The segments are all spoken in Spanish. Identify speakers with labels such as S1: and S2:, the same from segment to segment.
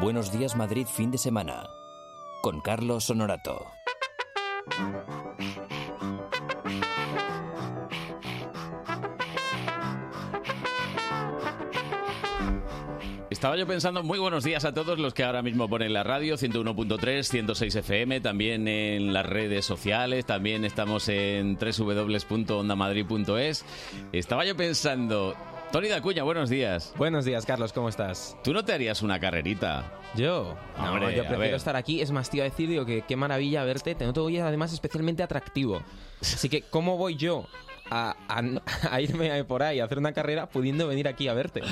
S1: Buenos días Madrid fin de semana con Carlos Honorato.
S2: Estaba yo pensando, muy buenos días a todos los que ahora mismo ponen la radio, 101.3, 106 FM, también en las redes sociales, también estamos en www.ondamadrid.es. Estaba yo pensando, Tony Dacuña, buenos días.
S3: Buenos días, Carlos, ¿cómo estás?
S2: ¿Tú no te harías una carrerita?
S3: Yo, no,
S2: Hombre,
S3: yo
S2: a ver.
S3: prefiero estar aquí. Es más, te iba a decir, digo, que qué maravilla verte. Te noto hoy además especialmente atractivo. Así que, ¿cómo voy yo a, a- a irme por ahí a hacer una carrera pudiendo venir aquí a verte?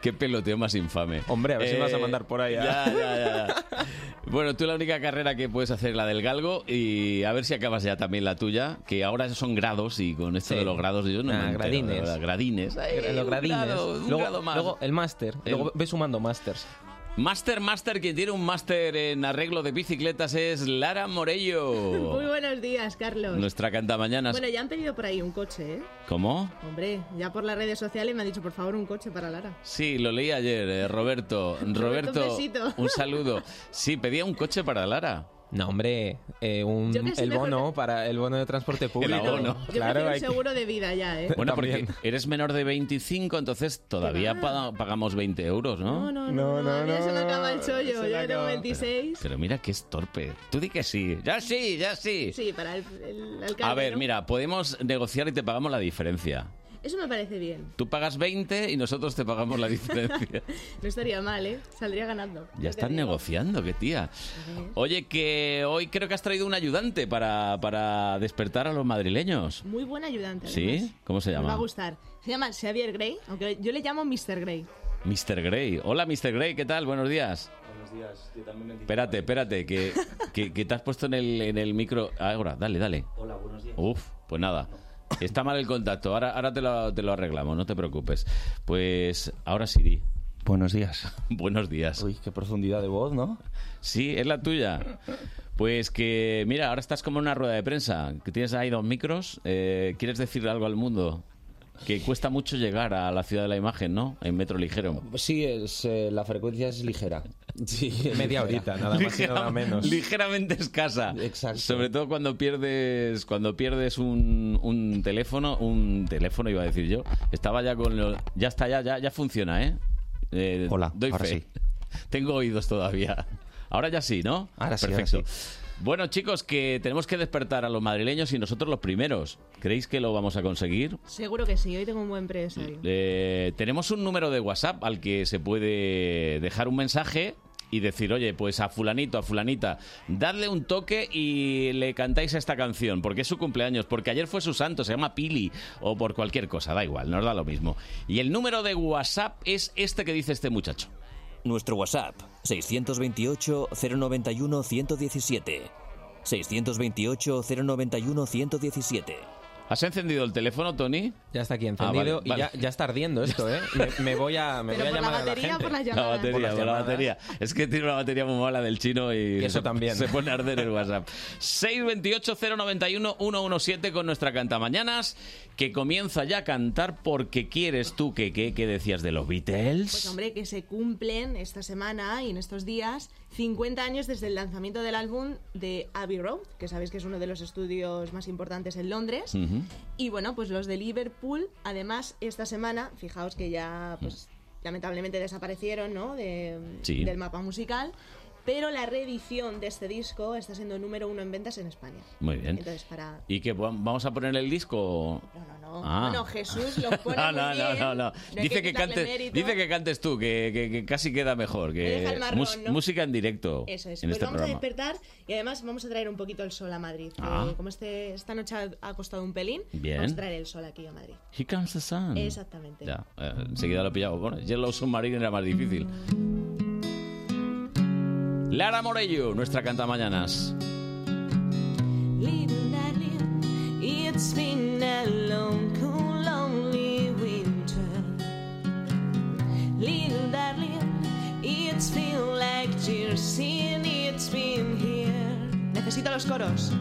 S2: Qué peloteo más infame.
S3: Hombre, a ver si me vas a mandar por ahí, ¿eh?
S2: Ya, ya, ya, ya. Bueno, tú la única carrera que puedes hacer es la del galgo y a ver si acabas ya también la tuya, que ahora son grados y con esto
S3: Sí.
S2: de los grados yo no
S3: Ah,
S2: me entero, de
S3: gradines.
S2: verdad, gradines. Ay,
S3: Los
S2: Pues un
S3: gradines.
S2: grado, un
S3: luego,
S2: grado más.
S3: luego eh. el máster.
S2: El-
S3: Luego ve sumando másters.
S2: Master, master, quien tiene un máster en arreglo de bicicletas es Lara
S4: Muy
S2: Morello,
S4: buenos días, Carlos.
S2: nuestra cantamañanas.
S4: Bueno, ya han pedido por ahí un coche, ¿eh?
S2: ¿Cómo?
S4: Hombre, ya por las redes sociales me han dicho, por favor, un coche para Lara.
S2: Sí, lo leí ayer, eh, Roberto. Roberto,
S4: un besito.
S2: un saludo. Sí, pedía un coche para Lara.
S3: No, hombre, eh, un-
S4: Yo que soy
S3: el
S4: mejor
S3: bono para el bono de transporte público.
S2: abono.
S4: Yo
S3: Claro,
S4: prefiero un
S3: hay que-
S4: seguro de vida ya, ¿eh?
S2: Bueno,
S3: También.
S2: porque eres menor de 25, entonces todavía pa- pagamos 20 euros, ¿no?
S4: No, no, no, no, a mí
S3: no,
S4: se me
S3: no,
S4: acaba el
S3: no,
S4: chollo.
S3: se le
S4: Yo tengo
S3: acaba.
S4: 26.
S2: Pero mira que es torpe. Tú di que sí. Ya sí, ya sí.
S4: Sí, para el, el alcalde.
S2: A ver,
S4: ¿no?
S2: mira, podemos negociar y te pagamos la diferencia.
S4: Eso me parece bien.
S2: Tú pagas 20 y nosotros te pagamos la diferencia.
S4: No estaría mal, ¿eh? Saldría ganando.
S2: ya
S4: te
S2: están
S4: digo.
S2: negociando, qué tía. Oye, que hoy creo que has traído un ayudante para, para despertar a los madrileños.
S4: Muy buen ayudante.
S2: ¿Sí?
S4: además.
S2: ¿Cómo se
S4: Mm, Me va a
S2: llama?
S4: gustar. Se llama Xavier Grey, aunque yo le llamo Mr. Grey.
S2: Mr. Grey. Hola, Mr. Grey, ¿qué tal? Buenos días.
S5: Buenos días, yo también me
S2: Espérate, espérate, que, que, que te has puesto en el, en el micro. Ahora, dale, dale.
S5: Hola, buenos días.
S2: Uf, pues nada. Está mal el contacto. Ahora, ahora te, lo, te lo arreglamos, no te preocupes. Pues ahora sí, di.
S5: Buenos días.
S2: Buenos días.
S5: Uy, qué profundidad de voz, ¿no?
S2: Sí, es la tuya. Pues que, mira, ahora estás como en una rueda de prensa. Que tienes ahí dos micros. eh, ¿Quieres decir algo al mundo? Que cuesta mucho llegar a la ciudad de la imagen, ¿no? En metro ligero.
S5: Sí, es, eh, la frecuencia es ligera. Sí,
S3: Media
S5: ligera.
S3: horita, nada más y nada menos.
S2: Ligeramente escasa.
S5: Exacto.
S2: Sobre todo cuando pierdes, cuando pierdes un, un teléfono, un teléfono iba a decir yo. Estaba ya con lo- ya está ya, ya, ya funciona, ¿eh? Eh,
S5: Hola,
S2: doy
S5: ahora
S2: fe.
S5: sí.
S2: Tengo oídos todavía. Ahora ya sí, ¿no?
S5: Ahora sí, ahora
S2: Perfecto. Bueno, chicos, que tenemos que despertar a los madrileños y nosotros los primeros. ¿Creéis que lo vamos a conseguir?
S4: Seguro que sí, hoy tengo un buen presario.
S2: Eh, tenemos un número de WhatsApp al que se puede dejar un mensaje y decir, oye, pues a fulanito, a fulanita, dadle un toque y le cantáis esta canción, porque es su cumpleaños, porque ayer fue su santo, se llama Pili, o por cualquier cosa, da igual, nos da lo mismo. Y el número de WhatsApp es este que dice este muchacho.
S1: Nuestro WhatsApp 628 091 117 628 091 117
S2: ¿Has encendido el teléfono, Tony?
S3: Ya está aquí
S2: vale,
S3: encendido y
S2: vale.
S3: Ya, ya está ardiendo esto, ¿eh? Me, me voy a, me
S4: Pero
S3: voy a
S4: por la
S3: llamar a la
S4: batería
S3: gente.
S4: o por las
S2: La
S4: llamadas.
S2: batería,
S3: Por las
S2: por la
S3: llamadas.
S2: batería. Es que tiene una batería muy mala del chino y,
S3: Y eso
S2: se,
S3: también.
S2: se pone a arder el WhatsApp. 628-091-117 con nuestra Cantamañanas, que comienza ya a cantar porque quieres tú que, que, que decías de los
S4: Pues
S2: Beatles.
S4: hombre, que se cumplen esta semana y en estos días 50 años desde el lanzamiento del álbum de Abbey Road, que sabéis que es uno de los estudios más importantes en Londres.
S2: Ujú.
S4: Y bueno, pues los de Liverpool, además, esta semana, fijaos que ya, pues, lamentablemente desaparecieron, ¿no? De-
S2: Mm. Sí.
S4: Del mapa musical. Pero la reedición de este disco está siendo número uno en ventas en España.
S2: Muy bien.
S4: Entonces, para...
S2: ¿Y que vam- vamos a poner el disco?
S4: No, no, no.
S2: Ah.
S4: Bueno, Jesús lo pone
S2: no,
S4: muy
S2: no, no,
S4: bien.
S2: no, no.
S4: No hay
S2: Dice, que
S4: quitarle
S2: cantes,
S4: mérito.
S2: dice que cantes tú, que, que- que casi queda mejor.
S4: Me deja
S2: Que
S4: el marrón, ¿no?
S2: Música en directo
S4: Eso es.
S2: en
S4: pues
S2: este
S4: vamos
S2: programa.
S4: a despertar y además vamos a traer un poquito el sol a Madrid. que
S2: Ah.
S4: como este, esta noche ha- ha costado un pelín,
S2: Bien.
S4: vamos a traer el sol aquí a Madrid.
S2: Here comes the sun.
S4: Exactamente.
S2: Ya, eh, enseguida lo pillamos. Bueno, Yellow Submarine era más difícil. Lara Morello, nuestra cantamañanas.
S4: Little darling, it's been a long, cool, lonely winter. Little darling, it's been like years and it's been here. Necesito los coros.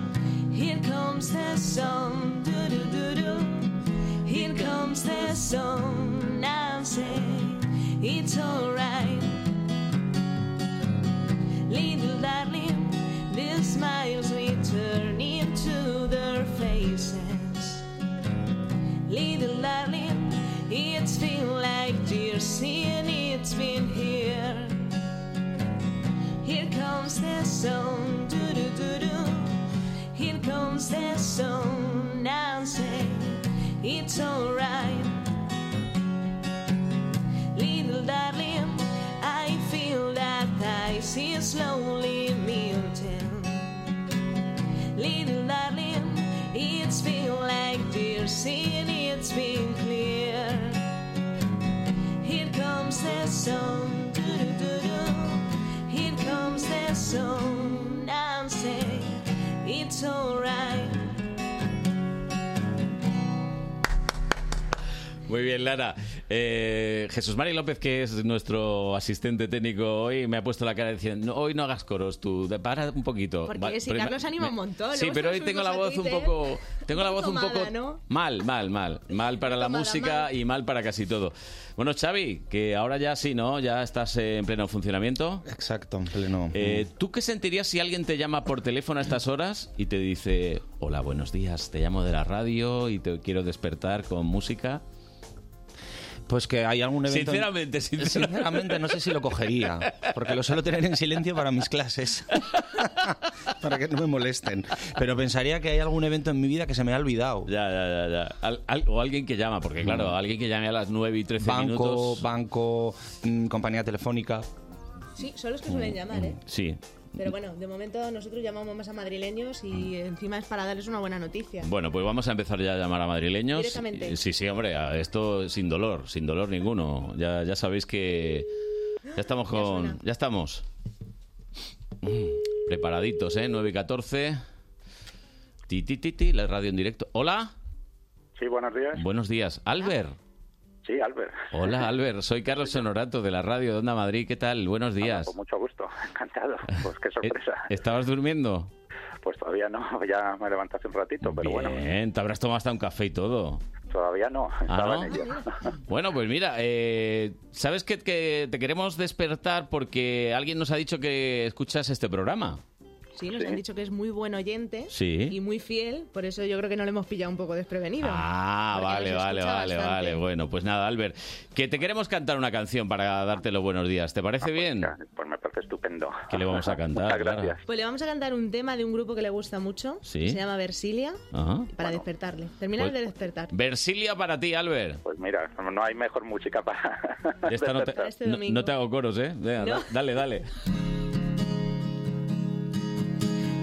S4: Here comes the sun, do do do do. Here comes the sun, and say it's alright. seeing it's been here. Here comes the sun, doo doo doo doo. Here comes the sun, now say it's alright. Little darling, I feel that ice is slowly melting. Little darling, it's been like dear sin, it's been clear. Here comes the sun, doo doo doo doo. Here comes the sun, and say it's alright.
S2: Muy bien, Lara. Eh, Jesús María López, que es nuestro asistente técnico hoy, me ha puesto la cara diciendo, "No, hoy no hagas coros tú, de- para un poquito.
S6: Porque
S2: Va-
S6: si
S2: pero-
S6: Carlos anima un montón.
S2: Sí,
S6: luego
S2: pero
S6: se
S2: hoy
S6: lo
S2: tengo la
S6: subimos a
S2: voz un
S6: Twitter.
S2: poco... Tengo la
S6: ¿eh? Muy
S2: voz un
S6: tomada,
S2: poco...
S6: ¿no?
S2: Mal, mal, mal. Mal para la
S6: Tomada,
S2: música
S6: mal.
S2: y mal para casi todo. Bueno, Xavi, que ahora ya sí, ¿no? Ya estás eh, en pleno funcionamiento.
S5: Exacto, en pleno.
S2: Eh, ¿Tú qué sentirías si alguien te llama por teléfono a estas horas y te dice, hola, buenos días, te llamo de la radio y te quiero despertar con música?
S5: Pues que hay algún evento.
S2: Sinceramente, sinceramente.
S5: Sinceramente, no sé si lo cogería, porque lo suelo tener en silencio para mis clases, para que no me molesten. Pero pensaría que hay algún evento en mi vida que se me ha olvidado.
S2: Ya, ya, ya, ya. Al- al- o alguien que llama, porque
S7: Mm.
S2: claro, alguien que llame a las 9 y 13
S5: Banco,
S2: minutos.
S5: banco, mm, compañía telefónica.
S6: Sí, son los que
S2: Mm,
S6: suelen llamar, ¿eh?
S2: Sí.
S6: Pero bueno, de momento nosotros llamamos más a madrileños y
S2: Ah.
S6: encima es para darles una buena noticia.
S2: Bueno, pues vamos a empezar ya a llamar a madrileños.
S6: Directamente.
S2: Eh, Sí, sí, hombre, a esto sin dolor, sin dolor ninguno. Ya, ya sabéis que ya estamos con... Ya,
S6: suena.
S2: estamos. Mm, Preparaditos, ¿eh? 9 y 14. Ti, ti, ti, ti, la radio en directo. Hola,
S8: Sí, buenos días.
S2: buenos días. Albert.
S8: Sí, Albert.
S2: Hola, Albert. Soy Carlos Sonorato de la radio de Onda Madrid. ¿Qué tal? Buenos días.
S8: Con mucho gusto, encantado. Pues
S2: Eh.
S8: qué sorpresa.
S2: ¿Estabas durmiendo?
S8: Pues todavía no, ya me levanté hace un ratito, pero bueno,
S2: Bien, Ah. te habrás tomado hasta un café y todo.
S8: todavía no,
S9: Ah,
S8: estaba
S2: ¿no?
S8: en ello.
S2: Bueno, pues mira, eh, ¿sabes que, que te queremos despertar porque alguien nos ha dicho que escuchas este programa?
S6: Sí, nos han dicho que es muy buen oyente
S2: Sí.
S6: y muy fiel, por eso yo creo que no le hemos pillado un poco desprevenido.
S2: Ah,
S6: Porque
S2: vale,
S6: nos
S2: vale,
S6: escucha
S2: vale,
S6: bastante.
S2: vale. Bueno, pues nada, Albert, que te queremos cantar una canción para darte los buenos días. ¿Te parece bien?
S8: Ya, Pues me parece estupendo.
S2: ¿Qué le vamos a cantar,
S8: Muchas
S2: Clara?
S8: gracias.
S6: Pues le vamos a cantar un tema de un grupo que le gusta mucho,
S2: Sí.
S6: que se llama Versilia,
S2: Ajá.
S6: para despertarle. Terminar
S2: Pues-
S6: de despertar.
S2: Versilia para ti, Albert.
S8: Pues mira, no hay mejor música para...
S2: De Esta no, te,
S6: Para este
S2: no-
S6: domingo.
S2: no te hago coros, ¿eh? Venga,
S6: No.
S2: da- Dale, dale.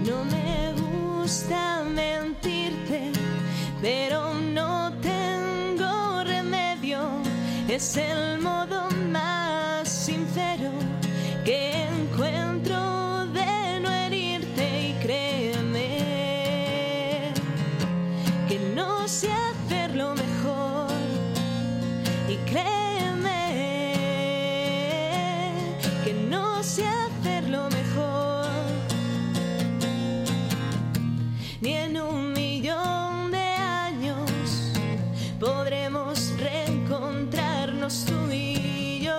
S4: No me gusta mentirte, pero no tengo remedio. Es el modo más sincero que encuentro de no herirte y créeme que no sé hacerlo mejor. Y créeme que no sé hacerlo mejor ni en un millón de años podremos reencontrarnos tú y yo.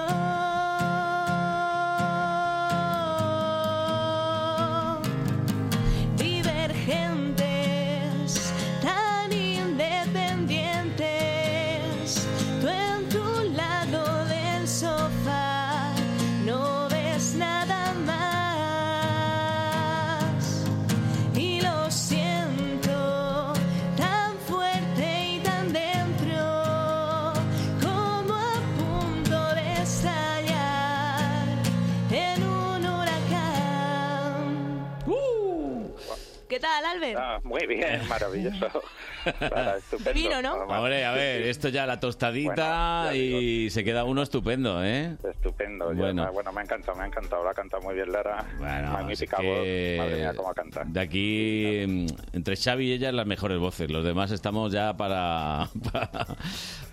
S4: Divergentes, tan independientes, tú en tu lado del sofá no ves nada más y lo siento tan fuerte y tan dentro como a punto de estallar en un huracán. ¿Qué tal, Albert?
S8: ¡Uh! Ah, muy bien, maravilloso. Clara, estupendo.
S4: Divino, ¿no?
S8: Además,
S2: Hombre, a ver, esto ya la tostadita
S8: Bueno, ya
S2: y se queda uno estupendo, ¿eh?
S8: Estupendo. Yo-
S2: Bueno.
S8: Bueno. me ha encantado, me ha encantado. La ha cantado muy bien Lara.
S2: Bueno,
S8: Magnífica
S2: es que
S8: voz. Madre mía, cómo canta.
S2: De aquí, mm, entre Xavi y ella, las mejores voces. Los demás estamos ya para, para,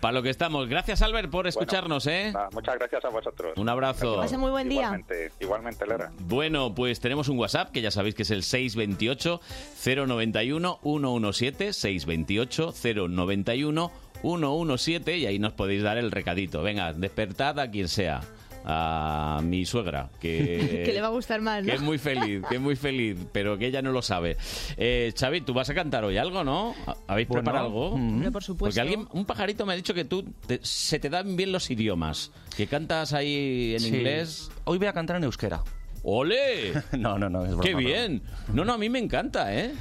S2: para lo que estamos. Gracias, Albert, por escucharnos, ¿eh?
S8: Nada, muchas gracias a vosotros.
S2: Un abrazo.
S6: Pasa muy buen día.
S8: Igualmente, igualmente Lara.
S2: Bueno, pues tenemos un WhatsApp que ya sabéis que es el 628-091-117, 628-091-117 y ahí nos podéis dar el recadito. Venga, despertad a quien sea. a mi suegra, que,
S10: que le va a gustar más, ¿no?
S2: que es muy feliz, que es muy feliz, pero que ella no lo sabe. Eh, Xavi, tú vas a cantar hoy algo, ¿no? ¿Habéis
S7: Bueno,
S2: preparado algo?
S7: Hombre,
S10: por
S2: mm. Porque
S10: supuesto.
S2: alguien, un pajarito me ha dicho que tú te- se te dan bien los idiomas, que cantas ahí en
S7: Sí.
S2: inglés.
S7: Hoy voy a cantar en euskera.
S2: ¡Ole!
S7: No, no, no, es broma,
S2: ¡Qué
S7: no.
S2: bien! No, no, a mí me encanta, ¿eh?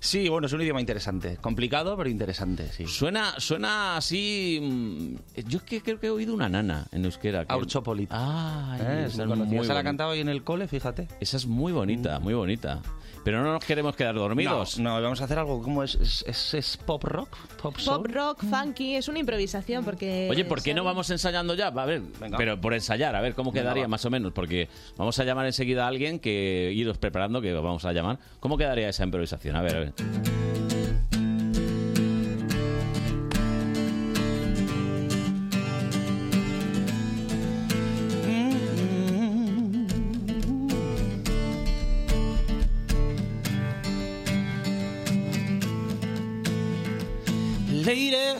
S7: Sí, bueno, es un idioma interesante. Complicado, pero interesante, sí.
S2: Suena, suena así... mm, Yo es que creo que he oído una nana en euskera. que-
S7: Aurchopolit.
S2: Ah,
S7: Eh, es
S2: esa,
S7: muy
S2: es
S7: conocida.
S2: muy
S7: Esa la
S2: boni-
S7: cantaba hoy en el cole, fíjate. Mm.
S2: esa es muy bonita, muy bonita. Pero no nos queremos quedar dormidos.
S7: No, no, vamos a hacer algo como es, es, es- es pop rock, pop
S10: Pop
S7: soul.
S10: rock, funky, es una improvisación porque...
S2: Oye, ¿por qué no
S10: ¿sabes?
S2: vamos ensayando ya? A ver,
S7: Venga.
S2: pero por ensayar, a ver cómo
S7: Venga,
S2: quedaría
S7: va.
S2: más o menos, porque vamos a llamar enseguida a alguien que iros preparando, que vamos a llamar. ¿Cómo quedaría esa improvisación? A ver, a ver.
S7: Lady,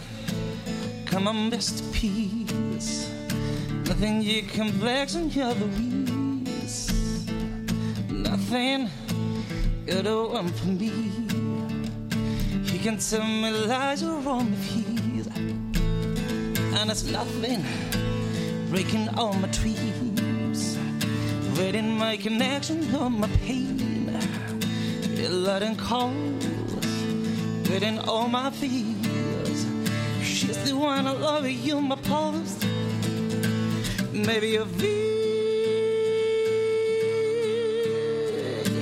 S7: come on, best peace. Nothing you complex and you're the least. Nothing good or one for me. You can tell me lies or wrong if he's. And it's nothing breaking all my dreams. Waiting my connection on my pain. Blood and calls within all my fears. She's the one I love you, my pulse. Maybe a V.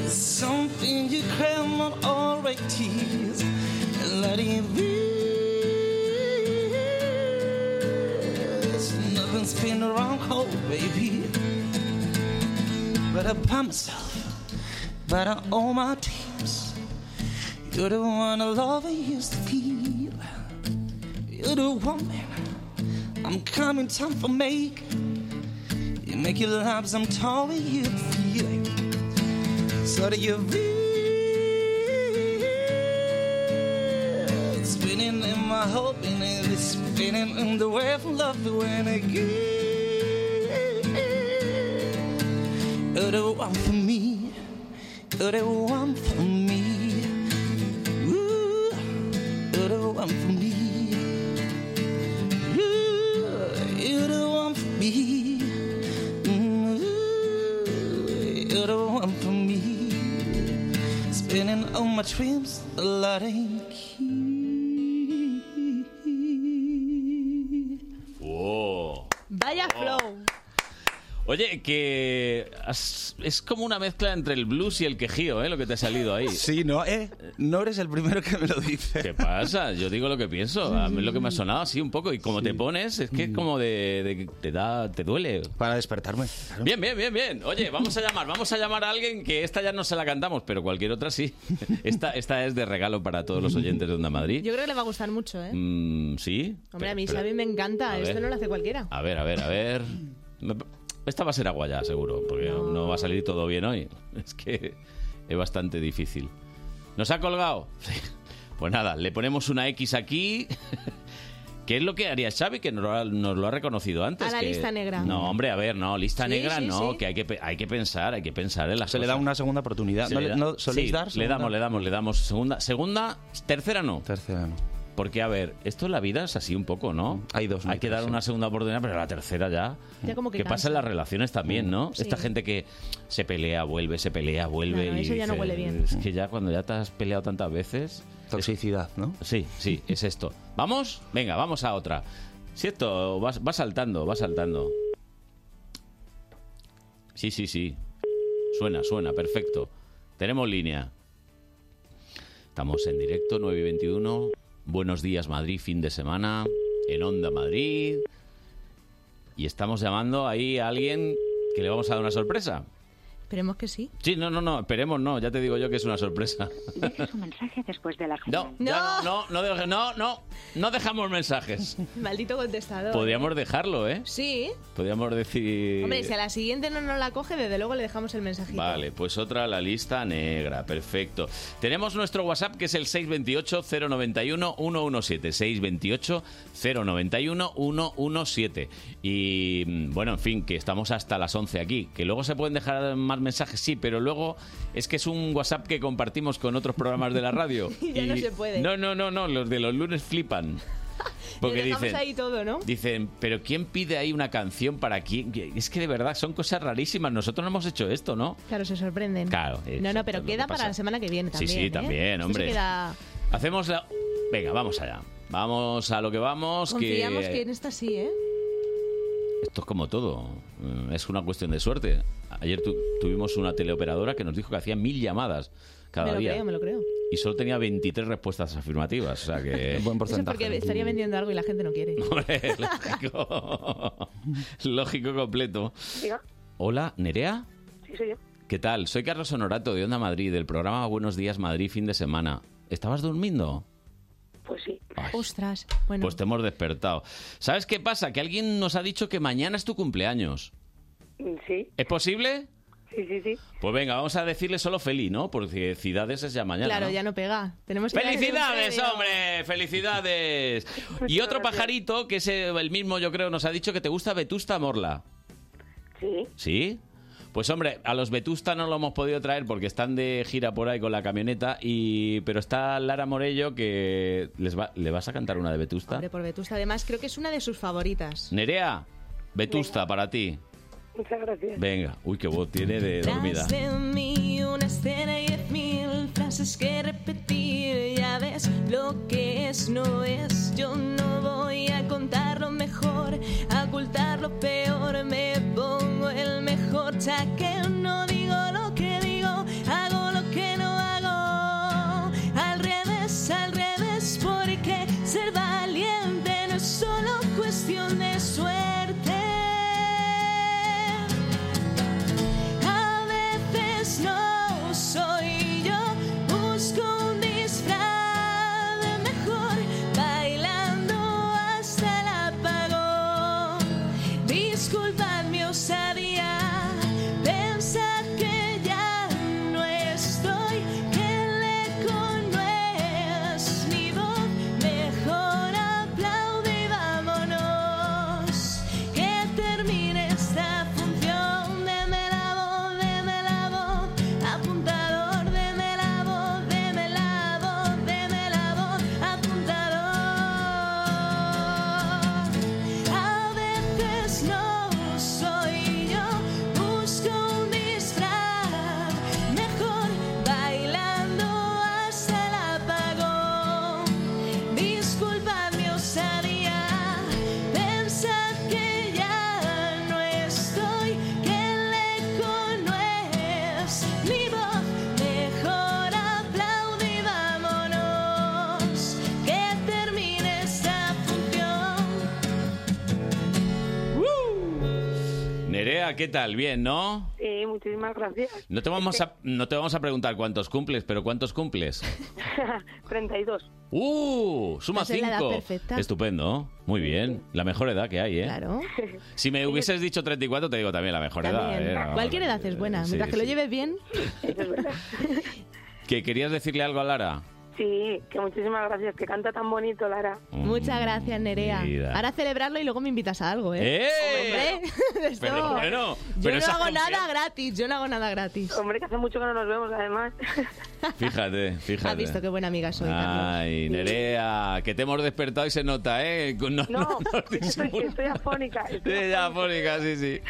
S7: Something you cannot already tease. Letting this. Nothing's been around cold, baby. But I promise myself, but I owe my dreams. You're the one I love and used to feel. You're the woman I'm coming time for make. You make your lives I'm telling you to feel. So do you feel? Spinning in my hope and it is spinning in the way of love when again. You're the one for me. You're the one for me. Ooh, you're the one for me. Ooh, you're the one for me. Mm, Ooh, you're the one for me. Spinning all my dreams, a lot of key.
S2: ¡Oh!
S10: Vaya flow.
S2: Oye, que has- es como una mezcla entre el blues y el quejío, ¿eh? Lo que te ha salido ahí.
S7: Sí, no, eh, no eres el primero que me lo dice.
S2: ¿Qué pasa? Yo digo lo que pienso. A mí es lo que me ha sonado así un poco. Y como te pones, es que es como de, de- te da, te duele.
S7: Mm. Para despertarme.
S2: Bien, bien, bien, bien. Oye, vamos a llamar, vamos a llamar a alguien que esta ya no se la cantamos, pero cualquier otra sí. Esta, esta es de regalo para todos los oyentes de Onda Madrid.
S10: Yo creo que le va a gustar mucho, ¿eh?
S2: Mm, sí.
S10: Hombre, a mí
S2: Pero-
S10: Xavi me encanta,
S2: a
S10: esto
S2: ver.
S10: no lo hace cualquiera.
S2: A ver, a ver, a ver. Me- Esta va a ser agua ya, seguro, porque no. va a salir todo bien hoy. Es que es bastante difícil. ¿Nos ha colgado? Pues nada, le ponemos una X aquí. ¿Qué es lo que haría Xavi? Que nos lo ha, nos lo ha reconocido antes.
S10: A la
S2: que-
S10: lista negra.
S2: No, hombre, a ver, no, lista
S10: Sí,
S2: negra
S10: sí,
S2: no,
S10: sí.
S2: que hay que, pe- hay que pensar, hay que pensar en las
S7: Se le da
S2: cosas.
S7: una segunda oportunidad.
S2: Se
S7: ¿No,
S2: le
S7: le-
S2: da-
S7: no soléis
S2: sí,
S7: dar?
S2: Le damos, le damos, le damos. Segunda, segunda, tercera no.
S7: Tercera, no. Mm,
S2: Porque, a ver, esto en la vida es así un poco, ¿no?
S7: Hay dos
S2: Hay que
S7: mitos,
S2: dar
S7: sí.
S2: una segunda oportunidad, pero la tercera ya.
S10: Ya como que
S2: ¿Qué pasa
S10: cansa. Mm,
S2: en las relaciones también, no?
S10: Sí.
S2: Esta gente que se pelea, vuelve, se pelea, vuelve.
S10: Claro,
S2: y
S10: eso ya no
S2: dice,
S10: huele bien.
S2: Es que ya cuando ya te has peleado tantas veces.
S7: Toxicidad, ¿no?
S2: Sí, sí, es esto. ¿Vamos? Venga, vamos a otra. Si esto va, va saltando, va saltando. Sí, sí, sí. Suena, suena, perfecto. Tenemos línea. Estamos en directo, 9 y 21. Buenos días, Madrid, fin de semana. En Onda Madrid. Y estamos llamando ahí a alguien que le vamos a dar una sorpresa.
S6: Esperemos que sí.
S2: Sí, no, no, no, esperemos, no, ya te digo yo que es una sorpresa.
S11: Deje su mensaje después de las
S2: No, ya no, no, no, deje- no, no, no dejamos mensajes.
S6: Maldito contestador.
S2: Podríamos dejarlo, ¿eh?
S6: Sí.
S2: Podríamos decir...
S6: Hombre, si a la siguiente no nos la coge, desde luego le dejamos el mensajito.
S2: Vale, pues otra la lista negra, perfecto. Tenemos nuestro WhatsApp que es el 628-091-117. 628-091-117. Y mm, bueno, en fin, que estamos hasta las 11 aquí. Que luego se pueden dejar más mensajes, sí, pero luego es que es un WhatsApp que compartimos con otros programas de la radio.
S6: Y ya no se puede.
S2: No, no, no, no, los de los lunes flipan. Porque
S6: le dejamos
S2: dicen,
S6: ahí todo, ¿no?
S2: Dicen, pero ¿quién pide ahí una canción para quién? Es que de verdad son cosas rarísimas. Nosotros no hemos hecho esto, ¿no?
S6: Claro, se sorprenden.
S2: Claro,
S6: No, no,
S2: exacto,
S6: pero
S2: lo que
S6: queda para
S2: pasa.
S6: la semana que viene
S2: Sí,
S6: también.
S2: sí,
S6: ¿eh?
S2: también,
S6: Esto se
S2: hombre.
S6: queda-
S2: Hacemos la... Venga, vamos allá. Vamos a lo que vamos.
S6: Confiamos que...
S2: que...
S6: en esta sí, ¿eh?
S2: Esto es como todo. Mm, Es una cuestión de suerte. Ayer tu- tuvimos una teleoperadora que nos dijo que hacía mil llamadas cada
S6: me lo
S2: día.
S6: creo, me lo creo.
S2: Y solo tenía 23 respuestas afirmativas. O sea que... Buen
S6: Eso porque estaría vendiendo algo y la gente no quiere.
S2: Lógico. Lógico completo.
S10: Diga,
S2: Hola, Nerea.
S10: sí, soy yo.
S2: ¿Qué tal? Soy Carlos Honorato de Onda Madrid, del programa Buenos Días Madrid fin de semana. ¿Estabas durmiendo?
S10: Pues sí.
S6: Ostras, bueno.
S2: Pues te hemos despertado. ¿Sabes qué pasa? Que alguien nos ha dicho que mañana es tu cumpleaños.
S10: Sí,
S2: ¿Es posible?
S10: sí, sí, sí.
S2: Pues venga, vamos a decirle solo feliz, ¿no? Porque ciudades es ya mañana.
S6: claro,
S2: ¿no?
S6: ya no pega. Tenemos que
S2: ¡Felicidades, hombre! ¡Felicidades! Y otro pajarito, que es el mismo, yo creo, nos ha dicho que te gusta Vetusta Morla.
S10: Sí.
S2: ¿Sí? Pues hombre, a los Vetusta no lo hemos podido traer porque están de gira por ahí con la camioneta, y pero está Lara Morello que les va- le vas a cantar una de Vetusta.
S6: Hombre, por Vetusta. Además, creo que es una de sus favoritas.
S2: Nerea, Vetusta para ti.
S10: Muchas gracias.
S2: Venga, uy, qué voz tiene de dormida.
S4: Tras de mí una escena y diez mil frases que repetir. Ya ves lo que es, no es. Yo no voy a contar lo mejor, a ocultar lo peor. Me pongo el mejor chaqueo. No digo lo que digo, hago lo que no hago. Al revés, al revés, porque ser valiente no es solo cuestión de suerte. A veces no soy yo, busco un disfraz de mejor, bailando hasta el apagón. Disculpad mi osadía, pensad que ya no estoy, que el eco no es mi voz, mejor aplaude y vámonos. Que termine esta función, deme la voz, deme la voz, apuntador, deme la voz, deme la voz, deme la voz, apuntador. A veces no soy yo, busco un disfraz mejor bailando hasta el apagón. Disculpa mi osadía, pensad que ya no estoy, que el eco no es mi voz. Mejor aplaude y vámonos, que termine esta función.
S2: Nerea, ¿qué tal? Bien, ¿no?
S10: Sí, muchísimas gracias.
S2: No te, vamos a, no te vamos a preguntar cuántos cumples, pero ¿cuántos cumples?
S10: 32.
S2: ¡Uh! Suma
S10: Esa es la edad
S2: 5.
S10: perfecta.
S2: Estupendo. Muy bien. La mejor edad que hay, ¿eh?
S6: Claro.
S2: Si me hubieses dicho 34, te digo también la mejor
S6: También.
S2: edad. ¿eh?
S6: Cualquier edad es buena.
S2: sí,
S6: Mientras que
S2: sí.
S6: lo lleves bien,
S2: ¿Que querías decirle algo a Lara?
S10: Sí, que muchísimas gracias, que canta tan bonito, Lara.
S2: Mm,
S6: Muchas gracias, Nerea.
S2: vida.
S6: Ahora celebrarlo y luego me invitas a algo, ¿eh?
S2: ¡Eh!
S6: Hombre, esto-
S2: Pero bueno,
S6: yo
S2: pero
S6: no
S2: esa
S6: hago
S2: confianza-
S6: nada gratis, yo no hago nada gratis.
S10: Hombre, que hace mucho que no nos vemos, además.
S2: Fíjate, fíjate.
S6: Has visto qué buena amiga soy. Carlos.
S2: Ay, Nerea, que te hemos despertado y se nota, ¿eh? No, no, nos
S10: Estoy,
S2: disimula.
S10: estoy afónica.
S2: Sí, ya, Mónica, sí, sí.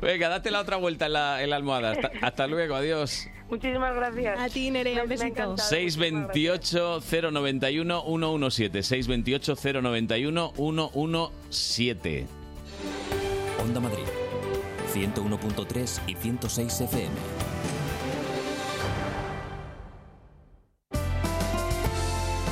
S2: Venga, date la otra vuelta en la, en la almohada. Hasta, hasta luego, adiós.
S10: Muchísimas gracias.
S6: A ti, Nerea, un besito.
S2: 628-091-117. 628-091-117.
S3: eh.
S1: Onda Madrid, 101.3 y 106 FM.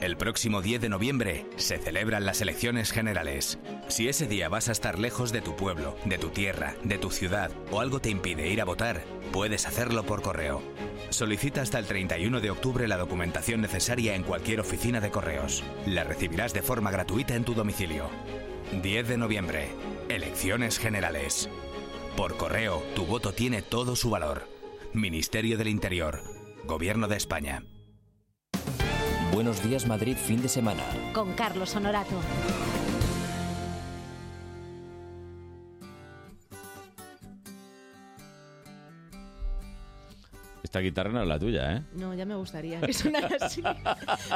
S12: El próximo 10 de noviembre se celebran las elecciones generales. Si ese día vas a estar lejos de tu pueblo, de tu tierra, de tu ciudad o algo te impide ir a votar, puedes hacerlo por correo. Solicita hasta el 31 de octubre la documentación necesaria en cualquier oficina de correos. La recibirás de forma gratuita en tu domicilio. 10 de noviembre. Elecciones generales. Por correo, tu voto tiene todo su valor. Ministerio del Interior. Gobierno de España.
S1: Buenos días Madrid fin de semana.
S13: Con Carlos Honorato.
S2: Esta guitarra no es la tuya, ¿eh?
S6: No, ya me gustaría que sonara así.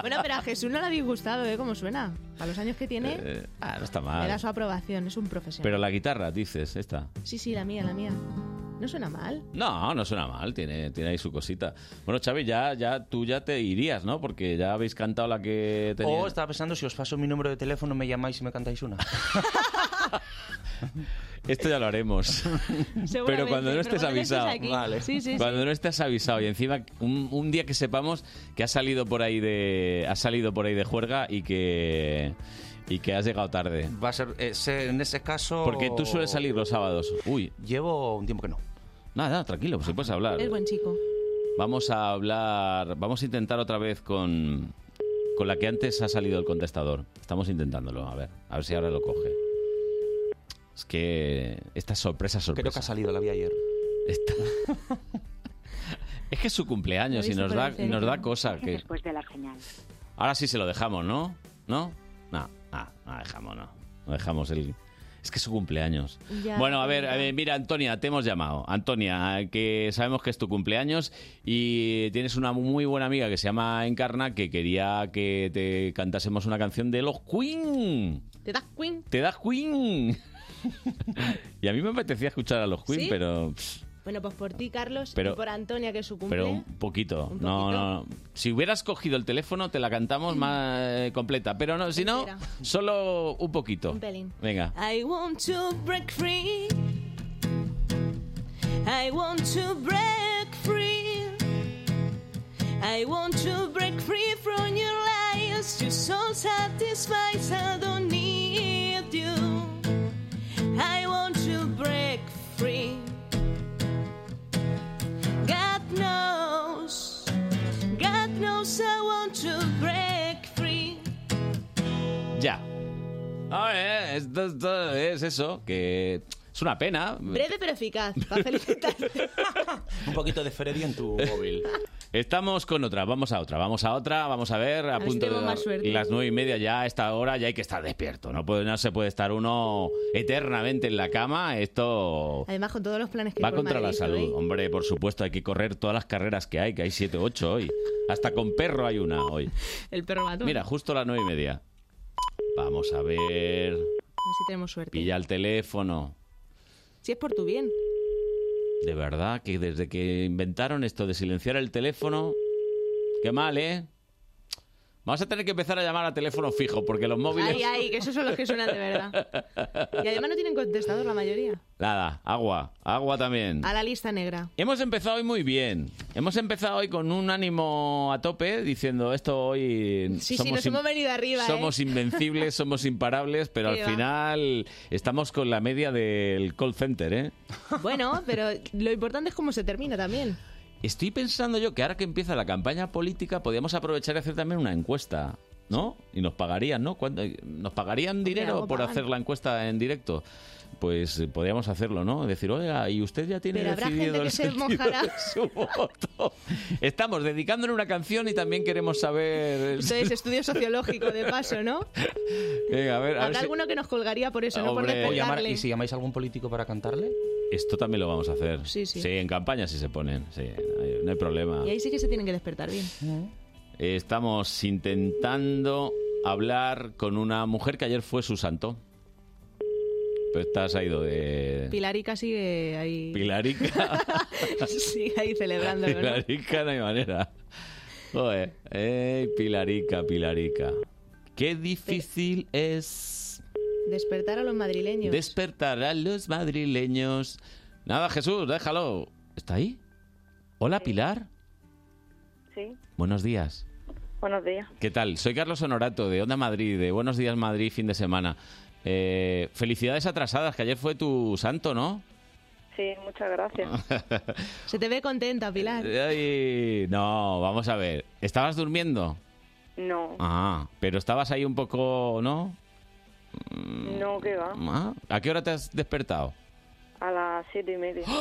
S6: bueno, pero a Jesús no le ha disgustado, ¿eh? Como suena. A los años que tiene,
S2: Eh, ah, no está
S6: le da
S2: mal.
S6: su aprobación. Es un profesional.
S2: Pero la guitarra, dices, esta.
S6: Sí, sí, la mía, la mía. No suena mal.
S2: No, no suena mal, tiene, tiene ahí su cosita. Bueno, Xavi, ya, ya, tú ya te irías, ¿no? Porque ya habéis cantado la que tenía.
S5: Oh, estaba pensando si os paso mi número de teléfono, me llamáis y me cantáis una.
S2: Esto ya lo haremos. Pero cuando no estés avisado.
S6: Sí, sí, sí.
S2: cuando no estés avisado. Y encima, un, un día que sepamos que has salido por ahí de. Has salido por ahí de juerga y que. Y que has llegado tarde.
S5: Va a ser, ese- en ese caso...
S2: Porque tú sueles salir los sábados. Uy.
S5: Llevo un tiempo que no.
S2: Nada, nada, tranquilo, pues si puedes hablar.
S6: Es buen chico.
S2: Vamos a hablar. Vamos a intentar otra vez con. Con la que antes ha salido el contestador. Estamos intentándolo, a ver. A ver si ahora lo coge. Es que. Esta es sorpresa, sorpresa.
S5: Creo que ha salido, la vi ayer.
S2: Está- es que es su cumpleaños y nos da, y nos da cosa. Que...
S11: Después de la señal.
S2: Ahora sí se lo dejamos, ¿no? ¿No? No, no, no dejamos, no. No dejamos el... Es que es su cumpleaños.
S9: Ya,
S2: bueno, a ver, a ver, mira, Antonia, te hemos llamado. Antonia, que sabemos que es tu cumpleaños y tienes una muy buena amiga que se llama Encarna que quería que te cantásemos una canción de los Queen.
S6: ¿Te das Queen?
S2: ¿Te das Queen? y a mí me apetecía escuchar a los Queen,
S6: ¿Sí?
S2: pero... pff,
S6: Bueno, pues por ti, Carlos,
S2: Pero-
S6: y por Antonia, que es su cumple.
S2: Pero un poquito. No, no, no. Si hubieras cogido el teléfono, te la
S6: Mm.
S2: cantamos más eh, completa. Pero no, si no,
S6: Entera.
S2: solo un poquito.
S6: Un pelín.
S2: Venga.
S4: I want to break free. I want to break free. I want to break free from your lies. Your soul satisfies. I don't need you. I want to break free. God knows. God knows I want to break free.
S2: Ya. A ver, esto- esto es eso, que es una pena.
S6: Breve pero eficaz. Para felicitar.
S2: Un poquito de Freddy en tu móvil. Estamos con otra, vamos a otra, vamos a otra, vamos a ver, a,
S6: ver si
S2: punto de
S6: tengo más
S2: dar-
S6: suerte.
S2: las nueve y media ya a esta hora ya hay que estar despierto, no, puede, no se puede estar uno eternamente en la cama, esto
S6: Además, con todos los planes que
S2: Va
S6: hay por
S2: contra la
S6: Madrid, ¿eh?
S2: salud,
S6: ¿sabéis?
S2: hombre, por supuesto, hay que correr todas las carreras que hay, que hay siete, ocho hoy. Hasta con perro hay una hoy.
S6: El perro matón.
S2: Mira, justo a las nueve y media. Vamos a ver.
S6: A ver si tenemos suerte.
S2: Pilla el teléfono.
S6: Si es por tu bien.
S2: De verdad que desde que inventaron esto de silenciar el teléfono. Qué mal, ¿eh? Vamos a tener que empezar a llamar a teléfono fijo, porque los móviles.
S6: Ay, ay, que esos son los que suenan de verdad. Y además no tienen contestador la mayoría.
S2: Nada, agua, agua también.
S6: A la lista negra.
S2: Hemos empezado hoy muy bien. Hemos empezado hoy con un ánimo a tope, diciendo esto hoy.
S6: Sí, sí,
S2: somos
S6: nos
S2: in-
S6: hemos venido arriba, ¿eh?
S2: Somos invencibles, somos imparables, pero al
S6: Sí, va.
S2: final estamos con la media del call center, ¿eh?
S6: Bueno, pero lo importante es cómo se termina también.
S2: Estoy pensando yo que ahora que empieza la campaña política, podríamos aprovechar y hacer también una encuesta, ¿no? Y nos pagarían, ¿no? ¿Cuánto- ¿Nos pagarían dinero
S6: algo
S2: por
S6: pagan.
S2: hacer la encuesta en directo? Pues eh, podríamos hacerlo, ¿no? Decir, oiga, y usted ya tiene
S6: Pero habrá
S2: decidido
S6: gente
S2: el
S6: que se
S2: sentido
S6: mojará.
S2: de su voto. Estamos dedicándole una canción y también queremos saber.
S6: Eso es estudio sociológico de paso, ¿no?
S2: Venga, a ver, a ver
S6: Habrá
S2: si-
S6: alguno que nos colgaría por eso, no por
S2: Hombre.
S6: despertarle.
S2: O llamar- y
S5: ¿Y si llamáis a algún político para cantarle?
S2: Esto también lo vamos a hacer.
S6: Sí, sí.
S2: en campaña sí se ponen. Sí, no hay- no hay problema.
S6: Y ahí sí que se tienen que despertar bien.
S2: ¿Eh? Estamos intentando hablar con una mujer que ayer fue su santo. Pero esta se ha ido de.
S6: Pilarica sigue ahí.
S2: Pilarica.
S6: sigue ahí celebrándolo, ¿no?
S2: Pilarica, no hay manera. Joder. Ey, Pilarica, Pilarica. Qué difícil es
S10: Despertar a los madrileños.
S2: despertar a los madrileños. Nada, Jesús, déjalo. ¿Está ahí? Hola, Pilar.
S14: Sí,
S2: Buenos días.
S14: buenos días.
S2: ¿Qué tal? Soy Carlos Honorato de Onda Madrid, de Buenos Días Madrid, fin de semana. Eh, felicidades atrasadas, que ayer fue tu santo, ¿no?
S14: Sí, muchas gracias.
S10: Se te ve contenta, Pilar.
S2: Ay, no, vamos a ver. ¿Estabas durmiendo?
S14: No,
S2: Ah, pero estabas ahí un poco, ¿no?
S14: no, que va.
S2: Ah, ¿A qué hora te has despertado?
S14: A las siete y media.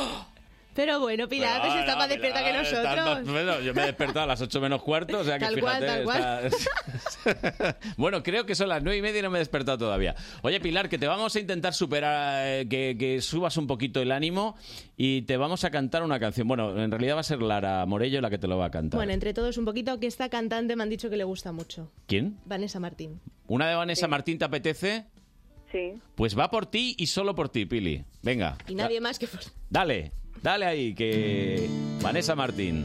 S10: Pero bueno, Pilar, pues está más despierta que nosotros.
S2: Bueno, yo me he despertado a las 8 menos cuarto, o sea que
S10: Tal cual,
S2: fíjate.
S10: tal cual.
S2: está- bueno, creo que son las 9 y media y no me he despertado todavía. Oye, Pilar, que te vamos a intentar superar, eh, que, que subas un poquito el ánimo y te vamos a cantar una canción. Bueno, en realidad va a ser Lara Morello la que te lo va a cantar.
S10: Bueno, entre todos un poquito, que esta cantante me han dicho que le gusta mucho.
S2: ¿Quién?
S10: Vanessa Martín.
S2: ¿Una de Vanessa Martín te apetece?
S14: Sí.
S2: Pues va por ti y solo por ti, Pili. Venga.
S10: Y nadie más que...
S2: Dale, dale ahí, que Vanessa Martín.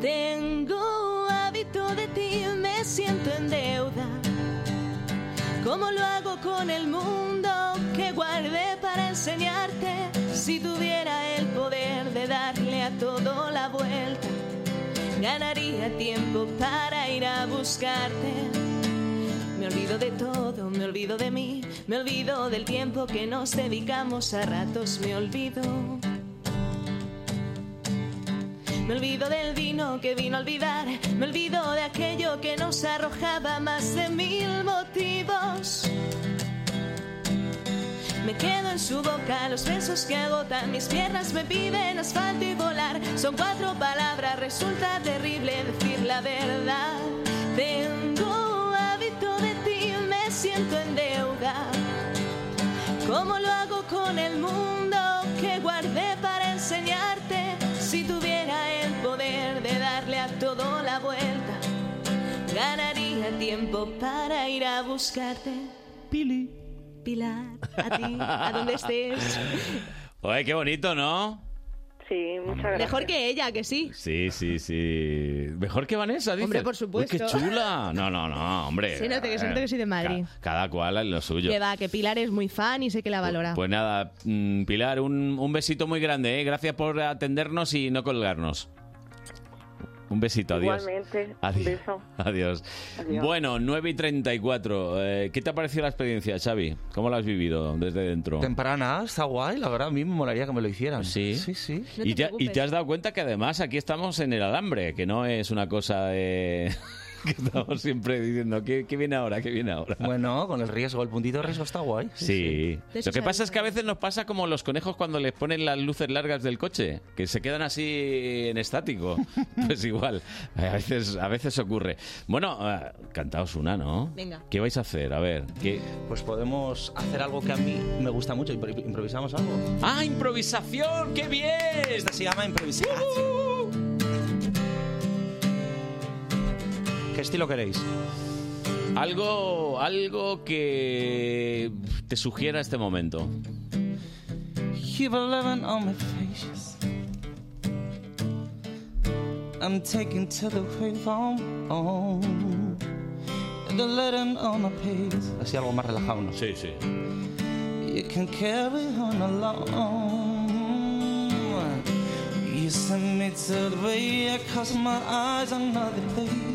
S4: Tengo hábito de ti, me siento en deuda. ¿Cómo lo hago con el mundo que guardé para enseñarte? Si tuviera el poder de darle a todo la vuelta, ganaría tiempo para ir a buscarte. Me olvido de todo, me olvido de mí, me olvido del tiempo que nos dedicamos a ratos, me olvido. Me olvido del vino que vino a olvidar, me olvido de aquello que nos arrojaba más de mil motivos. Me quedo en su boca, los besos que agotan, mis piernas me piden asfalto y volar. Son cuatro palabras, resulta terrible decir la verdad. Tengo hábito de ti, me siento en deuda. ¿Cómo lo hago con el mundo que guardé para enseñarte? Si tuviera el poder de darle a todo la vuelta, ganaría tiempo para ir a buscarte. Pili. Pilar, a ti, a donde estés.
S2: Oye, qué bonito, ¿no?
S14: Sí, muchas gracias.
S10: Mejor que ella, que sí.
S2: Sí, sí, sí. Mejor que Vanessa, dice.
S10: Hombre, por supuesto.
S2: qué chula. No, no, no, hombre.
S10: Se nota que- se nota que soy de Madrid.
S2: Ca- Cada, cual en lo suyo.
S10: Que va, que Pilar es muy fan y sé que la valora.
S2: Pues nada, mm, Pilar, un, un besito muy grande, ¿eh? Gracias por atendernos y no colgarnos. Un besito, adiós.
S14: Igualmente,
S2: Adiós.
S14: beso.
S2: Adiós.
S14: Adiós.
S2: Bueno, 9 y 34. Eh, ¿Qué te ha parecido la experiencia, Xavi? ¿Cómo la has vivido desde dentro?
S9: Temprana, nada, está guay, la verdad, a mí me molaría que me lo hicieran.
S2: Sí,
S9: sí. sí.
S2: y, te, y te has dado cuenta que además aquí estamos en el alambre, que no es una cosa de... que estamos siempre diciendo, ¿qué, qué viene ahora? ¿Qué viene ahora?
S9: Bueno, con el riesgo, el puntito de riesgo está guay.
S2: Sí.
S9: sí.
S2: Lo que pasa es que a veces nos pasa como los conejos cuando les ponen las luces largas del coche, que se quedan así en estático. Pues igual, a veces, a veces ocurre. Bueno, ah, cantaos una, ¿no?
S9: Venga.
S2: ¿Qué vais a hacer? A ver, ¿qué?
S9: Pues podemos hacer algo que a mí me gusta mucho, impro- improvisamos algo.
S2: ¡Ah, improvisación! ¡Qué bien! Esta
S9: se llama improvisación. ¿Qué estilo queréis?
S2: Algo, algo que te sugiera este momento.
S7: Keep a loving on my face. I'm taking to the wave I'm on. The letting on my page.
S9: Así algo más relajado, ¿no?
S2: Sí, sí.
S7: You can carry on alone. You send me to the way cause my eyes on another page.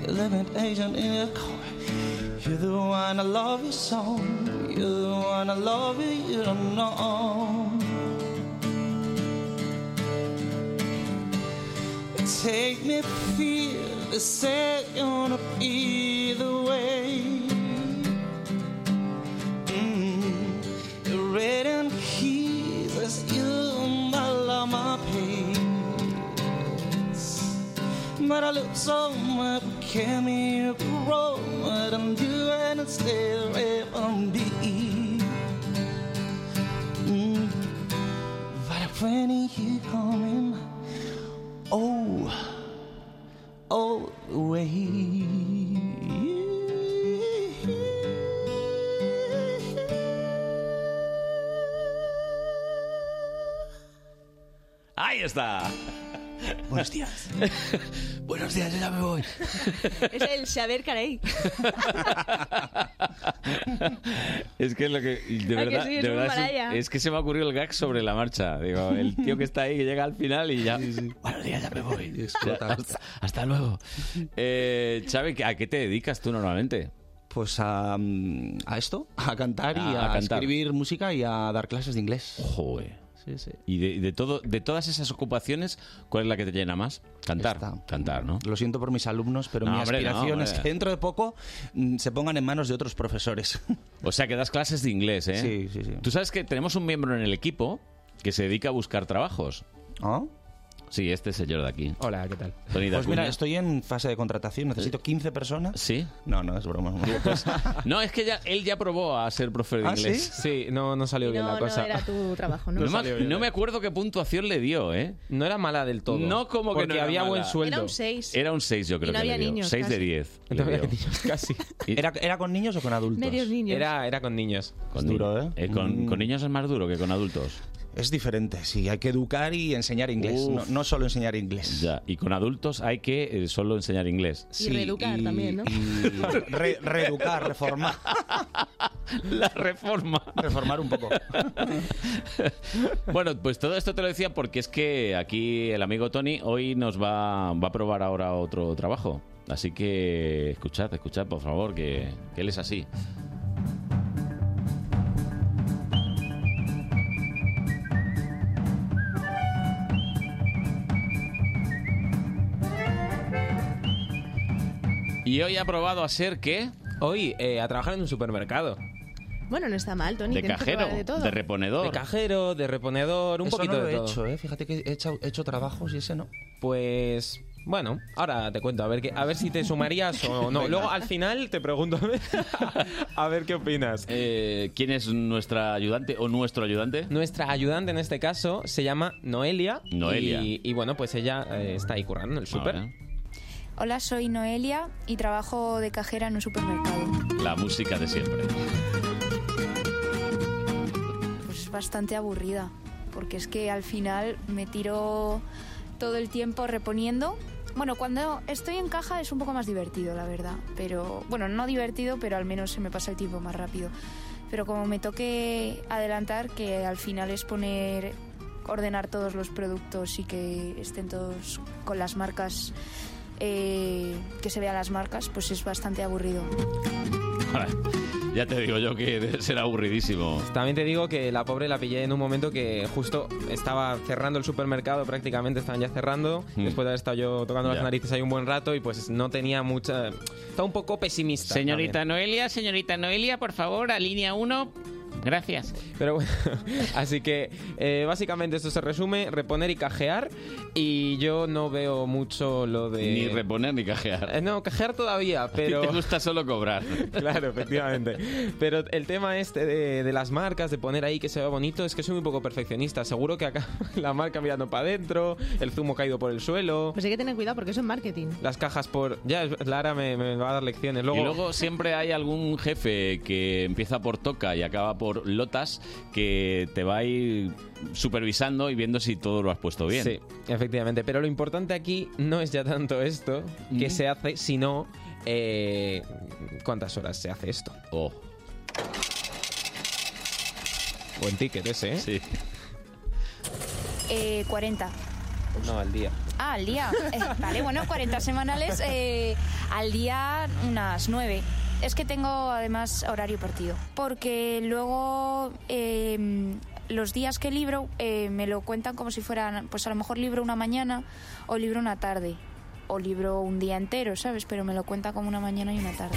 S7: You're living agent in your car. You're the one I love you so. You're the one I love you, you don't know. Take me feel the second of either way. Mm. Red and keys as you all on my page. But I look so much cameo pro, but I'm doing it still if I'm deep. Mm. But when you come in, oh, oh, wait.
S2: Ahí está.
S9: Buenos días. Buenos días, yo ya me voy.
S2: pues.
S6: Es el Xavier Carey.
S2: Es que es lo que. De
S6: Ay, que
S2: verdad,
S6: sí, es
S2: de
S6: un
S2: verdad
S6: Himalaya.
S2: es que se me ha ocurrido el gag sobre la marcha. Digo, el tío que está ahí, que llega al final y ya. Buenos días, ya me voy.
S9: explota.
S2: hasta, hasta luego. Eh, Xavi, ¿a qué te dedicas tú normalmente?
S9: Pues a, mm, a esto, a cantar y
S2: Ah,
S9: a,
S2: a cantar.
S9: escribir música y a dar clases de inglés.
S2: Joder.
S9: Sí, sí.
S2: Y de, de todo, de todas esas ocupaciones, ¿cuál es la que te llena más? Cantar. Cantar, ¿no?
S9: Lo siento por mis alumnos, pero
S2: No,
S9: mi
S2: hombre, no,
S9: aspiración es
S2: hombre.
S9: que dentro de poco mm, se pongan en manos de otros profesores.
S2: O sea, que das clases de inglés, ¿eh?
S9: Sí, sí, sí.
S2: Tú sabes que tenemos un miembro en el equipo que se dedica a buscar trabajos.
S9: ¿Ah?
S2: Sí, este señor de aquí.
S3: Hola, ¿qué tal?
S2: Tony
S9: Pues mira,
S2: Dacuña.
S9: estoy en fase de contratación, necesito 15 personas.
S2: Sí. Pues,
S9: No, no, es broma.
S2: No, es que ya, él ya probó a ser profe de
S9: ¿Ah,
S2: inglés.
S3: Sí, no, no salió bien
S6: No,
S3: la
S6: no
S3: cosa.
S6: era tu trabajo, ¿no?
S2: No, me, ac- no me acuerdo qué puntuación le dio, ¿eh?
S3: No era mala del todo.
S2: No como que
S3: Porque
S2: no era
S3: había
S2: mala.
S3: buen sueldo.
S6: Era un 6.
S2: Era un 6, yo creo
S6: Y no
S2: que
S6: había
S2: le dio.
S6: niños,
S2: 6 de
S6: casi.
S2: 10.
S3: No había niños, casi.
S9: ¿Era, ¿Era con niños o con adultos?
S6: Medios niños.
S3: Era, era con niños.
S2: Con duro, ¿eh? con, con niños es más duro que con adultos.
S9: Mm. Es diferente, sí, hay que educar y enseñar inglés,
S2: Uf.
S9: no, no solo enseñar inglés.
S2: Ya. Y con adultos hay que eh, solo enseñar inglés.
S6: Y reeducar también, ¿no?
S9: Re- reeducar, reformar.
S2: La reforma.
S9: Reformar un poco.
S2: Bueno, pues todo esto te lo decía porque es que aquí el amigo Tony hoy nos va, va a probar ahora otro trabajo. Así que escuchad, escuchad por favor, que, que él es así. Y hoy ha probado a ser qué?
S3: Hoy, eh, a trabajar en un supermercado.
S6: Bueno, no está mal, Tony.
S2: De
S6: tienes que
S2: cajero,
S6: probar de todo.
S2: de reponedor.
S3: De cajero, de reponedor, un
S9: Eso
S3: poquito
S9: no lo
S3: de
S9: he
S3: todo.
S9: hecho, ¿eh? Fíjate que he hecho, he hecho trabajos y ese no.
S3: Pues bueno, ahora te cuento a ver que, a ver si te sumarías o no.
S9: Venga.
S3: Luego al final te pregunto a ver, a ver qué opinas.
S2: Eh, ¿Quién es nuestra ayudante o nuestro ayudante?
S3: Nuestra ayudante en este caso se llama Noelia.
S2: Noelia. Ah,
S3: Y, y, bueno, pues ella eh, está ahí currando en el súper.
S15: Hola, soy Noelia y trabajo de cajera en un supermercado.
S2: La música de siempre.
S15: Pues es bastante aburrida, porque es que al final me tiro todo el tiempo reponiendo. Bueno, cuando estoy en caja es un poco más divertido, la verdad. Pero, bueno, no divertido, pero al menos se me pasa el tiempo más rápido. Pero como me toque adelantar, que al final es poner, ordenar todos los productos y que estén todos con las marcas, eh, que se vean las marcas, pues es bastante aburrido.
S2: Ahora, ya te digo yo que debe ser aburridísimo.
S3: También te digo que la pobre la pillé en un momento que justo estaba cerrando el supermercado, prácticamente estaban ya cerrando,
S2: Mm.
S3: después de haber estado yo tocando
S2: Ya.
S3: las narices ahí un buen rato y pues no tenía mucha... Estaba un poco pesimista.
S2: Señorita
S3: también.
S2: Noelia, señorita Noelia, por favor, a línea 1. Gracias.
S3: Pero bueno, así que eh, básicamente esto se resume, reponer y cajear y yo no veo mucho lo de...
S2: Ni reponer ni cajear.
S3: Eh, no, cajear todavía, pero...
S2: Te gusta solo cobrar.
S3: Claro, efectivamente. Pero el tema este de, de las marcas, de poner ahí que se vea bonito, es que soy un poco perfeccionista. Seguro que acá la marca mirando para adentro, el zumo caído por el suelo,
S6: Pues hay que tener cuidado porque eso es marketing.
S3: las cajas por... Ya, es- Lara me, me va a dar lecciones. Luego,
S2: Y luego siempre hay algún jefe que empieza por toca y acaba por lotas que te va a ir supervisando y viendo si todo lo has puesto bien.
S3: Sí, efectivamente. Pero lo importante aquí no es ya tanto esto que
S2: Mm.
S3: se hace, sino eh, cuántas horas se hace esto.
S2: Oh,
S3: Buen ticket ese, ¿eh?
S2: Sí.
S15: Eh, 40.
S3: No, al día.
S15: Ah, al día. Eh, vale, bueno, 40 semanales, eh, al día unas 9. Es que tengo además horario partido, porque luego eh, los días que libro eh, me lo cuentan como si fueran, pues a lo mejor libro una mañana o libro una tarde. O libro un día entero, ¿sabes? Pero me lo cuenta como una mañana y una tarde.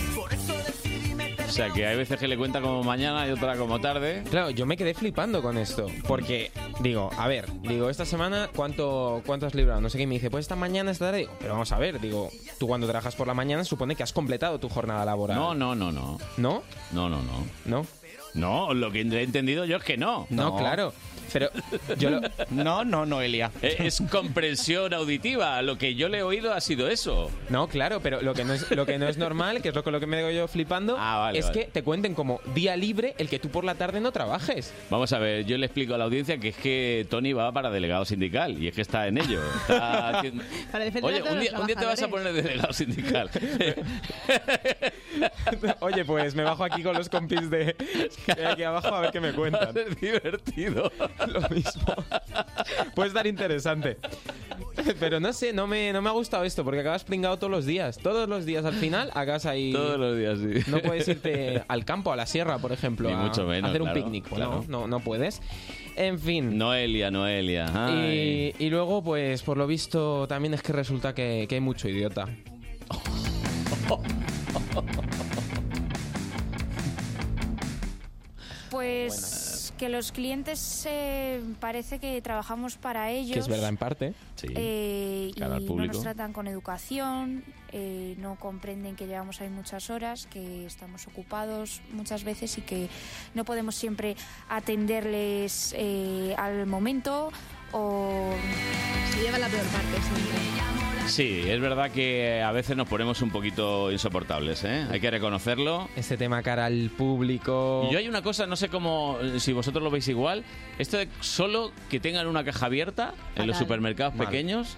S2: o sea que hay veces que le cuenta como mañana y otra como tarde.
S3: Claro, yo me quedé flipando con esto. Porque, digo, a ver, digo, esta semana, ¿cuánto, cuánto has librado? No sé qué. Y me dice, pues esta mañana, esta tarde. Digo, pero vamos a ver, digo, tú cuando trabajas por la mañana, supone que has completado tu jornada laboral.
S2: No, no, no, no.
S3: ¿No?
S2: No, no, no.
S3: ¿No?
S2: No, lo que he entendido yo es que no.
S3: No, claro. Pero yo lo...
S2: No, no, Noelia. Es comprensión auditiva. Lo que yo le he oído ha sido eso.
S3: No, claro, pero lo que no es, lo que no es normal, que es lo, que- lo que me digo yo flipando, es
S2: Ah, vale.
S3: que te cuenten como día libre el que tú por la tarde no trabajes.
S2: Vamos a ver, yo le explico a la audiencia que es que Tony va para delegado sindical y es que está en ello. Está haciendo-
S6: Para defender
S2: Oye,
S6: a todos
S2: un día,
S6: los
S2: un día te vas a
S6: trabajadores.
S2: poner delegado sindical.
S3: Oye, pues me bajo aquí con los compis de que hay aquí abajo a ver qué me cuentan.
S2: Es divertido.
S3: Lo mismo. Puede estar interesante. Pero no sé, no me, no me ha gustado esto, porque acabas pringado todos los días. Todos los días al final acabas ahí.
S2: Todos los días, sí.
S3: No puedes irte al campo, a la sierra, por ejemplo.
S2: Ni
S3: a-
S2: mucho menos,
S3: a hacer un
S2: claro,
S3: picnic.
S2: claro.
S3: No, no, no puedes. En fin.
S2: Noelia, Noelia. Ay.
S3: Y, y luego, pues, por lo visto, también es que resulta que, que hay mucho idiota.
S15: Pues que los clientes eh, parece que trabajamos para ellos.
S3: Que es verdad en parte.
S15: Eh,
S3: Cara al
S15: y no
S3: público.
S15: nos tratan con educación, eh, no comprenden que llevamos ahí muchas horas, que estamos ocupados muchas veces y que no podemos siempre atenderles eh, al momento o...
S6: Se lleva la peor parte siempre.
S2: Sí, es verdad que a veces nos ponemos un poquito insoportables, ¿eh? Hay que reconocerlo.
S3: Este tema cara al público.
S2: Y Yo hay una cosa, no sé cómo, si vosotros lo veis igual, esto de solo que tengan una caja abierta en
S6: Fatal.
S2: los supermercados
S6: Mal.
S2: pequeños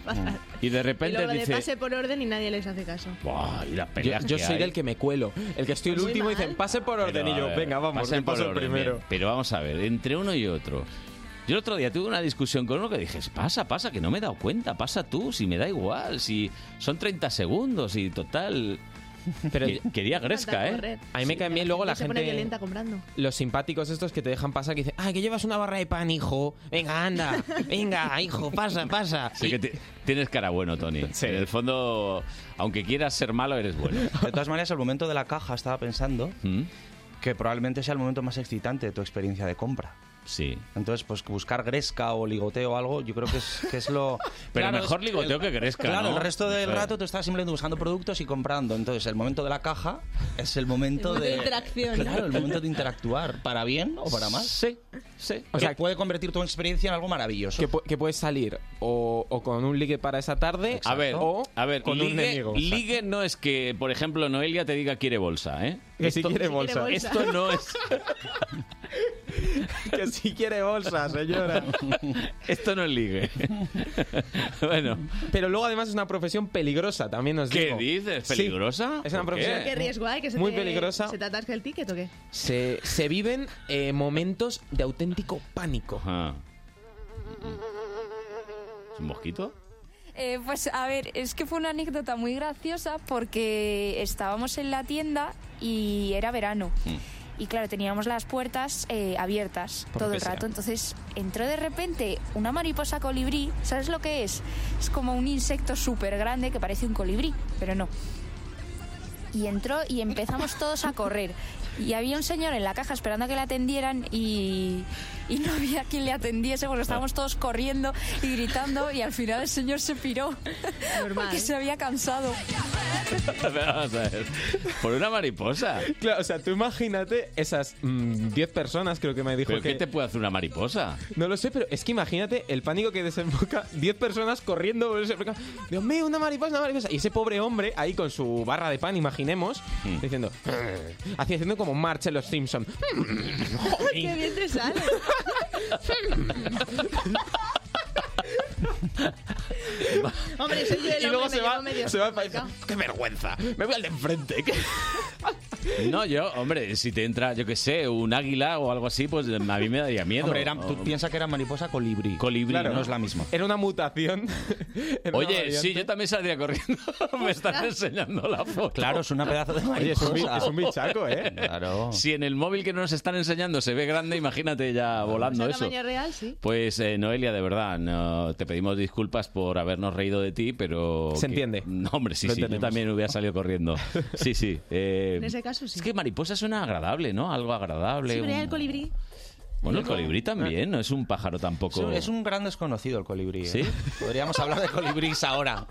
S2: y de
S6: Y
S2: repente
S6: luego de
S2: dice,
S6: pase por orden y nadie les hace caso.
S2: "Buah, y las
S3: Yo,
S2: peleas
S3: yo
S2: que
S3: soy
S2: hay".
S3: del que me cuelo. El que estoy el
S6: Muy
S3: último
S6: mal.
S3: dicen, pase por orden.
S2: Pero,
S3: y yo,
S2: a ver,
S3: venga, vamos,
S2: pasen
S3: que
S2: por
S3: paso el
S2: orden,
S3: primero.
S2: bien. Pero vamos a ver, entre uno y otro. Yo el otro día tuve una discusión con uno que dije, pasa, pasa, que no me he dado cuenta, pasa tú, si me da igual, si son 30 segundos y total... Que- quería
S6: Falta
S2: gresca,
S6: correr.
S2: ¿eh?
S3: A mí me caen bien luego la
S6: se pone
S3: gente.
S6: violenta comprando.
S3: Los simpáticos estos que te dejan pasar, que dicen, ay, que llevas una barra de pan, hijo. Venga, anda. Venga, hijo, pasa, pasa.
S2: Sí que ti- tienes cara bueno, Tony. En el fondo, aunque quieras ser malo, eres bueno.
S9: De todas maneras, al momento de la caja estaba pensando
S2: ¿Mm?
S9: que probablemente sea el momento más excitante de tu experiencia de compra.
S2: Sí.
S9: Entonces, pues buscar gresca o ligoteo o algo, yo creo que es, que es lo...
S2: Pero
S9: Claro,
S2: mejor
S9: es-
S2: ligoteo
S9: el-
S2: que gresca,
S9: Claro,
S2: ¿no?
S9: el resto del
S2: Claro.
S9: rato tú estás simplemente buscando productos y comprando. Entonces, el momento de la caja es el momento
S6: El momento
S9: de...
S6: de interacción, ¿no?
S9: Claro, el momento de interactuar. ¿Para bien o para mal?
S2: Sí, sí.
S9: O sea, puede convertir tu experiencia en algo maravilloso.
S3: Que, pu- que puedes salir o, o con un ligue para esa tarde,
S2: A ver,
S3: o
S2: a ver,
S3: con un
S2: ligue,
S3: enemigo.
S2: ligue no es que, por ejemplo, Noelia te diga quiere bolsa, ¿eh?
S3: Que si quiere bolsa.
S2: Esto no es.
S3: que si quiere bolsa, señora.
S2: Esto no es ligue. bueno.
S3: Pero luego además es una profesión peligrosa, también nos
S2: ¿Qué
S3: digo.
S2: dices?
S3: Sí.
S2: ¿Peligrosa?
S3: es una
S2: ¿Por qué?
S3: profesión.
S6: Qué riesgo hay que se
S3: Muy
S6: te-
S3: peligrosa.
S6: ¿Se te atasca el ticket o qué?
S2: Eh,
S3: Se, se viven eh, momentos de auténtico pánico.
S2: ¿Es un mosquito?
S15: Eh, pues a ver, es que fue una anécdota muy graciosa porque estábamos en la tienda y era verano. Y claro, teníamos las puertas eh, abiertas
S13: Por lo
S15: todo
S13: que
S15: el rato.
S13: sea.
S15: Entonces entró de repente una mariposa colibrí. ¿Sabes lo que es? Es como un insecto súper grande que parece un colibrí, pero no. Y entró y empezamos todos a correr. Y había un señor en la caja esperando a que le atendieran y, y no había quien le atendiese porque
S13: Ah.
S15: estábamos todos corriendo y gritando y al final el señor se piró porque se había cansado.
S2: Pero vamos a ver. Por una mariposa.
S3: Claro, o sea, tú imagínate esas mm, 10 personas, creo que me dijo
S2: ¿Pero
S3: que.
S2: qué te puede hacer una mariposa?
S3: No lo sé, pero es que imagínate el pánico que desemboca 10 personas corriendo. por ese mercado. Dios mío, una mariposa, una mariposa. Y ese pobre hombre ahí con su barra de pan, imaginemos,
S2: Mm.
S3: diciendo. "Arr", así haciendo como marcha en los Simpsons.
S6: ¡Qué bien te sale! Hombre, soy yo el
S3: y luego
S6: hombre,
S3: se
S6: me
S3: va,
S6: llevo medio
S3: se va al
S6: supermercado.
S3: país. ¡Qué vergüenza! Me voy al de enfrente.
S2: No, yo, hombre, si te entra, yo qué sé, un águila o algo así, pues a mí me daría miedo. Oh.
S9: Hombre, eran- tú piensas que era mariposa Oh. colibrí.
S2: Colibrí,
S9: Claro,
S2: ¿no?
S9: no es la misma.
S3: Era una mutación. Era una
S2: Oye,
S3: variante.
S2: sí, yo también saldría corriendo. Me están enseñando la foto.
S9: Claro, es una pedazo de
S3: Oye, es un bi-
S9: mariposa.
S3: es un bichaco, ¿eh?
S9: Claro.
S2: Si en el móvil que nos están enseñando se ve grande, imagínate ya volando eso.
S6: Tamaño real, sí.
S2: Pues eh, Noelia, de verdad, no, te pedimos disculpas por habernos reído de ti, pero...
S3: Se
S2: que-
S3: entiende.
S2: No, hombre, sí,
S3: Lo
S2: sí, yo
S3: entendemos.
S2: también hubiera salido corriendo. Sí, sí. eh,
S6: En ese caso, sí.
S2: Es que mariposa suena agradable, ¿no? Algo agradable.
S6: Sí, pero
S2: un-
S6: el colibrí.
S2: Bueno, el colibrí también, no es un pájaro tampoco.
S9: Es un gran desconocido el colibrí. ¿eh?
S2: ¿Sí?
S9: Podríamos hablar de colibrís ahora.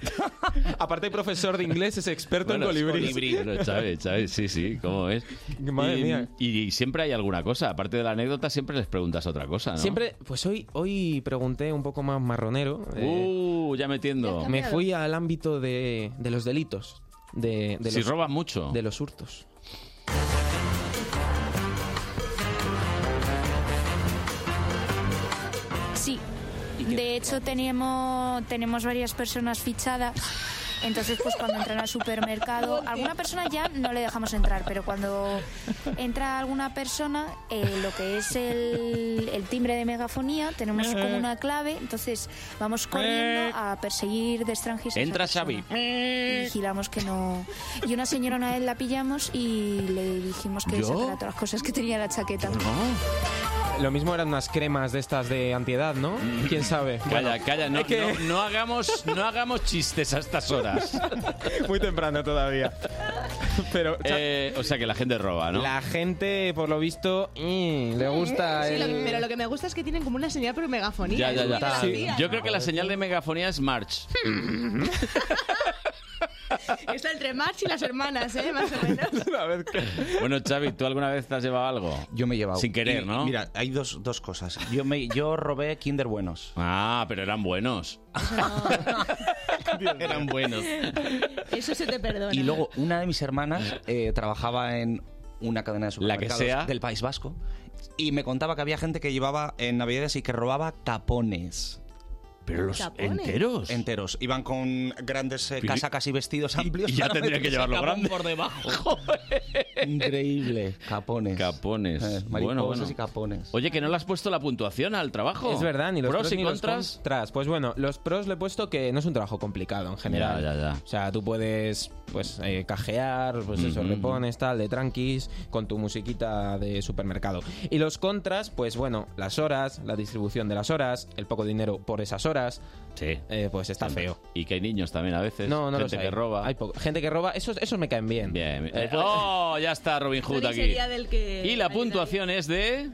S3: Aparte, el profesor de inglés es experto
S2: Bueno,
S3: en
S2: es
S3: colibrís.
S2: colibrí, bueno, Chávez, Chávez, sí, sí, ¿cómo es?
S3: Madre
S2: y,
S3: mía.
S2: Y, y siempre hay alguna cosa, aparte de la anécdota, siempre les preguntas otra cosa, Ah, ¿no?
S3: Siempre, pues hoy, hoy pregunté un poco más marronero. eh,
S2: Uh, ya metiendo.
S3: me fui al ámbito de, de los delitos. De, de
S2: Si
S3: los,
S2: robas mucho.
S3: De los hurtos.
S15: Sí. De hecho, tenemos, tenemos varias personas fichadas. Entonces, pues cuando entran al supermercado, alguna persona ya no le dejamos entrar, pero cuando entra alguna persona, eh, lo que es el, el timbre de megafonía, tenemos
S2: Eh.
S15: como una clave, entonces vamos corriendo a perseguir de extranjeros. a esa
S2: Entra
S15: persona.
S2: Xavi.
S15: Y vigilamos que no. Y una señora una vez la pillamos y le dijimos que
S3: ¿Yo?
S15: sacara todas las cosas que tenía en la chaqueta.
S3: Lo mismo eran unas cremas de estas de antiedad, ¿no? ¿Quién sabe?
S2: Mm. Calla, calla, no,
S3: es que-
S2: no- no hagamos, no hagamos chistes a estas horas.
S3: Muy temprano todavía. Pero,
S2: Eh, o sea que la gente roba, ¿no?
S3: La gente, por lo visto, mm, le gusta.
S6: Sí, lo-
S3: el-
S6: pero lo que me gusta es que tienen como una señal por megafonía.
S2: Ya, ya,
S6: es muy
S2: ya.
S6: de la vida.
S2: Yo creo que la señal de megafonía es March.
S6: Está entre March y las hermanas, ¿eh? Más o menos.
S2: bueno, Xavi, ¿tú alguna vez te has llevado algo?
S9: Yo me he llevado.
S2: Sin querer,
S9: Y-
S2: ¿no?
S9: Mira, hay dos, dos cosas. Yo, me, yo robé Kinder Buenos.
S2: Ah, pero eran buenos.
S9: Eran buenos.
S6: Eso se te perdona.
S9: Y luego una de mis hermanas eh, trabajaba en una cadena de supermercados
S2: sea.
S9: del País Vasco y me contaba que había gente que llevaba en Navidades y que robaba tapones.
S2: Pero los ¿Tapones? enteros.
S9: Enteros. Iban con grandes eh,
S2: Pero-
S9: casacas y vestidos amplios.
S2: y ya
S9: para
S2: tendría que
S9: meterse
S2: llevarlo
S9: el tapón
S2: grande.
S9: por debajo. Increíble. Capones.
S2: Capones.
S9: Eh,
S2: bueno,
S9: mariposas
S2: bueno.
S9: y capones.
S2: Oye, que no le has puesto la puntuación al trabajo.
S3: Es verdad, ni los
S2: pros
S3: pros
S2: y
S3: ni los
S2: contras.
S3: contras. Pues bueno, los pros le he puesto que no es un trabajo complicado en general.
S2: Ya, ya,
S3: O sea, tú puedes pues eh, cajear, pues eso,
S2: Ujú,
S3: le pones tal de tranquis con tu musiquita de supermercado. Y los contras, pues bueno, las horas, la distribución de las horas, el poco dinero por esas horas.
S2: Sí.
S3: pues está feo.
S2: Y que hay niños también a veces.
S3: No, no
S2: gente
S3: los
S2: que
S3: hay.
S2: roba.
S3: Hay poco- gente que roba, esos, esos me caen bien.
S2: Bien. Eh,
S3: pues-
S2: oh, ya está Robin Hood aquí.
S6: Sería del que...
S2: Y la puntuación es de...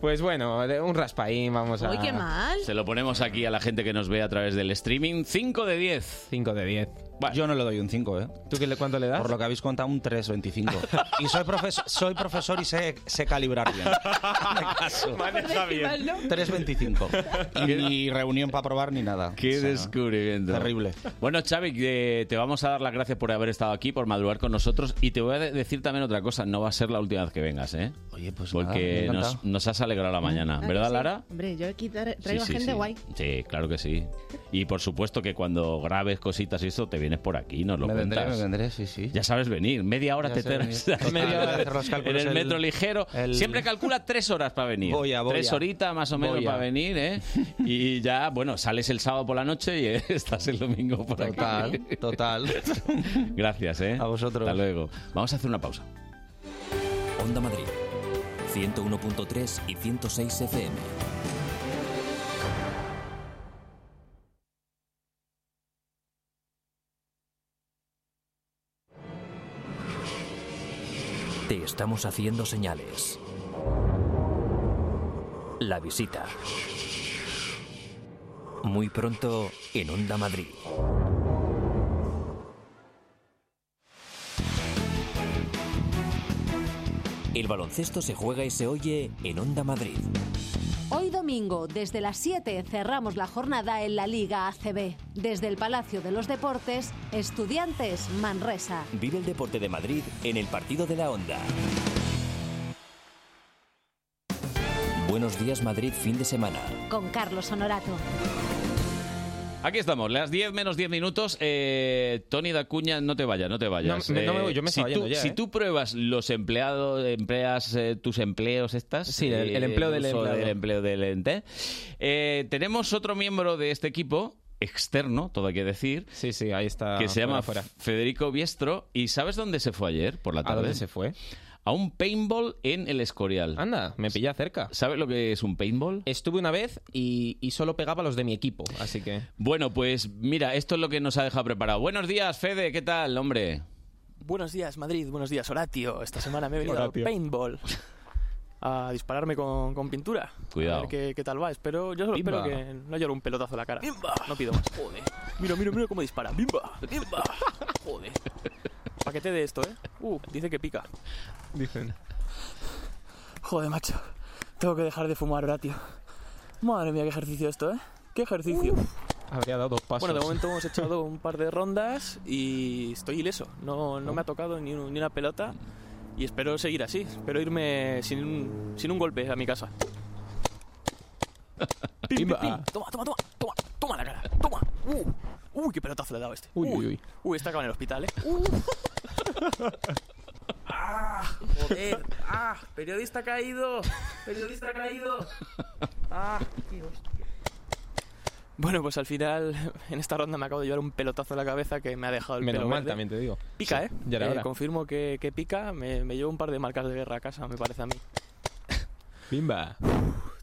S3: Pues bueno, de un raspaín, vamos a...
S6: Uy, qué mal.
S2: Se lo ponemos aquí a la gente que nos ve a través del streaming. 5 de 10.
S3: 5 de 10.
S9: Yo no le doy un 5, ¿eh?
S3: ¿Tú qué, le- cuánto le das?
S9: Por lo que habéis contado, un 3,25. y soy, profesor soy profesor y sé, sé calibrar bien. Hazme caso.
S2: Maneja bien.
S9: 3,25. Y ni reunión para probar ni nada.
S2: Qué descubrimiento.
S9: Terrible.
S2: Bueno, Xavi, eh, te vamos a dar las gracias por haber estado aquí, por madrugar con nosotros. Y te voy a de- decir también otra cosa. No va a ser la última vez que vengas, ¿eh?
S9: Oye, pues
S2: Porque
S9: nada, me ha
S2: nos,
S9: encantado.
S2: nos has alegrado la mañana.
S6: Ah,
S2: ¿Verdad,
S6: sí.
S2: Lara?
S6: Hombre, yo aquí tra-
S2: Sí,
S6: traigo a
S2: sí,
S6: gente
S2: sí.
S6: guay.
S2: Sí, claro que sí. Y por supuesto que cuando grabes cositas y eso, te vienes por aquí, nos lo
S9: Me vendré,
S2: cuentas.
S9: me vendré, sí, sí.
S2: Ya sabes venir, media hora
S9: Ya
S2: te
S9: sé
S2: terminas.
S9: venir. Media hora de hacer los
S2: en
S9: cálculos,
S2: el
S9: el-
S2: metro ligero.
S9: el-
S2: Siempre calcula tres horas para venir.
S9: Voy a, voy
S2: tres
S9: a.
S2: horitas más o menos
S9: Voy a.
S2: para venir, ¿eh? Y ya, bueno, sales el sábado por la noche y eh, estás el domingo por aquí.
S9: Total, total.
S2: Gracias, ¿eh?
S9: A vosotros.
S2: Hasta luego. Vamos a hacer una pausa.
S1: Onda Madrid, 101.3 y 106 FM. Te estamos haciendo señales. La visita. Muy pronto en Onda Madrid. El baloncesto se juega y se oye en Onda Madrid.
S16: Hoy domingo, desde las 7, cerramos la jornada en la Liga ACB. Desde el Palacio de los Deportes, Estudiantes Manresa.
S1: Vive el deporte de Madrid en el partido de la Onda. Buenos días Madrid fin de semana.
S16: Con Carlos Honorato.
S2: Aquí estamos, las 10 menos 10 minutos. Eh, Tony Dacuña, no te vayas, no te vayas.
S3: No, me- no
S2: Eh,
S3: me voy, yo me
S2: si
S3: estaba
S2: tú,
S3: yendo ya,
S2: Si
S3: ¿eh?
S2: tú pruebas los empleados, empleas eh, tus empleos estas.
S3: Sí, el- el
S2: eh,
S3: empleo del
S2: uso
S3: empleado.
S2: del empleo del ente. eh, tenemos otro miembro de este equipo, externo, todo hay que decir.
S3: Sí, sí, ahí está.
S2: Que se
S3: fuera,
S2: llama
S3: fuera.
S2: Federico Biestro. ¿Y sabes dónde se fue ayer por la
S3: ¿A
S2: tarde?
S3: dónde se fue?
S2: A un paintball en el Escorial.
S3: Anda, me pilla cerca.
S2: ¿Sabes lo que es un paintball?
S3: Estuve una vez y, y solo pegaba a los de mi equipo, así que...
S2: Bueno, pues mira, esto es lo que nos ha dejado preparado. Buenos días, Fede, ¿qué tal, hombre?
S17: Buenos días, Madrid. Buenos días, Horatio. Esta semana me he venido al
S2: Horatio.
S17: paintball. a dispararme con, con pintura.
S2: Cuidado.
S17: A ver qué, qué tal va. Espero, yo solo
S2: Bimba.
S17: espero que no llore un pelotazo a la cara. No pido más. Joder. Mira, mira, mira cómo dispara. ¡Bimba! ¡Bimba! Joder. Paquete de esto, ¿eh? Uh, dice que pica.
S18: Dicen.
S17: Joder, macho. Tengo que dejar de fumar, ¿verdad, tío? Madre mía, qué ejercicio esto, ¿eh? Qué ejercicio.
S3: Habría dado dos pasos.
S17: Bueno, de momento hemos echado un par de rondas y estoy ileso. No, no me ha tocado ni, un- ni una pelota y espero seguir así. Espero irme sin un, sin un golpe a mi casa. Pim, pim,
S18: Pimba.
S17: pim. Toma, toma, toma, toma, toma la cara. Toma. Uh, uy, qué pelotazo le he dado a este.
S18: Uy, uy,
S17: uy. Uy, está acaba en el hospital, ¿eh? Ah, joder. Ah, periodista caído. Periodista caído. Ah, Bueno, pues al final, en esta ronda me acabo de llevar un pelotazo en la cabeza que me ha dejado el
S3: Menos
S17: pelo
S3: mal,
S17: verde.
S3: también te digo.
S17: Pica,
S3: Sí,
S15: ¿eh?
S3: ya era
S17: Eh,
S3: hora.
S17: confirmo que, que pica. Me, me llevo un par de marcas de guerra a casa, me parece a mí.
S3: Bimba.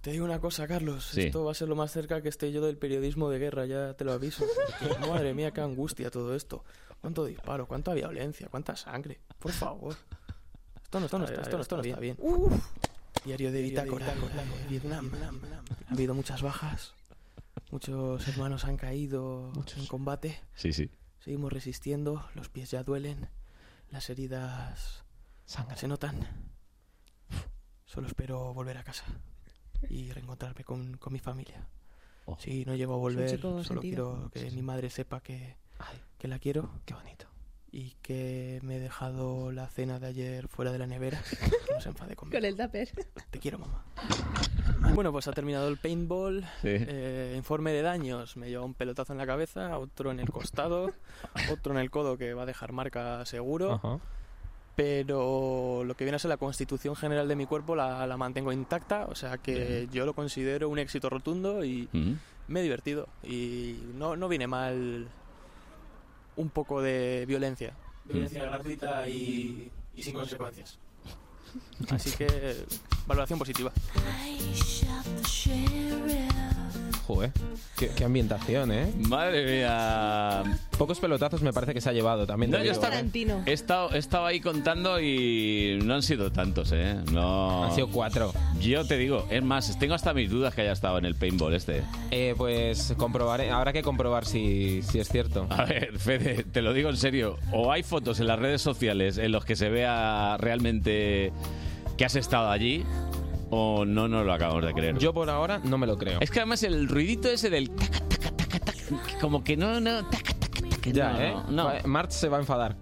S17: Te digo una cosa, Carlos.
S3: Sí.
S17: Esto va a ser lo más cerca que esté yo del periodismo de guerra, ya te lo aviso. Porque, madre mía, qué angustia todo esto. Cuánto disparo, cuánta violencia, cuánta sangre. Por favor. Esto no, esto no,
S18: A ver,
S17: está,
S18: a
S17: esto no
S18: ver,
S17: está,
S18: está
S17: bien.
S18: bien.
S17: Uf. Diario de
S18: Diario de
S17: Bitácora,
S18: Bitácora,
S17: eh, Vietnam. Ha habido muchas bajas. Muchos hermanos han caído en combate.
S2: Sí, sí.
S17: Seguimos resistiendo, los pies ya duelen, las heridas se notan. Solo espero volver a casa y reencontrarme con, con mi familia. Si no llego a
S18: Es un
S17: volver,
S18: chico
S17: solo
S18: sentido.
S17: quiero que mi madre sepa que, que la quiero. Qué bonito. Y que me he dejado la cena de ayer fuera de la nevera. que no se enfade conmigo.
S6: Con el tupper.
S17: Te quiero, mamá. Bueno, pues ha terminado el paintball. Eh, informe de daños. Me lleva un pelotazo en la cabeza, otro en el costado, otro en el codo que va a dejar marca seguro.
S3: Ajá.
S17: Pero lo que viene a ser la constitución general de mi cuerpo la, la mantengo intacta. O sea que yo lo considero un éxito rotundo y
S2: Ujú.
S17: me he divertido. Y no, no viene mal un poco de violencia. Violencia gratuita y, y sin consecuencias. Así que valoración positiva.
S3: Joder. Qué, qué ambientación, ¿eh?
S2: Madre mía.
S3: Pocos pelotazos me parece que se ha llevado también. te
S2: No, yo
S3: digo.
S2: estaba,
S3: ¿eh?
S2: he, estado, he estado ahí contando y no han sido tantos, ¿eh? No. Han sido
S3: cuatro.
S2: Yo te digo, es más, tengo hasta mis dudas que haya estado en el paintball este.
S3: Eh, pues comprobaré. Habrá que comprobar si, si es cierto.
S2: A ver, Fede, te lo digo en serio. O hay fotos en las redes sociales en los que se vea realmente que has estado allí, o no nos lo acabamos de creer.
S3: Yo por ahora no me lo creo.
S2: Es que además el ruidito ese del taca, taca, taca, taca, como que no, no, taca, taca, taca,
S3: Ya,
S2: no,
S3: ¿eh?
S2: no, no.
S3: Va- Mart se va a enfadar.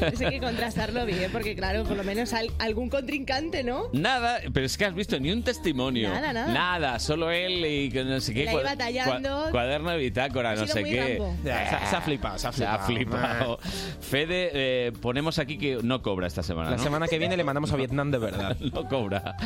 S6: Eso hay que contrastarlo bien, ¿eh? porque claro, por lo menos al- algún contrincante, ¿no?
S2: Nada, pero es que has visto ni un testimonio.
S6: Nada, nada.
S2: Nada, solo él y que no sé qué.
S6: La
S2: cua-
S6: iba tallando.
S2: cua- cuaderno de bitácora,
S6: Ha
S2: no
S6: sido
S2: sé
S6: muy
S2: qué.
S6: Rambo.
S3: Ya, se ha- se ha flipado, se ha flipado.
S2: flipado. Fede, eh, ponemos aquí que no cobra esta semana.
S3: La
S2: ¿no?
S3: semana que viene le mandamos a Vietnam de verdad.
S2: No cobra.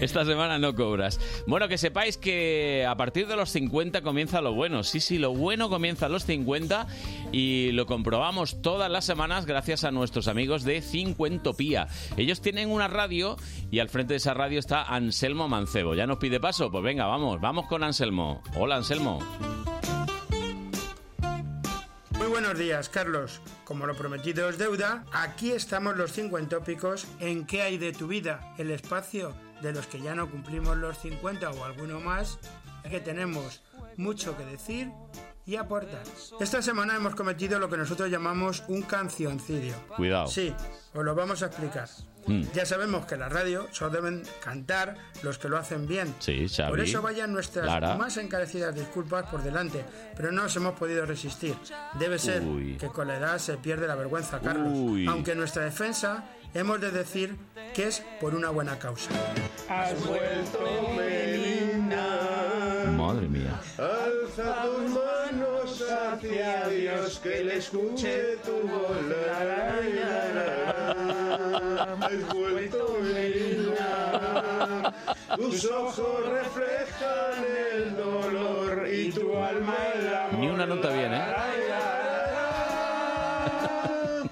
S2: Esta semana no cobras. Bueno, que sepáis que a partir de los 50 comienza lo bueno. Sí, sí, lo bueno comienza a los 50 y lo comprobamos todas las semanas gracias a nuestros amigos de Cincuentopía. Ellos tienen una radio y al frente de esa radio está Anselmo Mancebo. ¿Ya nos pide paso? Pues venga, vamos, vamos con Anselmo. Hola, Anselmo.
S19: Muy buenos días, Carlos. Como lo prometido es deuda, aquí estamos los 50 tópicos en qué hay de tu vida, el espacio de los que ya no cumplimos los 50 o alguno más, y que tenemos mucho que decir y aportar. Esta semana hemos cometido lo que nosotros llamamos un cancioncidio.
S2: Cuidado.
S19: Sí, os lo vamos a explicar.
S2: Mm.
S19: Ya sabemos que en la radio solo deben cantar los que lo hacen bien.
S2: Sí, Xavi.
S19: Por eso vayan nuestras
S2: Lara.
S19: más encarecidas disculpas por delante, pero no nos hemos podido resistir. Debe ser
S2: Uy.
S19: que con la edad se pierde la vergüenza, Carlos.
S2: Uy.
S19: Aunque en nuestra defensa hemos de decir que es por una buena causa.
S18: Has vuelto, Melina.
S2: Madre mía.
S18: Alza tus manos hacia Dios, que le escuche tu voz. La, la, la, la, la. Has vuelto, Melina. Tus ojos reflejan el dolor y tu alma el amor.
S2: Ni una nota bien, ¿eh?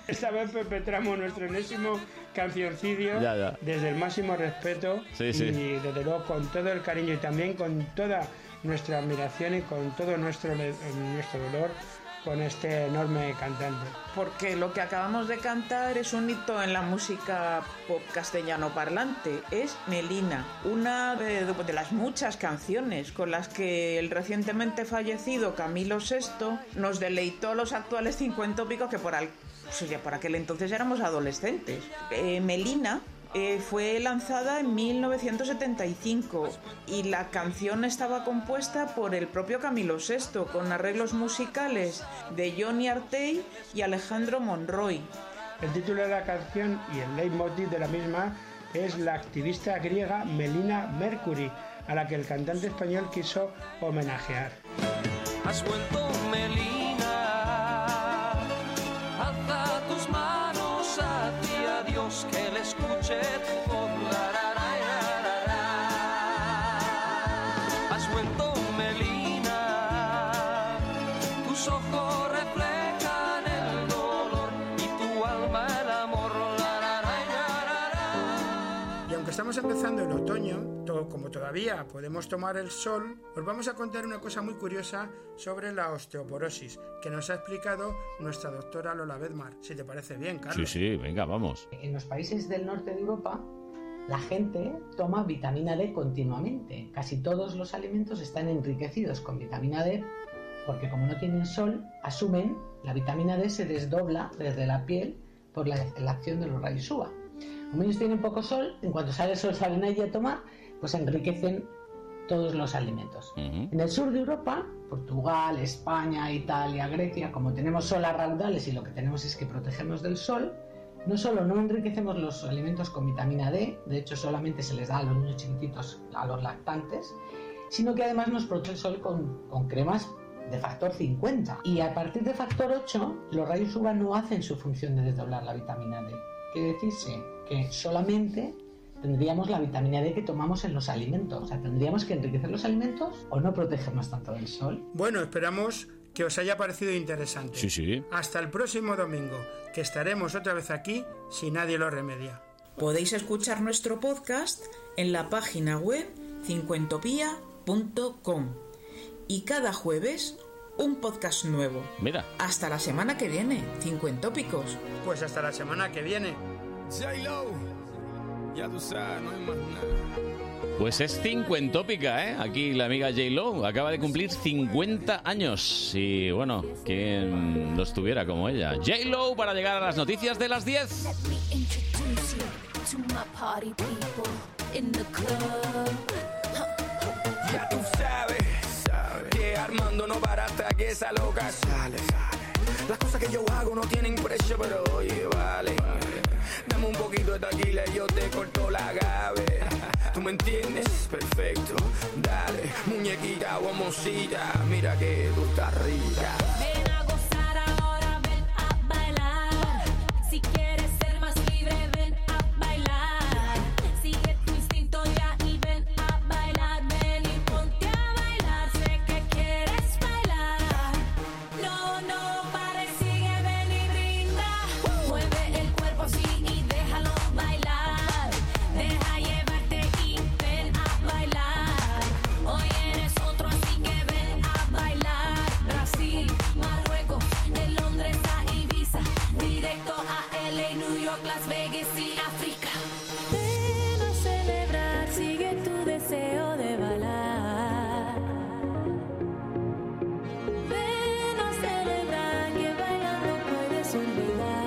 S19: Esta vez perpetramos nuestro enésimo cancioncidio
S2: Ya, ya.
S19: desde el máximo respeto
S2: Sí, sí.
S19: y desde luego con todo el cariño y también con toda nuestra admiración y con todo nuestro, le- nuestro dolor con este enorme cantante.
S14: Porque lo que acabamos de cantar es un hito en la música pop castellano parlante. Es Melina, una de, de las muchas canciones con las que el recientemente fallecido Camilo VI nos deleitó a los actuales cincuentópicos que por, al- pues ya por aquel entonces éramos adolescentes. Eh, Melina eh, fue lanzada en 1975 y la canción estaba compuesta por el propio Camilo VI con arreglos musicales de Johnny Artey y Alejandro Monroy.
S19: El título de la canción y el leitmotiv de la misma es la activista griega Melina Mercury, a la que el cantante español quiso homenajear.
S18: Has vuelto Melina, alza tus manos hacia Dios que le escuche tu voz. La, la, la, la, la, la. Has vuelto Melina, tus ojos reflejan el dolor y tu alma el amor. La, la, la, la, la.
S19: Y aunque estamos empezando el otoño, to- como todavía podemos tomar el sol, os vamos a contar una cosa muy curiosa sobre la osteoporosis, que nos ha explicado nuestra doctora Lola Bedmar. Si te parece bien,
S2: Sí,
S19: Carlos.
S2: sí, venga, vamos.
S20: En los países del norte de Europa, la gente toma vitamina D continuamente. Casi todos los alimentos están enriquecidos con vitamina D porque como no tienen sol, asumen la vitamina D se desdobla desde la piel por la, la acción de los rayos UVA. Como ellos tienen poco sol, en cuanto sale el sol salen allí a tomar, pues enriquecen todos los alimentos. En el sur de Europa, Portugal, España, Italia, Grecia, como tenemos sol a raudales y lo que tenemos es que protegernos del sol, no solo no enriquecemos los alimentos con vitamina D, de hecho solamente se les da a los niños chiquititos, a los lactantes, sino que además nos protege el sol con, con cremas de factor 50. Y a partir de factor 8, los rayos UVA no hacen su función de desdoblar la vitamina D. Quiere decirse que solamente tendríamos la vitamina D que tomamos en los alimentos. O sea, tendríamos que enriquecer los alimentos o no protegernos tanto del sol.
S19: Bueno, esperamos que os haya parecido interesante.
S2: Sí, sí.
S19: Hasta el próximo domingo, que estaremos otra vez aquí si nadie lo remedia.
S14: Podéis escuchar nuestro podcast en la página web cincuentopía.com y cada jueves un podcast nuevo.
S2: Mira.
S14: Hasta la semana que viene, cincuentópicos.
S19: Pues hasta la semana que viene.
S18: Ya tú sabes, no hay más nada.
S2: Pues es cincuentópica, ¿eh? Aquí la amiga J-Lo acaba de cumplir 50 años. Y bueno, quien los tuviera como ella. J-Lo para llegar a las noticias de las 10.
S21: Let me introduce you to my party people in the club.
S18: Ya tú sabes, que Armando no para hasta que esa loca sale, sale. Las cosas que yo hago no tienen precio, pero oye, vale. Dame un poquito de taquila y yo te corto la gabe. ¿Tú me entiendes? Perfecto. Dale, muñequita, guamosita, mira que tú estás rica.
S21: Ven a gozar ahora, ven a bailar. Si quieres ser más libre, ven a bailar. Sigue tu instinto ya y ven a bailar. Ven y ponte a bailar, sé que quieres bailar. No, no, pares, sigue, ven y brinda. Mueve el cuerpo así y déjalo bailar. Deja llevarte y ven a bailar. Hoy eres otro, así que ven a bailar. Brasil, Marruecos, de Londres a Ibiza, directo a LA, New York, Las Vegas y África. Ven a celebrar, sigue tu deseo de bailar. Ven a celebrar, que bailando puedes olvidar.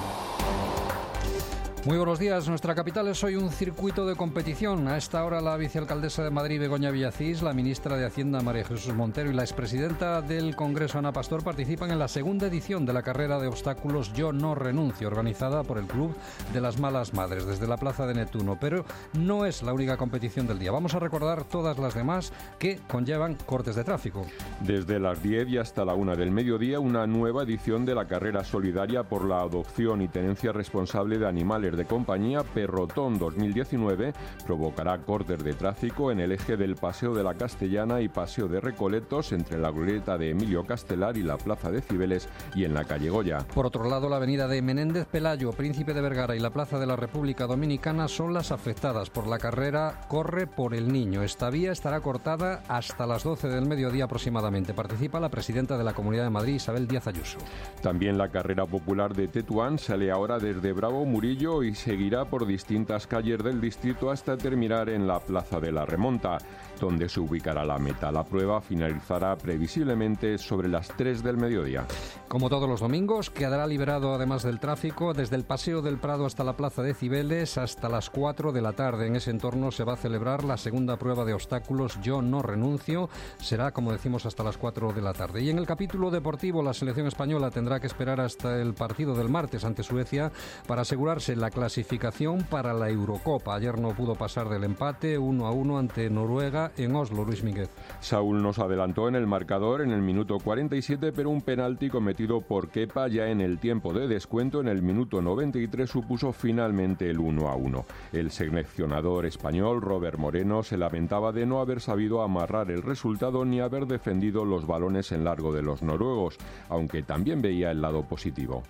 S22: Muy buenos días. Nuestra capital es hoy un circuito de competición. A esta hora la vicealcaldesa de Madrid, Begoña Villacís, la ministra de Hacienda, María Jesús Montero, y la expresidenta del Congreso, Ana Pastor, participan en la segunda edición de la carrera de obstáculos Yo no renuncio, organizada por el Club de las Malas Madres desde la Plaza de Neptuno. Pero no es la única competición del día. Vamos a recordar todas las demás que conllevan cortes de tráfico.
S23: Desde las 10 y hasta la 1 del mediodía, una nueva edición de la carrera solidaria por la adopción y tenencia responsable de animales choferes de compañía Perrotón 2019 provocará cortes de tráfico en el eje del Paseo de la Castellana y Paseo de Recoletos entre la glorieta de Emilio Castelar y la Plaza de Cibeles y en la calle Goya.
S22: Por otro lado, la avenida de Menéndez Pelayo, Príncipe de Vergara y la Plaza de la República Dominicana son las afectadas por la carrera Corre por el Niño. Esta vía estará cortada hasta las 12 del mediodía aproximadamente. Participa la presidenta de la Comunidad de Madrid, Isabel Díaz Ayuso.
S23: También la carrera popular de Tetuán sale ahora desde Bravo Murillo y seguirá por distintas calles del distrito hasta terminar en la Plaza de la Remonta, donde se ubicará la meta. La prueba finalizará previsiblemente sobre las 3 del mediodía.
S22: Como todos los domingos, quedará liberado además del tráfico desde el Paseo del Prado hasta la Plaza de Cibeles hasta las 4 de la tarde. En ese entorno se va a celebrar la segunda prueba de obstáculos Yo no renuncio. Será, como decimos, hasta las 4 de la tarde. Y en el capítulo deportivo, la selección española tendrá que esperar hasta el partido del martes ante Suecia para asegurarse la clasificación para la Eurocopa. Ayer no pudo pasar del empate 1 a 1 ante Noruega en Oslo, Luis Miguel.
S23: Saúl nos adelantó en el marcador en el minuto 47, pero un penalti cometido por Kepa ya en el tiempo de descuento en el minuto 93 supuso finalmente el 1 a 1. El seleccionador español Robert Moreno se lamentaba de no haber sabido amarrar el resultado ni haber defendido los balones en largo de los noruegos, aunque también veía el lado positivo.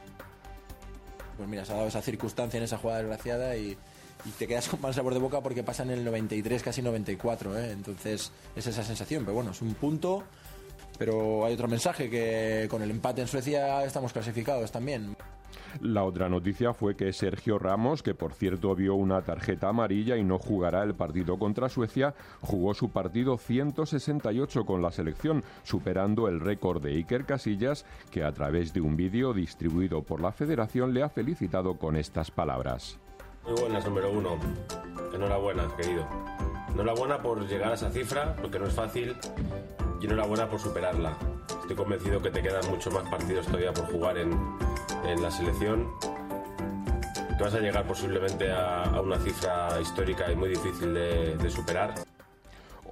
S8: Pues mira, se ha dado esa circunstancia en esa jugada desgraciada y, y te quedas con mal sabor de boca porque pasa en el 93, casi 94. ¿eh? Entonces es esa sensación, pero bueno, es un punto. Pero hay otro mensaje que con el empate en Suecia estamos clasificados también.
S23: La otra noticia fue que Sergio Ramos, que por cierto vio una tarjeta amarilla y no jugará el partido contra Suecia, jugó su partido 168 con la selección, superando el récord de Iker Casillas, que a través de un vídeo distribuido por la federación le ha felicitado con estas palabras.
S12: Muy buenas, número uno. Enhorabuena, querido. Enhorabuena por llegar a esa cifra, porque no es fácil, y enhorabuena por superarla. Estoy convencido que te quedan muchos más partidos todavía por jugar en, en la selección. Que vas a llegar posiblemente a, a una cifra histórica y muy difícil de- de superar.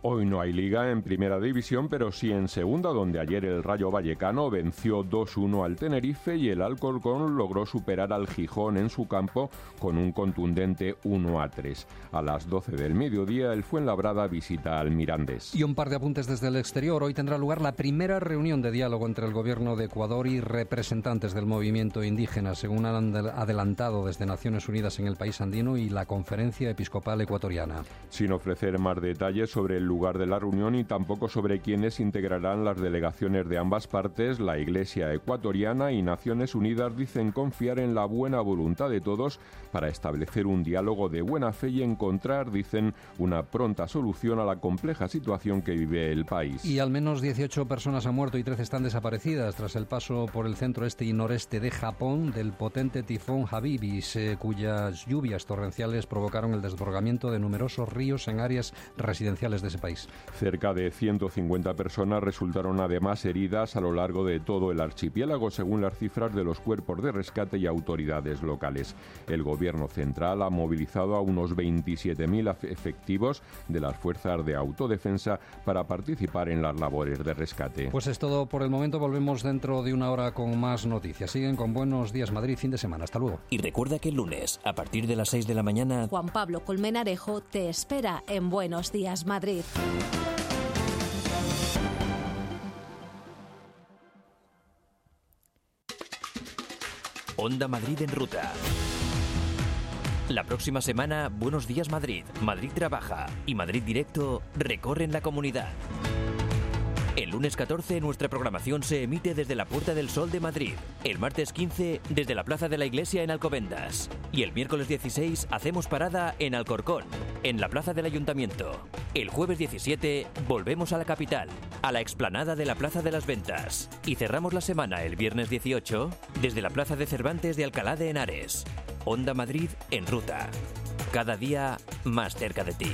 S23: Hoy no hay liga en primera división, pero sí en segunda, donde ayer el Rayo Vallecano venció 2-1 al Tenerife y el Alcorcón logró superar al Gijón en su campo con un contundente 1-3. A las 12 del mediodía, el Fuenlabrada visita al Mirandés.
S22: Y un par de apuntes desde el exterior. Hoy tendrá lugar la primera reunión de diálogo entre el gobierno de Ecuador y representantes del movimiento indígena, según han adel- adelantado desde Naciones Unidas en el país andino y la Conferencia Episcopal Ecuatoriana.
S23: sin ofrecer más detalles sobre el lugar de la reunión y tampoco sobre quiénes integrarán las delegaciones de ambas partes, la Iglesia ecuatoriana y Naciones Unidas dicen confiar en la buena voluntad de todos para establecer un diálogo de buena fe y encontrar, dicen, una pronta solución a la compleja situación que vive el país.
S22: Y al menos 18 personas han muerto y 13 están desaparecidas tras el paso por el centro este y noreste de Japón del potente tifón Habibis, eh, cuyas lluvias torrenciales provocaron el desbordamiento de numerosos ríos en áreas residenciales de ese país.
S23: Cerca de 150 personas resultaron además heridas a lo largo de todo el archipiélago, según las cifras de los cuerpos de rescate y autoridades locales. El gobierno central ha movilizado a unos 27.000 af- efectivos de las fuerzas de autodefensa para participar en las labores de rescate.
S22: Pues es todo por el momento. Volvemos dentro de una hora con más noticias. Siguen con Buenos Días Madrid, fin de semana. Hasta luego.
S1: Y recuerda que el lunes, a partir de las 6 de la mañana,
S16: Juan Pablo Colmenarejo te espera en Buenos Días Madrid.
S1: Onda Madrid en ruta. La próxima semana, Buenos Días Madrid, Madrid Trabaja y Madrid Directo recorren la comunidad. El lunes 14 nuestra programación se emite desde la Puerta del Sol de Madrid, el martes 15 desde la Plaza de la Iglesia en Alcobendas y el miércoles 16 hacemos parada en Alcorcón, en la Plaza del Ayuntamiento. El jueves 17 volvemos a la capital, a la explanada de la Plaza de las Ventas y cerramos la semana el viernes 18 desde la Plaza de Cervantes de Alcalá de Henares. Onda Madrid en ruta. Cada día más cerca de ti.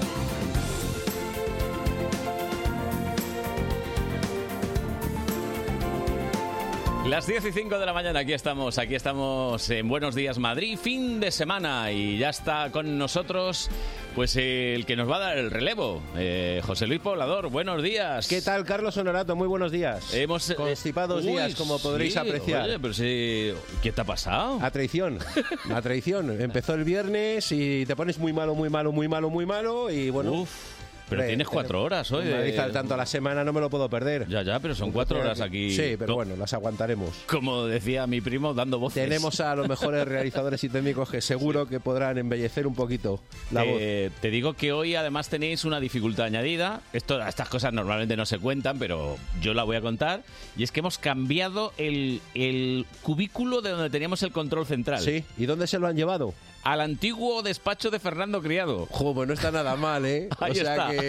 S2: Las 10 y 5 de la mañana, aquí estamos, aquí estamos en Buenos Días Madrid, fin de semana y ya está con nosotros pues el que nos va a dar el relevo, eh, José Luis Poblador, buenos días.
S24: ¿Qué tal, Carlos Honorato? Muy buenos días.
S2: Hemos eh,
S24: Constipados días, como podréis apreciar.
S2: Oye, pero sí, ¿qué te ha pasado?
S24: A traición, a traición. Empezó el viernes y te pones muy malo, muy malo, muy malo, muy malo y bueno...
S2: Pero
S24: hombre,
S2: tienes cuatro
S24: tenemos-
S2: horas hoy.
S24: Me
S2: de-
S24: dice al tanto a la semana, no me lo puedo perder.
S2: Ya, ya, pero son cuatro horas aquí.
S24: Sí, pero
S2: Co-
S24: bueno, las aguantaremos.
S2: Como decía mi primo, dando voces.
S24: Tenemos a los mejores realizadores y técnicos que seguro que podrán embellecer un poquito la voz.
S2: Eh, Te digo que hoy además tenéis una dificultad añadida. Esto, estas cosas normalmente no se cuentan, pero yo la voy a contar. Y es que hemos cambiado el, el cubículo de donde teníamos el control central.
S24: Sí, ¿y dónde se lo han llevado?
S2: Al antiguo despacho de Fernando Criado.
S24: Jo, pues no está nada mal, ¿eh?
S2: Ahí
S24: o sea
S2: está.
S24: que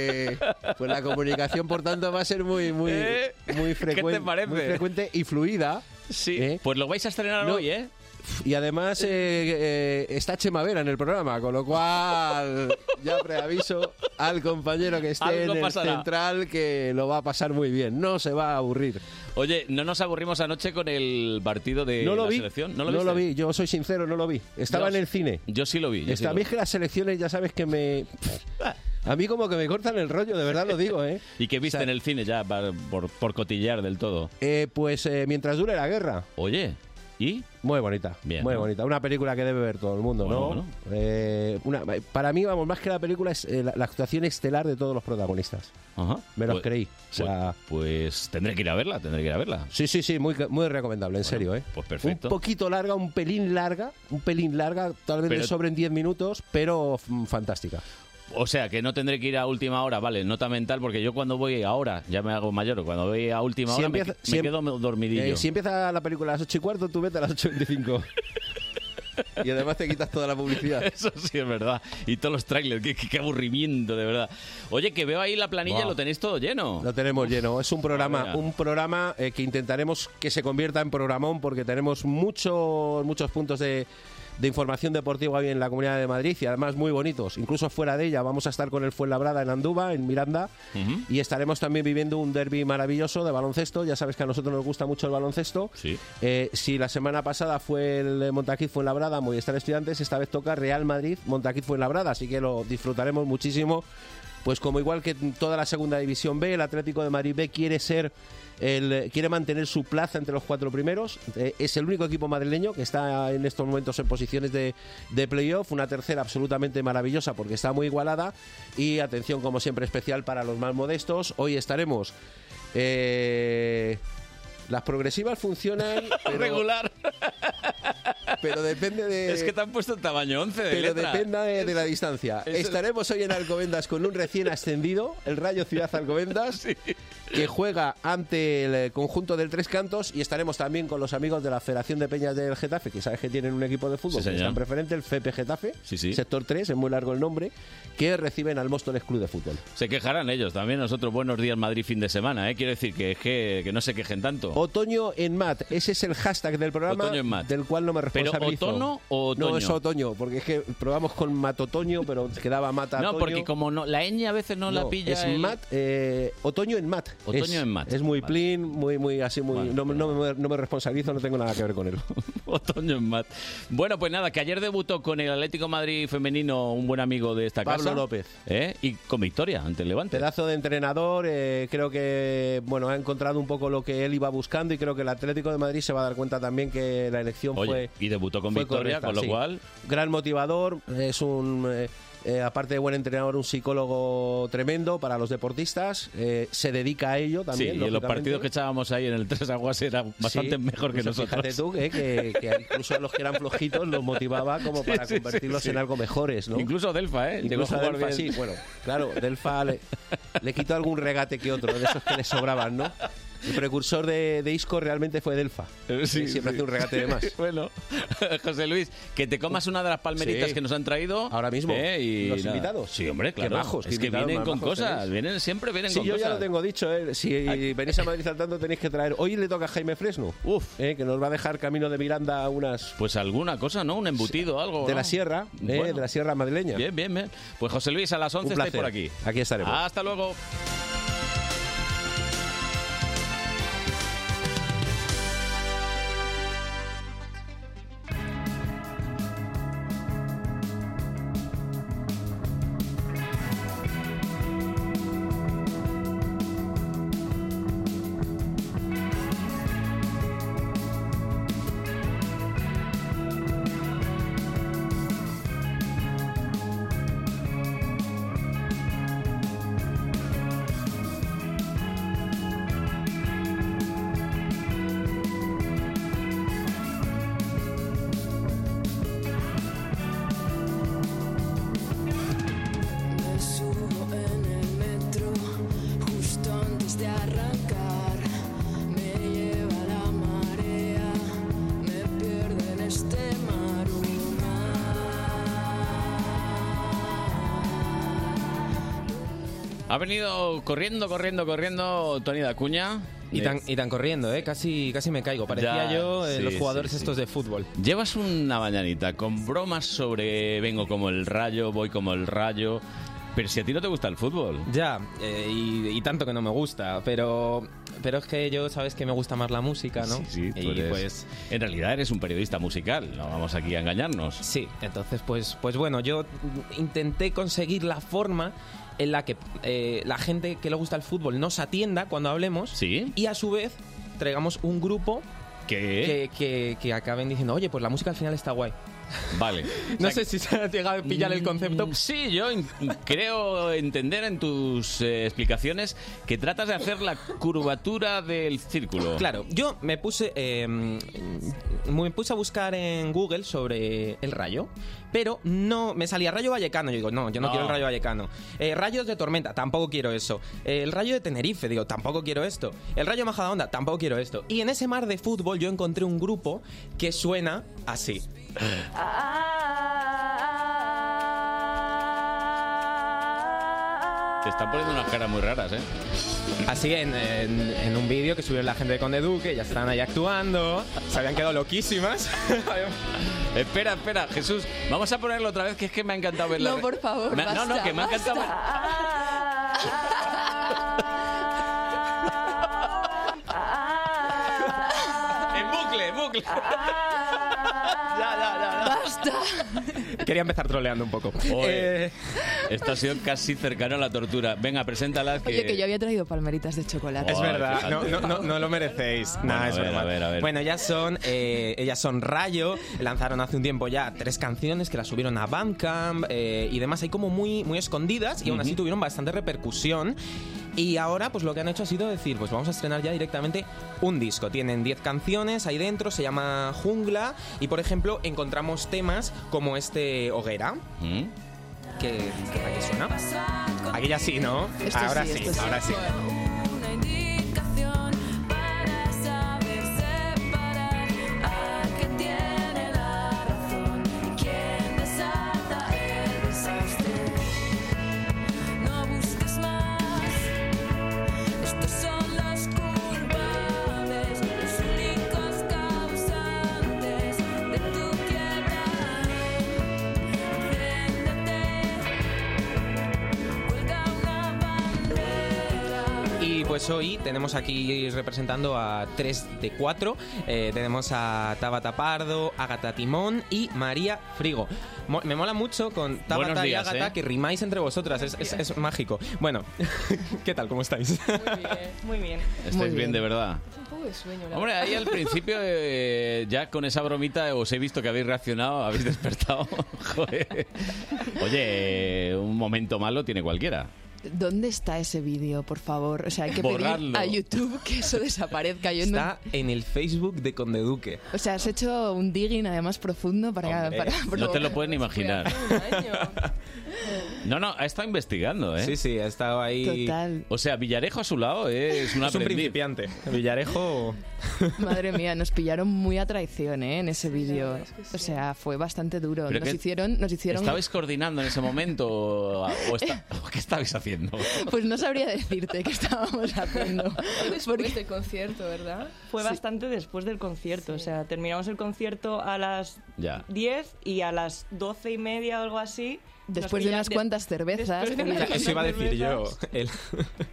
S24: pues la comunicación, por tanto, va a ser muy, muy,
S2: ¿Eh?
S24: muy frecuente.
S2: parece?
S24: Muy frecuente y fluida.
S2: Sí.
S24: ¿eh?
S2: Pues lo vais a estrenar hoy, ¿eh?
S24: Y además eh, eh, está Chema Vera en el programa, con lo cual ya preaviso al compañero que esté
S2: Algo
S24: en el
S2: pasará.
S24: central que lo va a pasar muy bien. No se va a aburrir.
S2: Oye, ¿no nos aburrimos anoche con el partido de
S24: no lo
S2: Eh, la
S24: vi.
S2: selección? ¿No lo,
S24: lo
S2: viste?
S24: vi. Yo soy sincero, no lo vi. Estaba
S2: Yo-
S24: en el cine.
S2: Yo sí lo vi. yo sí
S24: Está, a
S2: lo
S24: mí
S2: vi.
S24: es que las selecciones ya sabes que me... A mí como que me cortan el rollo, de verdad lo digo, ¿eh?
S2: ¿Y qué viste en el cine ya pa- por, por cotillar del todo?
S24: Eh, pues eh, mientras dure la guerra.
S2: Oye, ¿y?
S24: Muy bonita,
S2: Bien,
S24: muy
S2: ¿no?
S24: bonita. Una película que debe ver todo el mundo, ¿no?
S2: Bueno,
S24: Eh, una- para mí, vamos, más que la película es eh, la, la actuación estelar de todos los protagonistas.
S2: Ajá.
S24: Me los
S2: Pues-
S24: creí. O sea,
S2: Pues, pues tendré que ir a verla, tendré que ir a verla.
S24: sí, sí, sí, muy, muy recomendable, en serio, ¿eh?
S2: Pues perfecto.
S24: Un poquito larga, un pelín larga, un pelín larga, tal vez
S2: Pero-
S24: le sobren 10 minutos, pero mm, fantástica.
S2: O sea, que no tendré que ir a última hora, vale, nota mental, porque yo cuando voy ahora, ya me hago mayor, cuando voy a última
S24: Si
S2: hora me-
S24: empieza-
S2: me,
S24: si em-
S2: quedo dormidillo.
S24: Eh, si empieza la película a las 8 y cuarto, tú vete a las 8.25. y además te quitas toda la publicidad.
S2: Eso sí es verdad. Y todos los trailers, qué, qué- qué aburrimiento, de verdad. Oye, que veo ahí la planilla,
S24: Buah.
S2: lo tenéis todo lleno.
S24: Lo tenemos lleno. Es un programa,
S2: Madre mía.
S24: un programa eh, que intentaremos que se convierta en programón porque tenemos muchos, muchos puntos de, de información deportiva hoy en la Comunidad de Madrid y además muy bonitos. Incluso fuera de ella vamos a estar con el Fuenlabrada en Anduba, en Miranda, y estaremos también viviendo un derby maravilloso de baloncesto. Ya sabes que a nosotros nos gusta mucho el baloncesto.
S2: Sí.
S24: Eh, si la semana pasada fue el eh, Montaquí Fuenlabrada, Movistar Estudiantes, esta vez toca Real Madrid, Montaquí Fuenlabrada, así que lo disfrutaremos muchísimo. Pues como igual que toda la segunda división B, el Atlético de Madrid B quiere ser el, eh, quiere mantener su plaza entre los cuatro primeros. Eh, es el único equipo madrileño que está en estos momentos en posiciones de, de playoff. Una tercera absolutamente maravillosa porque está muy igualada. Y atención, como siempre, especial para los más modestos. Hoy estaremos. eh, las progresivas funcionan. pero-
S2: Regular.
S24: Pero depende de.
S2: Es que te han puesto el tamaño 11 de
S24: Pero
S2: letra.
S24: dependa de, de la distancia.
S2: eso-
S24: Estaremos hoy en Alcobendas con un recién ascendido, el Rayo Ciudad Alcobendas, que juega ante el eh, conjunto del Tres Cantos y estaremos también con los amigos de la Federación de Peñas del Getafe, que sabes que tienen un equipo de
S2: Sí,
S24: fútbol que
S2: señor.
S24: está en preferente, el FEPE Getafe, sector 3, es muy largo el nombre, que reciben al Móstoles Club de Fútbol.
S2: Se quejarán ellos también. Nosotros, buenos días Madrid, fin de semana, ¿eh? Quiero decir que, que, que no se quejen tanto.
S24: Otoño en mat, ese es el hashtag del programa
S2: Otoño en mat.
S24: del cual no me
S2: Pero,
S24: responsabilizo.
S2: ¿otono o otoño?
S24: No, es otoño, porque es que probamos con matotoño, pero quedaba mata
S2: no, porque como no, la ñ a veces no, la pilla.
S24: Es
S2: el-
S24: mat, eh, otoño en mat.
S2: Otoño
S24: Es-
S2: en mat.
S24: Es muy
S2: Vale.
S24: plin, muy, muy así, muy.
S2: Vale,
S24: no, me- no me, no me responsabilizo, no tengo nada que ver con él.
S2: Otoño en mat. Bueno, pues nada, que ayer debutó con el Atlético Madrid femenino un buen amigo de esta
S24: Pablo
S2: casa.
S24: López.
S2: ¿eh? Y con victoria ante el Levante.
S24: Pedazo de entrenador, eh, creo que bueno ha encontrado un poco lo que él iba buscando y creo que el Atlético de Madrid se va a dar cuenta también que la elección
S2: Oye,
S24: fue
S2: y debutó con
S24: fue
S2: victoria,
S24: correcta,
S2: con lo
S24: sí.
S2: cual
S24: Gran motivador, es un. eh, eh, aparte de buen entrenador, un psicólogo tremendo para los deportistas. eh, se dedica a ello también.
S2: sí, y en los
S24: lógicamente.
S2: partidos que echábamos ahí en el Tres Aguas era bastante
S24: Sí,
S2: mejor que
S24: incluso
S2: nosotros.
S24: Fíjate tú eh, que, que incluso a los que eran flojitos los motivaba como
S2: Sí,
S24: para
S2: sí, sí,
S24: convertirlos
S2: sí.
S24: en algo mejores, ¿no?
S2: Incluso Delfa, ¿eh? Llegó a
S24: Incluso a
S2: jugar
S24: Delfa, sí.
S2: bien.
S24: Bueno, claro, Delfa le, le quitó algún regate que otro, de esos que le sobraban, ¿no? El precursor de, de Isco realmente fue Delfa.
S2: Eh, sí,
S24: que siempre
S2: sí.
S24: hace un regate de más.
S2: bueno, José Luis, que te comas una de las palmeritas
S24: Sí.
S2: que nos han traído.
S24: Ahora mismo.
S2: ¿eh? Y
S24: los
S2: nada.
S24: invitados.
S2: Sí, hombre, claro.
S24: Qué majos,
S2: es
S24: qué
S2: que
S24: invitados
S2: vienen
S24: más
S2: con
S24: majos
S2: cosas.
S24: tenéis.
S2: Vienen, siempre vienen
S24: Sí,
S2: con
S24: yo
S2: cosas.
S24: ya lo tengo dicho, ¿eh? Si venís a Madrid al tanto tenéis que traer. Hoy le toca a Jaime Fresno, ¿eh? que nos va a dejar camino de Miranda unas.
S2: Pues alguna cosa, ¿no? Un embutido, algo.
S24: De
S2: ¿no?
S24: la sierra, ¿eh?
S2: Bueno.
S24: de la sierra madrileña.
S2: Bien, bien, bien. Pues José Luis, a las 11
S24: Un
S2: estáis
S24: placer.
S2: por aquí.
S24: Aquí estaremos.
S2: Hasta luego. Ha venido corriendo, corriendo, corriendo Tony Dacuña.
S3: Y tan, y tan corriendo, ¿eh? Casi, casi me caigo. Parecía
S2: Ya,
S3: yo eh,
S2: sí,
S3: los jugadores
S2: sí, sí.
S3: estos de fútbol.
S2: Llevas una mañanita con bromas sobre vengo como el rayo, voy como el rayo. Pero si a ti no te gusta el fútbol.
S3: Ya, eh, y, y tanto que no me gusta, pero, pero es que yo sabes que me gusta más la música, ¿no?
S2: Sí, sí, tú
S3: Y
S2: eres-
S3: pues-
S2: En realidad eres un periodista musical, no vamos aquí a engañarnos.
S3: Sí, entonces pues, pues bueno, yo intenté conseguir la forma en la que eh, la gente que le gusta el fútbol nos atienda cuando hablemos y a su vez traigamos un grupo
S2: que,
S3: que, que acaben diciendo, oye, pues la música al final está guay.
S2: Vale.
S3: No sé si se ha llegado a pillar el concepto.
S2: Mm, Sí, yo in- creo entender en tus eh, explicaciones que tratas de hacer la curvatura del círculo.
S3: Claro, yo me puse eh, me puse a buscar en Google sobre el rayo, pero no me salía Rayo Vallecano. Yo digo, no, yo no,
S2: No.
S3: quiero el Rayo Vallecano. Eh, rayos de Tormenta, tampoco quiero eso. Eh, el Rayo de Tenerife, digo, tampoco quiero esto. El Rayo Majadahonda, tampoco quiero esto. Y en ese mar de fútbol yo encontré un grupo que suena así.
S2: Te están poniendo unas caras muy raras, ¿eh?
S3: Así en, en- en un vídeo que subió la gente de Conde Duque, ya estaban ahí actuando, se habían quedado loquísimas.
S2: espera, espera, Jesús, vamos a ponerlo otra vez, que es que me ha encantado verla.
S18: No, por favor,
S2: Me ha- no, no,
S18: basta,
S2: que me ha encantado. ver- En bucle, en bucle.
S18: Basta.
S3: Quería empezar troleando un poco. Eh,
S2: Joder. Esto ha sido casi cercano a la tortura. Venga, preséntala. Que...
S11: Oye, que yo había traído palmeritas de chocolate.
S3: Es verdad, no, no, no, no lo merecéis. Nah,
S2: Bueno, a
S3: es
S2: ver,
S3: broma.
S2: a ver, a ver.
S3: Bueno, ellas son, eh, ellas son Rayo, lanzaron hace un tiempo ya tres canciones que las subieron a Bandcamp eh, y demás, ahí como muy, muy escondidas y aún así
S2: Ujú.
S3: tuvieron bastante repercusión. Y ahora, pues lo que han hecho ha sido decir, pues vamos a estrenar ya directamente un disco. Tienen 10 canciones ahí dentro, se llama Jungla y, por ejemplo, encontramos temas como este Hoguera.
S2: Mm.
S3: Que, ¿a qué suena? Aquí ya sí, ¿no?
S21: Esto
S3: ahora
S21: sí,
S3: sí,
S21: esto sí.
S3: ahora sí.
S21: Una indicación para saber separar al que tiene la razón y quien desata el desastre. No busques más, estos son los culpables, los únicos causantes de tu quiebra. Préndete, cuelga una bandera.
S3: Y pues hoy tenemos aquí representando a tres de cuatro. Eh, tenemos a Tabata Pardo, Agata Timón y María Frigo. Mo- me mola mucho con Tabata
S2: Buenos
S3: y
S2: días,
S3: Agata
S2: ¿eh?
S3: que rimáis entre vosotras. Es, es- es mágico. Bueno, ¿qué tal? ¿Cómo estáis?
S11: Muy bien.
S2: Estáis bien. de verdad.
S11: Es un poco de sueño, la
S2: Hombre,
S11: verdad.
S2: ahí al principio, eh, ya con esa bromita, eh, os he visto que habéis reaccionado, habéis despertado. Joder. Oye, un momento malo tiene cualquiera.
S11: ¿Dónde está ese vídeo, por favor? O sea, hay que
S3: Borradlo.
S11: pedir a YouTube que eso desaparezca. Yo no-
S3: Está en el Facebook de Conde Duque.
S11: O sea, has hecho un digging además profundo para...
S3: Hombre,
S11: para-
S2: No te lo pueden imaginar. No, no, ha estado investigando, ¿eh? Sí,
S3: sí, ha estado ahí.
S11: Total.
S2: O sea, Villarejo a su lado eh, es un
S3: Es un
S2: aprendiz.
S3: principiante. Villarejo.
S11: Madre mía, nos pillaron muy a traición ¿eh? en ese vídeo. O sea, fue bastante duro.
S2: Pero
S11: Nos
S2: que-
S11: hicieron, nos hicieron
S2: ¿Estabais coordinando en ese momento o, o esta- o qué estabais haciendo?
S11: Pues no sabría decirte qué estábamos haciendo.
S10: después del Este concierto, ¿verdad? Fue bastante después del concierto. O sea, terminamos el concierto a las
S2: Ya.
S10: 10 y a las 12 y media o algo así. nos
S11: Después de
S10: pillaron-
S11: unas cuantas cervezas.
S10: después de
S3: O sea,
S10: unas
S3: Eso iba a
S10: cuantas
S3: decir yo.
S10: cervezas.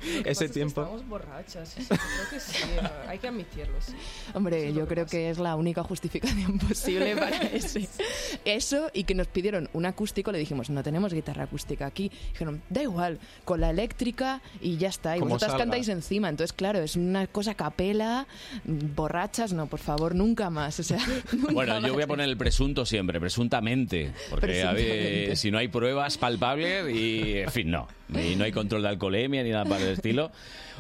S3: El- ese tiempo.
S10: Estamos borrachas, sí, sí, creo que sí, eh, hay que admitirlo, sí.
S11: Hombre, yo creo que es la única justificación posible para ese. Eso y que nos pidieron un acústico, le dijimos, no tenemos guitarra acústica aquí. Dijeron, da igual, con la eléctrica y ya está. Y
S10: Como
S11: vosotras
S10: salga.
S11: cantáis encima. Entonces, claro, es una cosa a capela, mm, borrachas, no, por favor, nunca más. O sea, nunca
S2: Bueno,
S11: más.
S2: yo voy a poner el presunto siempre, presuntamente. Porque a ver,
S11: Presuntamente.
S2: si no hay pruebas palpables y, en fin, no. Y no hay control de alcoholemia ni nada por el estilo.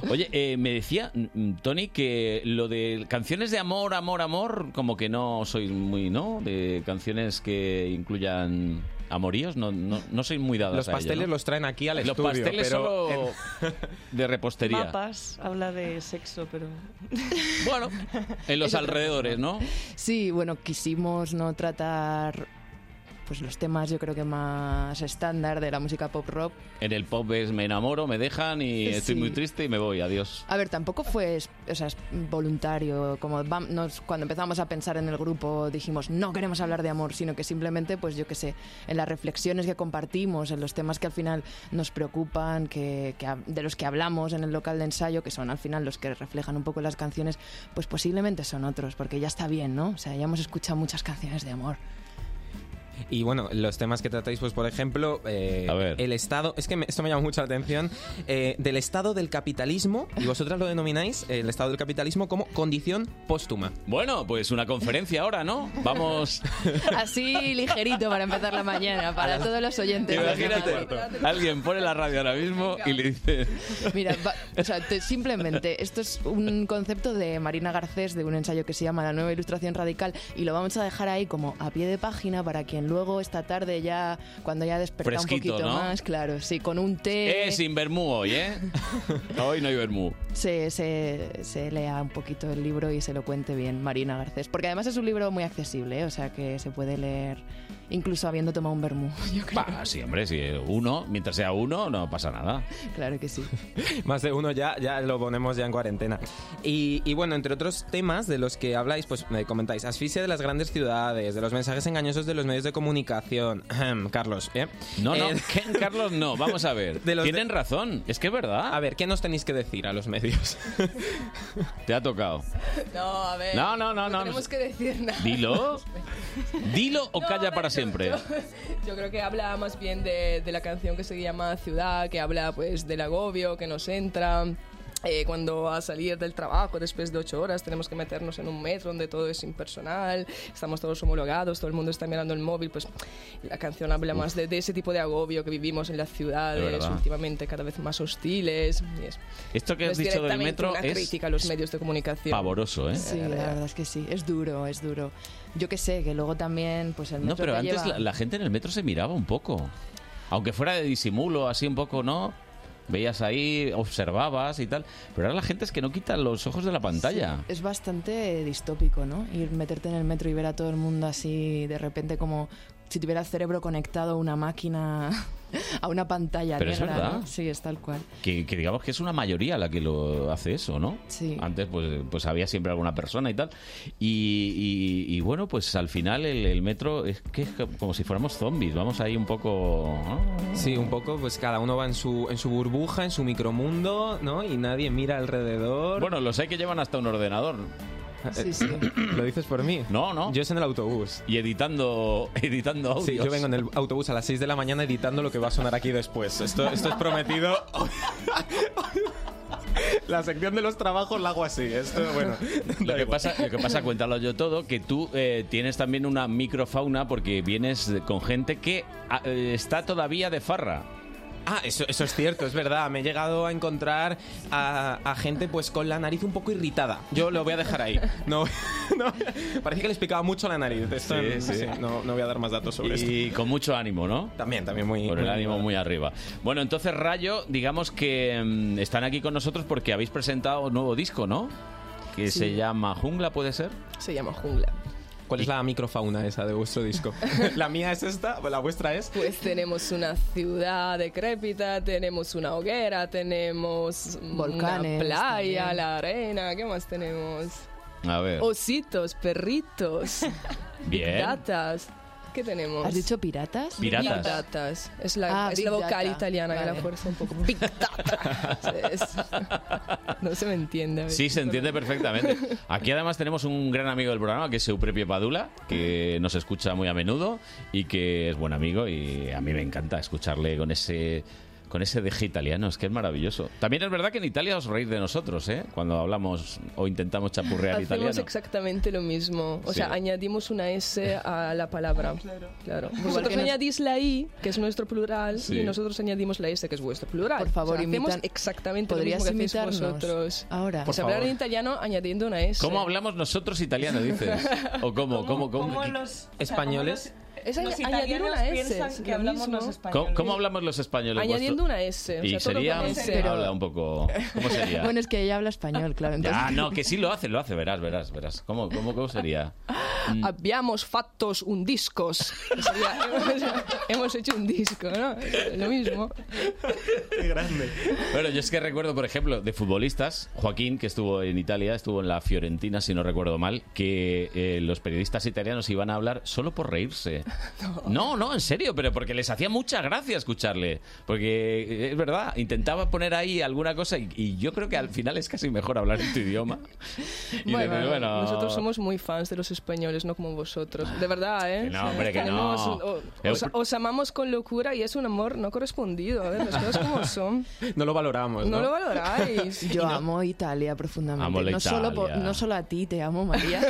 S2: Oye, eh, me decía mm, Tony que lo de canciones de amor, amor, amor, como que no sois muy, ¿no? De canciones que incluyan amoríos, no, no, no sois muy dadas
S3: Los
S2: a ello,
S3: pasteles
S2: ¿no?
S3: los traen aquí al
S2: Los
S3: estudio.
S2: pasteles
S3: pero
S2: solo de repostería.
S10: Mapas habla de sexo, pero.
S2: Bueno, En los alrededores, ¿no?
S11: Sí, bueno, quisimos no tratar pues los temas yo creo que más estándar de la música pop rock.
S2: En el pop es me enamoro, me dejan y estoy
S11: Sí.
S2: muy triste y me voy, adiós.
S11: A ver, tampoco fue es- o sea, es voluntario. Como vam- nos- cuando empezamos a pensar en el grupo dijimos, no queremos hablar de amor, sino que simplemente, pues yo qué sé, en las reflexiones que compartimos, en los temas que al final nos preocupan, que, que hab- de los que hablamos en el local de ensayo, que son al final los que reflejan un poco las canciones, pues posiblemente son otros, porque ya está bien, ¿no? O sea, ya hemos escuchado muchas canciones de amor.
S3: Y bueno, los temas que tratáis, pues por ejemplo, eh, el estado, es que me- esto me llama mucho la atención, eh, del estado del capitalismo, y vosotras lo denomináis eh, el estado del capitalismo como condición póstuma.
S2: Bueno, pues una conferencia ahora, ¿no? Vamos.
S11: Así ligerito para empezar la mañana, para todos los oyentes.
S2: Imagínate, alguien pone la radio ahora mismo y le dice.
S11: Mira, va- o sea, te- simplemente, esto es un concepto de Marina Garcés, de un ensayo que se llama La nueva ilustración radical, y lo vamos a dejar ahí como a pie de página para quien luego esta tarde ya, cuando ya desperta
S2: Fresquito,
S11: un poquito
S2: ¿no?
S11: más, claro, sí, con un té,
S2: Eh, sin vermú hoy, ¿eh? Hoy no hay vermú.
S11: se, se- se lea un poquito el libro y se lo cuente bien Marina Garcés. Porque además es un libro muy accesible, ¿eh? o sea que se puede leer incluso habiendo tomado un vermú. yo creo.
S2: Ah, sí, hombre, sí, uno, mientras sea uno, no pasa nada.
S11: Claro que sí.
S3: Más de uno ya, ya lo ponemos ya en cuarentena. Y, y bueno, entre otros temas de los que habláis, pues me comentáis asfixia de las grandes ciudades, de los mensajes engañosos de los medios de comunicación. Ahem, Carlos, ¿eh?
S2: No, no, Ken Carlos no, vamos a ver. Tienen razón, es que es verdad.
S3: A ver, ¿qué nos tenéis que decir a los medios?
S2: Te ha tocado.
S10: No, a ver.
S2: No, no, no, no.
S10: tenemos que decir nada.
S2: Dilo. Dilo o calla para siempre.
S5: Yo, yo creo que habla más bien de, de la canción que se llama Ciudad, que habla pues del agobio que nos entra. eh, cuando a salir del trabajo después de ocho horas tenemos que meternos en un metro donde todo es impersonal, estamos todos homologados, todo el mundo está mirando el móvil, pues la canción habla más de, de ese tipo de agobio que vivimos en las
S2: Es
S5: ciudades
S2: verdad.
S5: últimamente cada vez más hostiles. y es-
S2: Esto que
S5: no
S2: has
S5: es
S2: dicho del
S5: Pues directamente
S2: metro
S5: una
S2: es
S5: crítica a los medios de comunicación.
S2: pavoroso, ¿eh?
S11: Sí, la verdad es que sí, es duro, es duro. Yo que sé, que luego también, pues el
S2: No,
S11: metro
S2: pero
S11: te
S2: antes
S11: lleva-
S2: la, la gente en el metro se miraba un poco. Aunque fuera de disimulo, así un poco, ¿no? Veías ahí, observabas y tal. Pero ahora la gente es que no quita los ojos de la pantalla.
S11: Es bastante distópico, ¿no? Ir meterte en el metro y ver a todo el mundo así de repente como si tuviera el cerebro conectado a una máquina, a una pantalla
S2: Pero es
S11: negra,
S2: verdad.
S11: ¿no? Sí, es tal cual.
S2: Que, que digamos que es una mayoría la que lo hace eso, ¿no?
S11: Sí.
S2: Antes pues, pues había siempre alguna persona y tal. Y, y- y bueno, pues al final el, el metro es que es como si fuéramos zombies. Vamos ahí un poco... ¿no?
S3: Sí, un poco, pues cada uno va en su, en su burbuja, en su micromundo, ¿no? Y nadie mira alrededor.
S2: Bueno, los hay que llevan hasta un ordenador.
S3: Sí, sí. ¿Lo dices por mí?
S2: No, no.
S3: Yo es en el autobús.
S2: Y editando, editando audios.
S3: Sí, yo vengo en el autobús a las 6 de la mañana editando lo que va a sonar aquí después. Esto, esto es prometido. la sección de los trabajos la hago así. Esto, bueno.
S2: Lo que, pasa, lo que pasa, cuéntalo yo todo, que tú eh, tienes también una microfauna porque vienes con gente que ah, eh, está todavía de farra.
S3: Ah, eso, eso es cierto, es verdad. Me he llegado a encontrar a, a gente pues con la nariz un poco irritada. Yo lo voy a dejar ahí. No, no, parece que les picaba mucho la nariz. Esto,
S2: Sí, sí.
S3: Eh, sí, no, no voy a dar más datos sobre esto.
S2: Y con mucho ánimo, ¿no?
S3: También, también muy...
S2: Con el ánimo muy arriba. Bueno, entonces Rayo, digamos que mm, están aquí con nosotros porque habéis presentado un nuevo disco, ¿no? Que
S5: Sí.
S2: se llama Jungla, ¿puede ser?
S5: Se llama Jungla.
S3: ¿Cuál es la microfauna esa de vuestro disco? la mía es esta, la vuestra es.
S5: Pues tenemos una ciudad decrépita, tenemos una hoguera, tenemos
S11: Volcanes
S5: una playa,
S11: también.
S5: la arena, ¿qué más tenemos?
S2: A ver.
S5: Ositos, perritos,
S2: Bien.
S5: datas. ¿Qué tenemos?
S11: ¿Has dicho piratas?
S5: Piratas. Big
S11: Piratas.
S5: datas. Es la,
S11: Ah,
S5: es
S11: Big
S5: la vocal
S11: Data.
S5: italiana que
S11: Vale.
S5: la fuerza un poco. Big Data. Es- no se me entiende. a ver.
S2: Sí, se entiende perfectamente. Aquí además tenemos un gran amigo del programa, que es Euprepio Padula, que nos escucha muy a menudo y que es buen amigo y a mí me encanta escucharle con ese... Con ese deje italiano, es que es maravilloso. También es verdad que en Italia os reís de nosotros, ¿eh? Cuando hablamos o intentamos chapurrear
S5: Hacemos
S2: italiano.
S5: exactamente lo mismo. O
S2: Sí. Eh.
S5: sea, añadimos una S a la palabra. claro. Vosotros
S11: Ah, que nos-
S5: añadís la I, que es nuestro plural,
S11: Sí.
S5: y nosotros añadimos la S, que es vuestro plural. Por
S11: favor,
S5: hacemos
S11: imitan-
S5: exactamente lo
S11: ¿Podrías
S5: mismo que hacéis
S11: imitarnos
S5: vosotros.
S11: ahora?
S5: O sea,
S2: Por
S5: hablar en
S2: favor.
S5: italiano añadiendo una S.
S2: ¿Cómo hablamos nosotros italiano, dices? ¿O cómo? ¿Cómo? cómo,
S5: ¿Cómo los-
S2: españoles?
S5: Es
S10: Los
S5: añ- añadir
S10: italianos
S5: una S.
S10: piensan
S5: es
S10: que
S5: lo
S10: hablamos
S5: mismo.
S10: los
S2: ¿Cómo, cómo hablamos los españoles?
S5: Añadiendo
S2: vuestro?
S5: una S. o
S2: Y
S5: sea, todo
S2: sería...
S5: con S. Pero-
S2: Habla un poco... ¿Cómo sería?
S11: Bueno, es que ella habla español, claro. Entonces...
S2: Ah, no, que sí lo hace, lo hace, verás, verás, verás. ¿Cómo, cómo, cómo sería? Mm.
S5: Habíamos factos un discos. Sería, hemos, hemos hecho un disco, ¿no? Es Lo mismo.
S2: Bueno, yo es que recuerdo, por ejemplo, de futbolistas, Joaquín, que estuvo en Italia, estuvo en la Fiorentina, si no recuerdo mal, que eh, los periodistas italianos iban a hablar solo por reírse. No, no, en serio, pero porque les hacía mucha gracia escucharle. Porque eh, es verdad, intentaba poner ahí alguna cosa y, y yo creo que al final es casi mejor hablar en tu idioma. Y
S5: Bueno,
S2: dices, bueno,
S5: nosotros somos muy fans de los españoles, no como vosotros. De verdad, ¿eh?
S2: Que no, hombre, que no. Eh, pues-
S5: Tenemos un- o-
S2: Eu-
S5: os, os amamos con locura y es un amor no correspondido. A ver, las cosas como son.
S3: No lo valoramos.
S5: No lo valoráis.
S11: Yo amo Italia profundamente.
S3: Amo la
S11: no, Solo por-
S3: Italia.
S11: no solo a ti, te amo, María.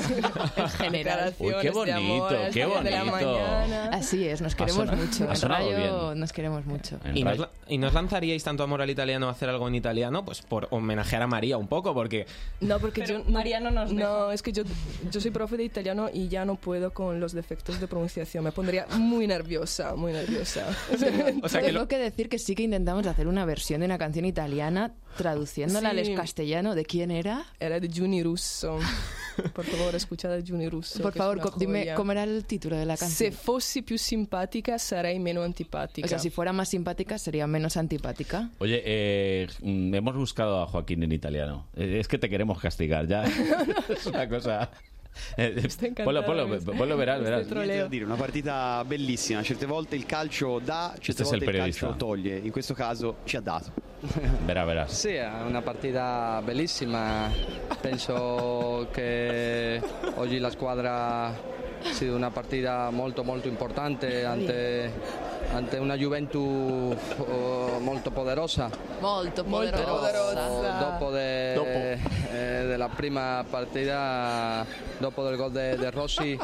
S11: en general.
S2: Uy, qué bonito, qué bonito.
S11: Así es, nos
S3: Ha
S11: queremos
S3: sonado-
S11: mucho.
S3: ha
S11: En
S3: sonado
S11: Rayo
S3: bien.
S11: nos queremos mucho.
S3: ¿Y nos, la- y nos lanzaríais tanto amor al italiano a hacer algo en italiano? Pues por homenajear a María un poco, porque
S5: No, porque yo. María no nos No, es que yo, yo soy profe de italiano y ya no puedo con los defectos de pronunciación. Me pondría muy nerviosa, muy nerviosa.
S3: sea, que
S11: Tengo
S3: lo-
S11: que decir que sí que intentamos hacer una versión de una canción italiana traduciéndola
S5: Sí.
S11: al castellano. ¿De quién era?
S5: Era de Giuni Russo. Por favor, escuchad a Giuni Russo.
S11: Por
S5: que es
S11: favor,
S5: una
S11: co- dime
S5: joya.
S11: cómo era el título de la
S5: Se
S11: canción.
S5: fossi più simpatica, sarei meno antipatica.
S11: O sea, si fuera más simpática sería menos antipática.
S2: Oye, eh, mm, hemos buscado a Joaquín en italiano. Eh, Es que te queremos castigar, ya. es una cosa... Eh, eh, Polo, polo,
S5: este
S2: polo, verás, verás.
S13: Niente da dire, una partita bellissima. Certe volte il calcio dà,
S2: Questo è
S13: certe
S2: il
S13: volte il
S2: periodista.
S13: calcio toglie. In questo caso ci ha dato.
S2: Verás, verás.
S9: Sì, è una partita bellissima. Penso che oggi la squadra ha sido una partita molto molto importante ante, ante una Juventus eh, molto poderosa.
S11: Molto
S9: Però dopo, de-
S11: Dopo.
S9: eh, della prima partita, dopo del gol de, de Rossi,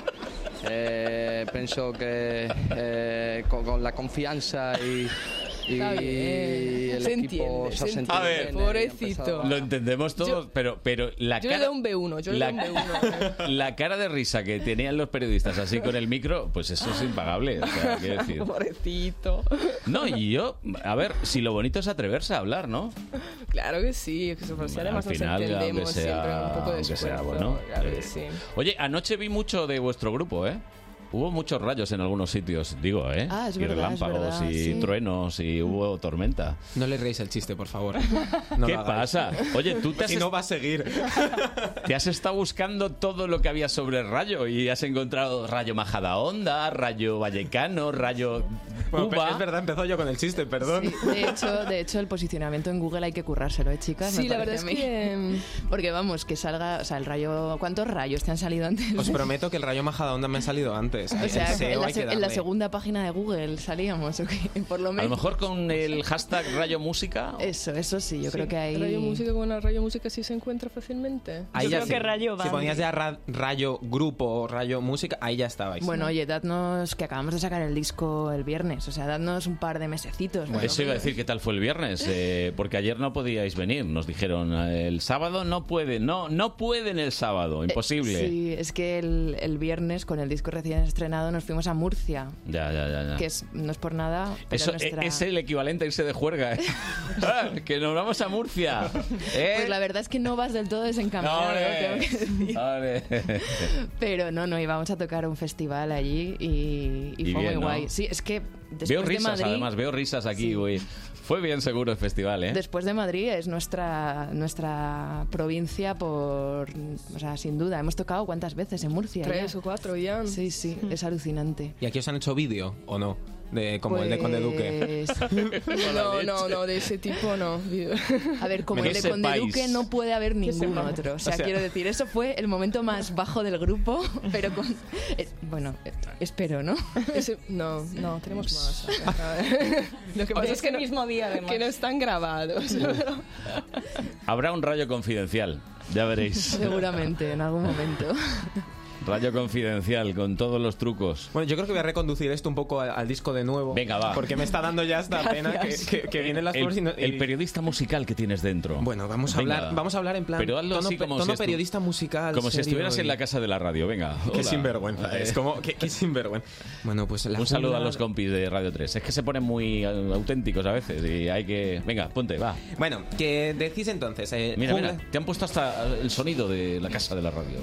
S9: eh, penso che eh, con, con la confianza y, y-
S5: Está bien.
S9: el
S5: Se
S9: equipo
S5: entiende,
S9: se ha
S5: se
S9: sentido
S5: entiende.
S9: bien, eh, y ha empezado
S5: Pobrecito.
S9: a-
S2: Lo entendemos todos, pero, pero la
S5: Yo le doy
S2: cara...
S5: un B1, yo le
S2: la-
S5: doy un B1.
S2: La cara de risa que tenían los periodistas así con el micro, pues eso es impagable. o sea, quiero decir.
S5: Pobrecito.
S2: No, y yo, a ver, si lo bonito es atreverse a hablar, ¿no?
S5: Claro que sí, que se- si
S2: Al
S5: además
S2: final,
S5: nos
S2: aunque
S5: entendemos siempre
S2: sea,
S5: un poco de
S2: aunque sea,
S5: esfuerzo.
S2: bueno,
S5: claro que
S2: eh,
S5: sí.
S2: Oye, anoche vi mucho de vuestro grupo, ¿eh? Hubo muchos rayos en algunos sitios, digo, ¿eh?
S11: Ah, es
S2: y
S11: verdad, es
S2: relámpagos,
S11: verdad,
S2: y
S11: sí.
S2: truenos, y hubo tormenta.
S3: no le reís el chiste, por favor.
S2: ¿Qué pasa? Oye, tú te has,
S3: Si no va a seguir.
S2: te has estado buscando todo lo que había sobre el rayo y has encontrado rayo majadahonda, rayo vallecano, rayo
S3: Bueno,
S2: Cuba.
S3: es verdad, empezó yo con el chiste, perdón.
S11: Eh, De hecho, de hecho, el posicionamiento en Google hay que currárselo, ¿eh, chicas?
S5: Sí,
S11: Me
S5: la
S11: parece
S5: verdad es
S11: a mí. Porque vamos, que salga, o sea, el rayo... ¿Cuántos rayos te han salido antes?
S3: Os prometo que el rayo majadahonda me ha salido antes.
S11: O sea,
S3: El SEO
S11: en la,
S3: hay que
S11: se- en la
S3: darle.
S11: segunda página de Google salíamos, ¿o qué? Por lo
S2: A lo
S11: menos.
S2: mejor con el hashtag rayo música.
S11: Eso, eso sí, yo creo que ahí...
S5: Radio Música con la Radio Música sí se encuentra fácilmente.
S3: Ahí ya sí. Si
S5: va.
S3: ponías ya ra- rayo grupo o rayo música, ahí ya estabais.
S11: Bueno, oye, dadnos que acabamos de sacar el disco el viernes, o sea, dadnos un par de mesecitos. ¿no?
S2: Eso iba a decir, ¿qué tal fue el viernes? Eh, porque ayer no podíais venir, nos dijeron, eh, el sábado no pueden, no, no pueden el sábado, imposible.
S11: Eh, Sí, es que el, el viernes con el disco recién estrenado nos fuimos a Murcia,
S2: Ya, ya, ya. ya.
S11: que es, no es por nada, pero
S2: Ah. Eso eh,
S11: nuestra...
S2: es el equivalente a irse de juerga. ¿eh? ¡Ah! que nos vamos a Murcia. ¿eh?
S11: Pues la verdad es que no vas del todo desencaminado,
S2: ¡Ole!
S11: tengo que
S2: ¡Ole!
S11: Pero no, no, íbamos a tocar un festival allí y, y
S2: Y
S11: fue
S2: bien,
S11: muy
S2: ¿no?
S11: guay. Sí, es que después
S2: Veo
S11: de
S2: risas,
S11: Madrid,
S2: además, veo risas aquí, güey. Fue bien seguro el festival, ¿eh?
S11: después de Madrid es nuestra nuestra provincia por, o sea, sin duda. Hemos tocado cuántas veces en Murcia.
S5: Tres
S11: ya?
S5: o cuatro Hmm. ya.
S11: Sí, sí, es alucinante.
S3: ¿Y aquí os han hecho vídeo o no? De, como el de Conde Duque.
S11: Pues
S5: No, no, no, de ese tipo no.
S11: A ver, como
S3: Que
S11: el de
S3: sepáis.
S11: Conde Duque no puede haber ningún
S5: sepamos.
S11: otro. O sea,
S5: O sea-
S11: quiero decir, eso fue el momento más bajo del grupo, pero con... eh, bueno, eh, espero, ¿no?
S5: Ese- no, no, tenemos más. Lo que pasa
S10: De
S5: es que
S10: ese
S5: no,
S10: mismo día, además.
S5: que no están grabados.
S2: Habrá un rayo confidencial, ya veréis.
S11: Seguramente, en algún momento.
S2: Rayo confidencial con todos los trucos.
S3: Bueno, yo creo que voy a reconducir esto un poco al, al disco de nuevo.
S2: Venga, va.
S3: Porque me está dando ya esta pena que, que- que vienen las
S2: el,
S3: cosas y no- y-
S2: el periodista musical que tienes dentro. Bueno,
S3: vamos a hablar, vamos a hablar en plan
S2: Pero hazlo
S3: tono,
S2: así como
S3: tono
S2: si estu-
S3: periodista musical.
S2: Como si
S3: serio
S2: estuvieras en
S3: y-
S2: la casa de la radio, venga.
S3: Qué
S2: hola.
S3: sinvergüenza,
S2: Eh,
S3: es como qué, qué sinvergüenza. Bueno, pues la
S2: un saludo a
S3: jungla-
S2: los compis de Radio 3. Es que se ponen muy eh, auténticos a veces y hay que... Venga, ponte, va.
S3: Bueno, que decís entonces, eh,
S2: Mira,
S3: jungla-
S2: mira, te han puesto hasta el sonido de la casa de la radio.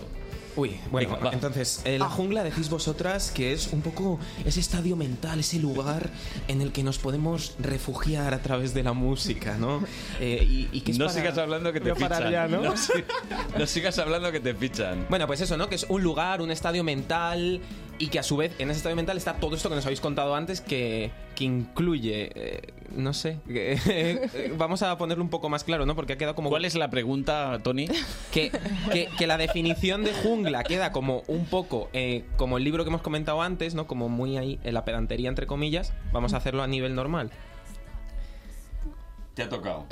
S3: Uy, bueno,
S2: Venga, va.
S3: entonces, eh, la jungla decís vosotras que es un poco ese estadio mental, ese lugar en el que nos podemos refugiar a través de la música, ¿no? Eh, y, y que es
S2: No
S3: para-
S2: sigas hablando que te
S3: Voy a
S2: fichan.
S3: parar ya, ¿no?
S2: si- no sigas hablando que te fichan.
S3: Bueno, pues eso, ¿no? Que es un lugar, un estadio mental y que a su vez en ese estadio mental está todo esto que nos habéis contado antes que, que incluye, eh, no sé, que- eh, vamos a ponerlo un poco más claro, ¿no? Porque ha quedado como... ¿Cuál
S2: es la pregunta, Tony?
S3: Que, que- que la definición de jungla queda como un poco, eh, como el libro que hemos comentado antes, ¿no? Como muy ahí en la pedantería, entre comillas, vamos a hacerlo a nivel normal.
S2: Te ha tocado.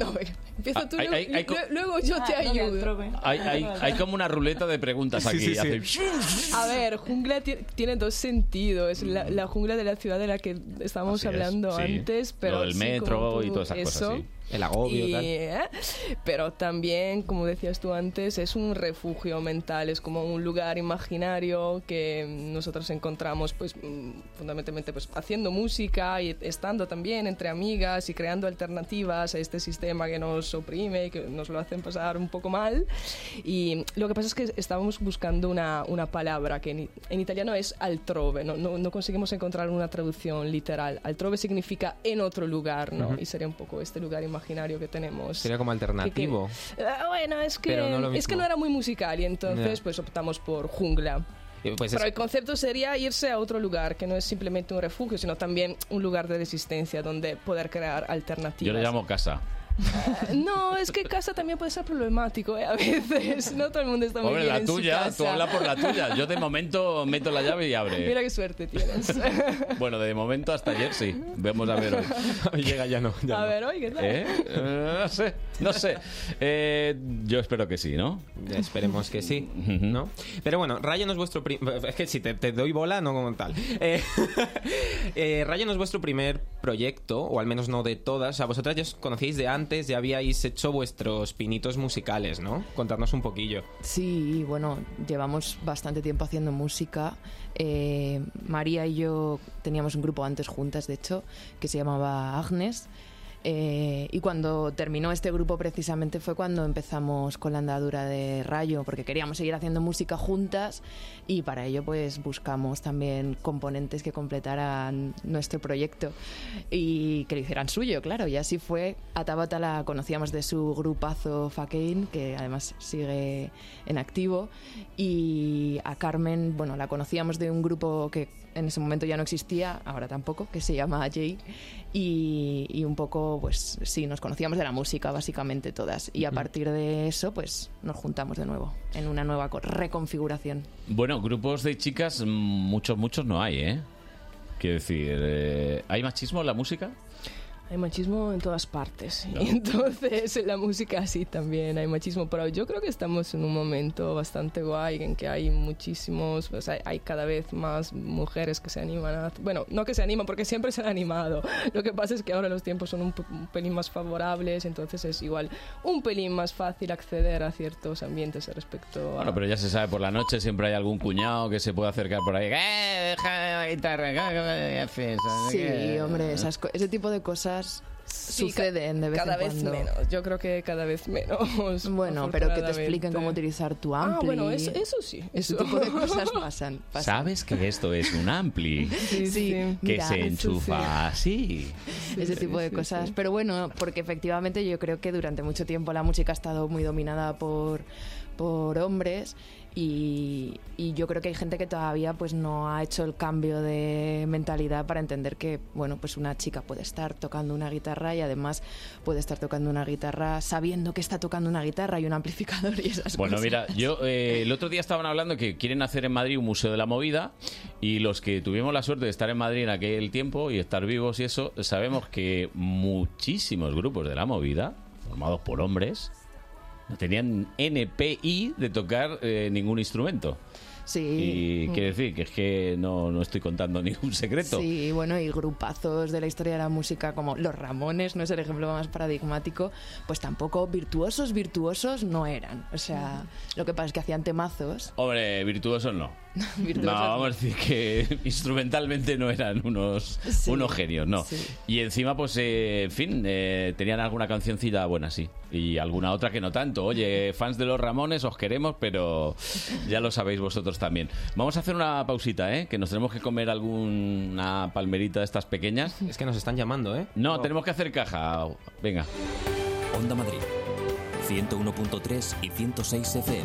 S5: no, venga, empieza tú,
S2: Ah, hay-
S5: lu-
S2: hay- hay co-
S5: lu- luego yo te
S10: Ah, no,
S5: ayudo.
S2: Hay, hay- hay como una ruleta de preguntas
S3: Sí,
S2: aquí.
S3: sí, sí.
S2: hace-
S5: A ver, jungla ti- tiene dos sentidos. Es la, la jungla de la ciudad de la que estábamos
S2: Mm. Así es,
S5: hablando
S2: sí.
S5: antes, pero
S2: Lo del
S5: sí,
S2: metro
S5: como tú,
S2: y todas esas
S5: eso.
S2: cosas. sí.
S3: El agobio,
S5: Y,
S3: tal.
S5: ¿eh? Pero también, como decías tú antes, es un refugio mental, es como un lugar imaginario que mm, nosotros encontramos, pues, mm, fundamentalmente, pues, haciendo música y estando también entre amigas y creando alternativas a este sistema que nos oprime y que nos lo hacen pasar un poco mal. Y lo que pasa es que estábamos buscando una, una palabra que en, en italiano es altrove, ¿no? No, no conseguimos encontrar una traducción literal. Altrove significa en otro lugar, ¿no?
S3: Ujú.
S5: Y sería un poco este lugar imaginario que tenemos.
S3: Sería como alternativo.
S5: Eh, bueno, es que,
S3: Pero no lo
S5: es que
S3: mismo.
S5: no era muy musical y entonces
S3: Ya.
S5: pues optamos por jungla.
S3: Eh, pues es-
S5: Pero el concepto sería irse a otro lugar, que no es simplemente un refugio, sino también un lugar de resistencia donde poder crear
S2: Yo
S5: alternativas.
S2: le llamo casa.
S5: Eh, No, es que casa también puede ser problemático ¿eh? a veces. No todo el mundo está muy
S2: Hombre,
S5: bien
S2: la
S5: en su
S2: tuya,
S5: casa.
S2: tú habla por la tuya. Yo de momento meto la llave y
S5: Mira
S2: abre.
S5: qué suerte tienes.
S2: Bueno, de momento hasta ayer sí. Vemos a ver hoy.
S3: llega ya no.
S5: a ver, oye, ¿qué tal?
S2: ¿Eh? Eh, No sé, no sé. Eh, yo espero que sí, ¿no?
S3: Esperemos que sí, ¿no? Pero bueno, Rayo no es vuestro... pri- Es que si te, te doy bola, no como tal. Eh, eh, Rayo no es vuestro primer proyecto, o al menos no de todas. O sea, vosotras ya os conocíais de antes, ya habíais hecho vuestros pinitos musicales, ¿no? Contarnos un poquillo.
S11: Sí, bueno, llevamos bastante tiempo haciendo música. Eh, María y yo teníamos un grupo antes juntas, de hecho, que se llamaba Agnes. Eh, y cuando terminó este grupo precisamente fue cuando empezamos con la andadura de Rayo, porque queríamos seguir haciendo música juntas y para ello pues buscamos también componentes que completaran nuestro proyecto y que lo hicieran suyo, claro. Y así fue. A Tabata la conocíamos de su grupazo Fakein, que además sigue en activo. Y a Carmen, bueno, la conocíamos de un grupo que en ese momento ya no existía, ahora tampoco, que se llama Jay. Y, y un poco, pues sí, nos conocíamos de la música básicamente todas. Y a partir de eso, pues nos juntamos de nuevo en una nueva co- reconfiguración.
S2: Bueno, grupos de chicas, mm, muchos, muchos no hay, ¿eh? Quiero decir, eh, ¿hay machismo en la música?
S5: Hay machismo en todas partes. y Entonces, en la música sí también hay machismo, pero yo creo que estamos en un momento bastante guay en que hay muchísimos, o sea, hay cada vez más mujeres que se animan a... Bueno, no que se animan, porque siempre se han animado. Lo que pasa es que ahora los tiempos son un, p- un pelín más favorables, entonces es igual un pelín más fácil acceder a ciertos ambientes respecto a...
S2: Bueno, pero ya se sabe, por la noche siempre hay algún cuñado que se puede acercar por ahí. ¡Eh, deja la guitarra! ¿qué- qué haces?
S11: Sí,
S2: ¿Qué-?
S11: hombre, esas co- ese tipo de cosas
S5: Sí, ca-
S11: suceden de vez
S5: cada
S11: en
S5: vez
S11: cuando.
S5: menos. Yo creo que cada vez menos.
S11: Bueno, pero que te expliquen
S5: afortunadamente.
S11: cómo utilizar tu ampli.
S5: Ah, bueno, eso, eso sí.
S11: Ese
S5: Eso.
S11: tipo de cosas pasan. pasan.
S2: ¿Sabes que esto es un ampli?
S11: Sí, sí.
S2: Que
S11: Mira,
S2: se
S11: eso
S2: enchufa así.
S11: ese tipo de cosas. Pero bueno, porque efectivamente yo creo que durante mucho tiempo la música ha estado muy dominada por, por hombres y, y yo creo que hay gente que todavía pues no ha hecho el cambio de mentalidad para entender que, bueno, pues una chica puede estar tocando una guitarra y además puede estar tocando una guitarra sabiendo que está tocando una guitarra y un amplificador y esas
S2: Bueno,
S11: cosas.
S2: mira, yo eh, el otro día estaban hablando que quieren hacer en Madrid un museo de la movida y los que tuvimos la suerte de estar en Madrid en aquel tiempo y estar vivos y eso, sabemos que muchísimos grupos de la movida, formados por hombres, no tenían NPI de tocar eh, ningún instrumento. Y
S11: Sí.
S2: quiere decir que es que no, no estoy contando ningún secreto.
S11: Sí, bueno, y grupazos de la historia de la música como Los Ramones, no es el ejemplo más paradigmático, pues tampoco virtuosos, virtuosos no eran. O sea, lo que pasa es que hacían temazos.
S2: Hombre, virtuosos no.
S11: Virtuosos.
S2: No, vamos a decir que instrumentalmente no eran unos,
S11: Sí.
S2: unos genios, no.
S11: Sí.
S2: Y encima, pues, eh, en fin, eh, tenían alguna cancioncita buena, sí. Y alguna otra que no tanto. Oye, fans de los Ramones, os queremos, pero ya lo sabéis vosotros también. Vamos a hacer una pausita, ¿eh? Que nos tenemos que comer alguna palmerita de estas pequeñas. Es que nos están llamando, ¿eh? No, tenemos que hacer caja. Venga.
S1: Onda Madrid, 101.3 y 106 FM.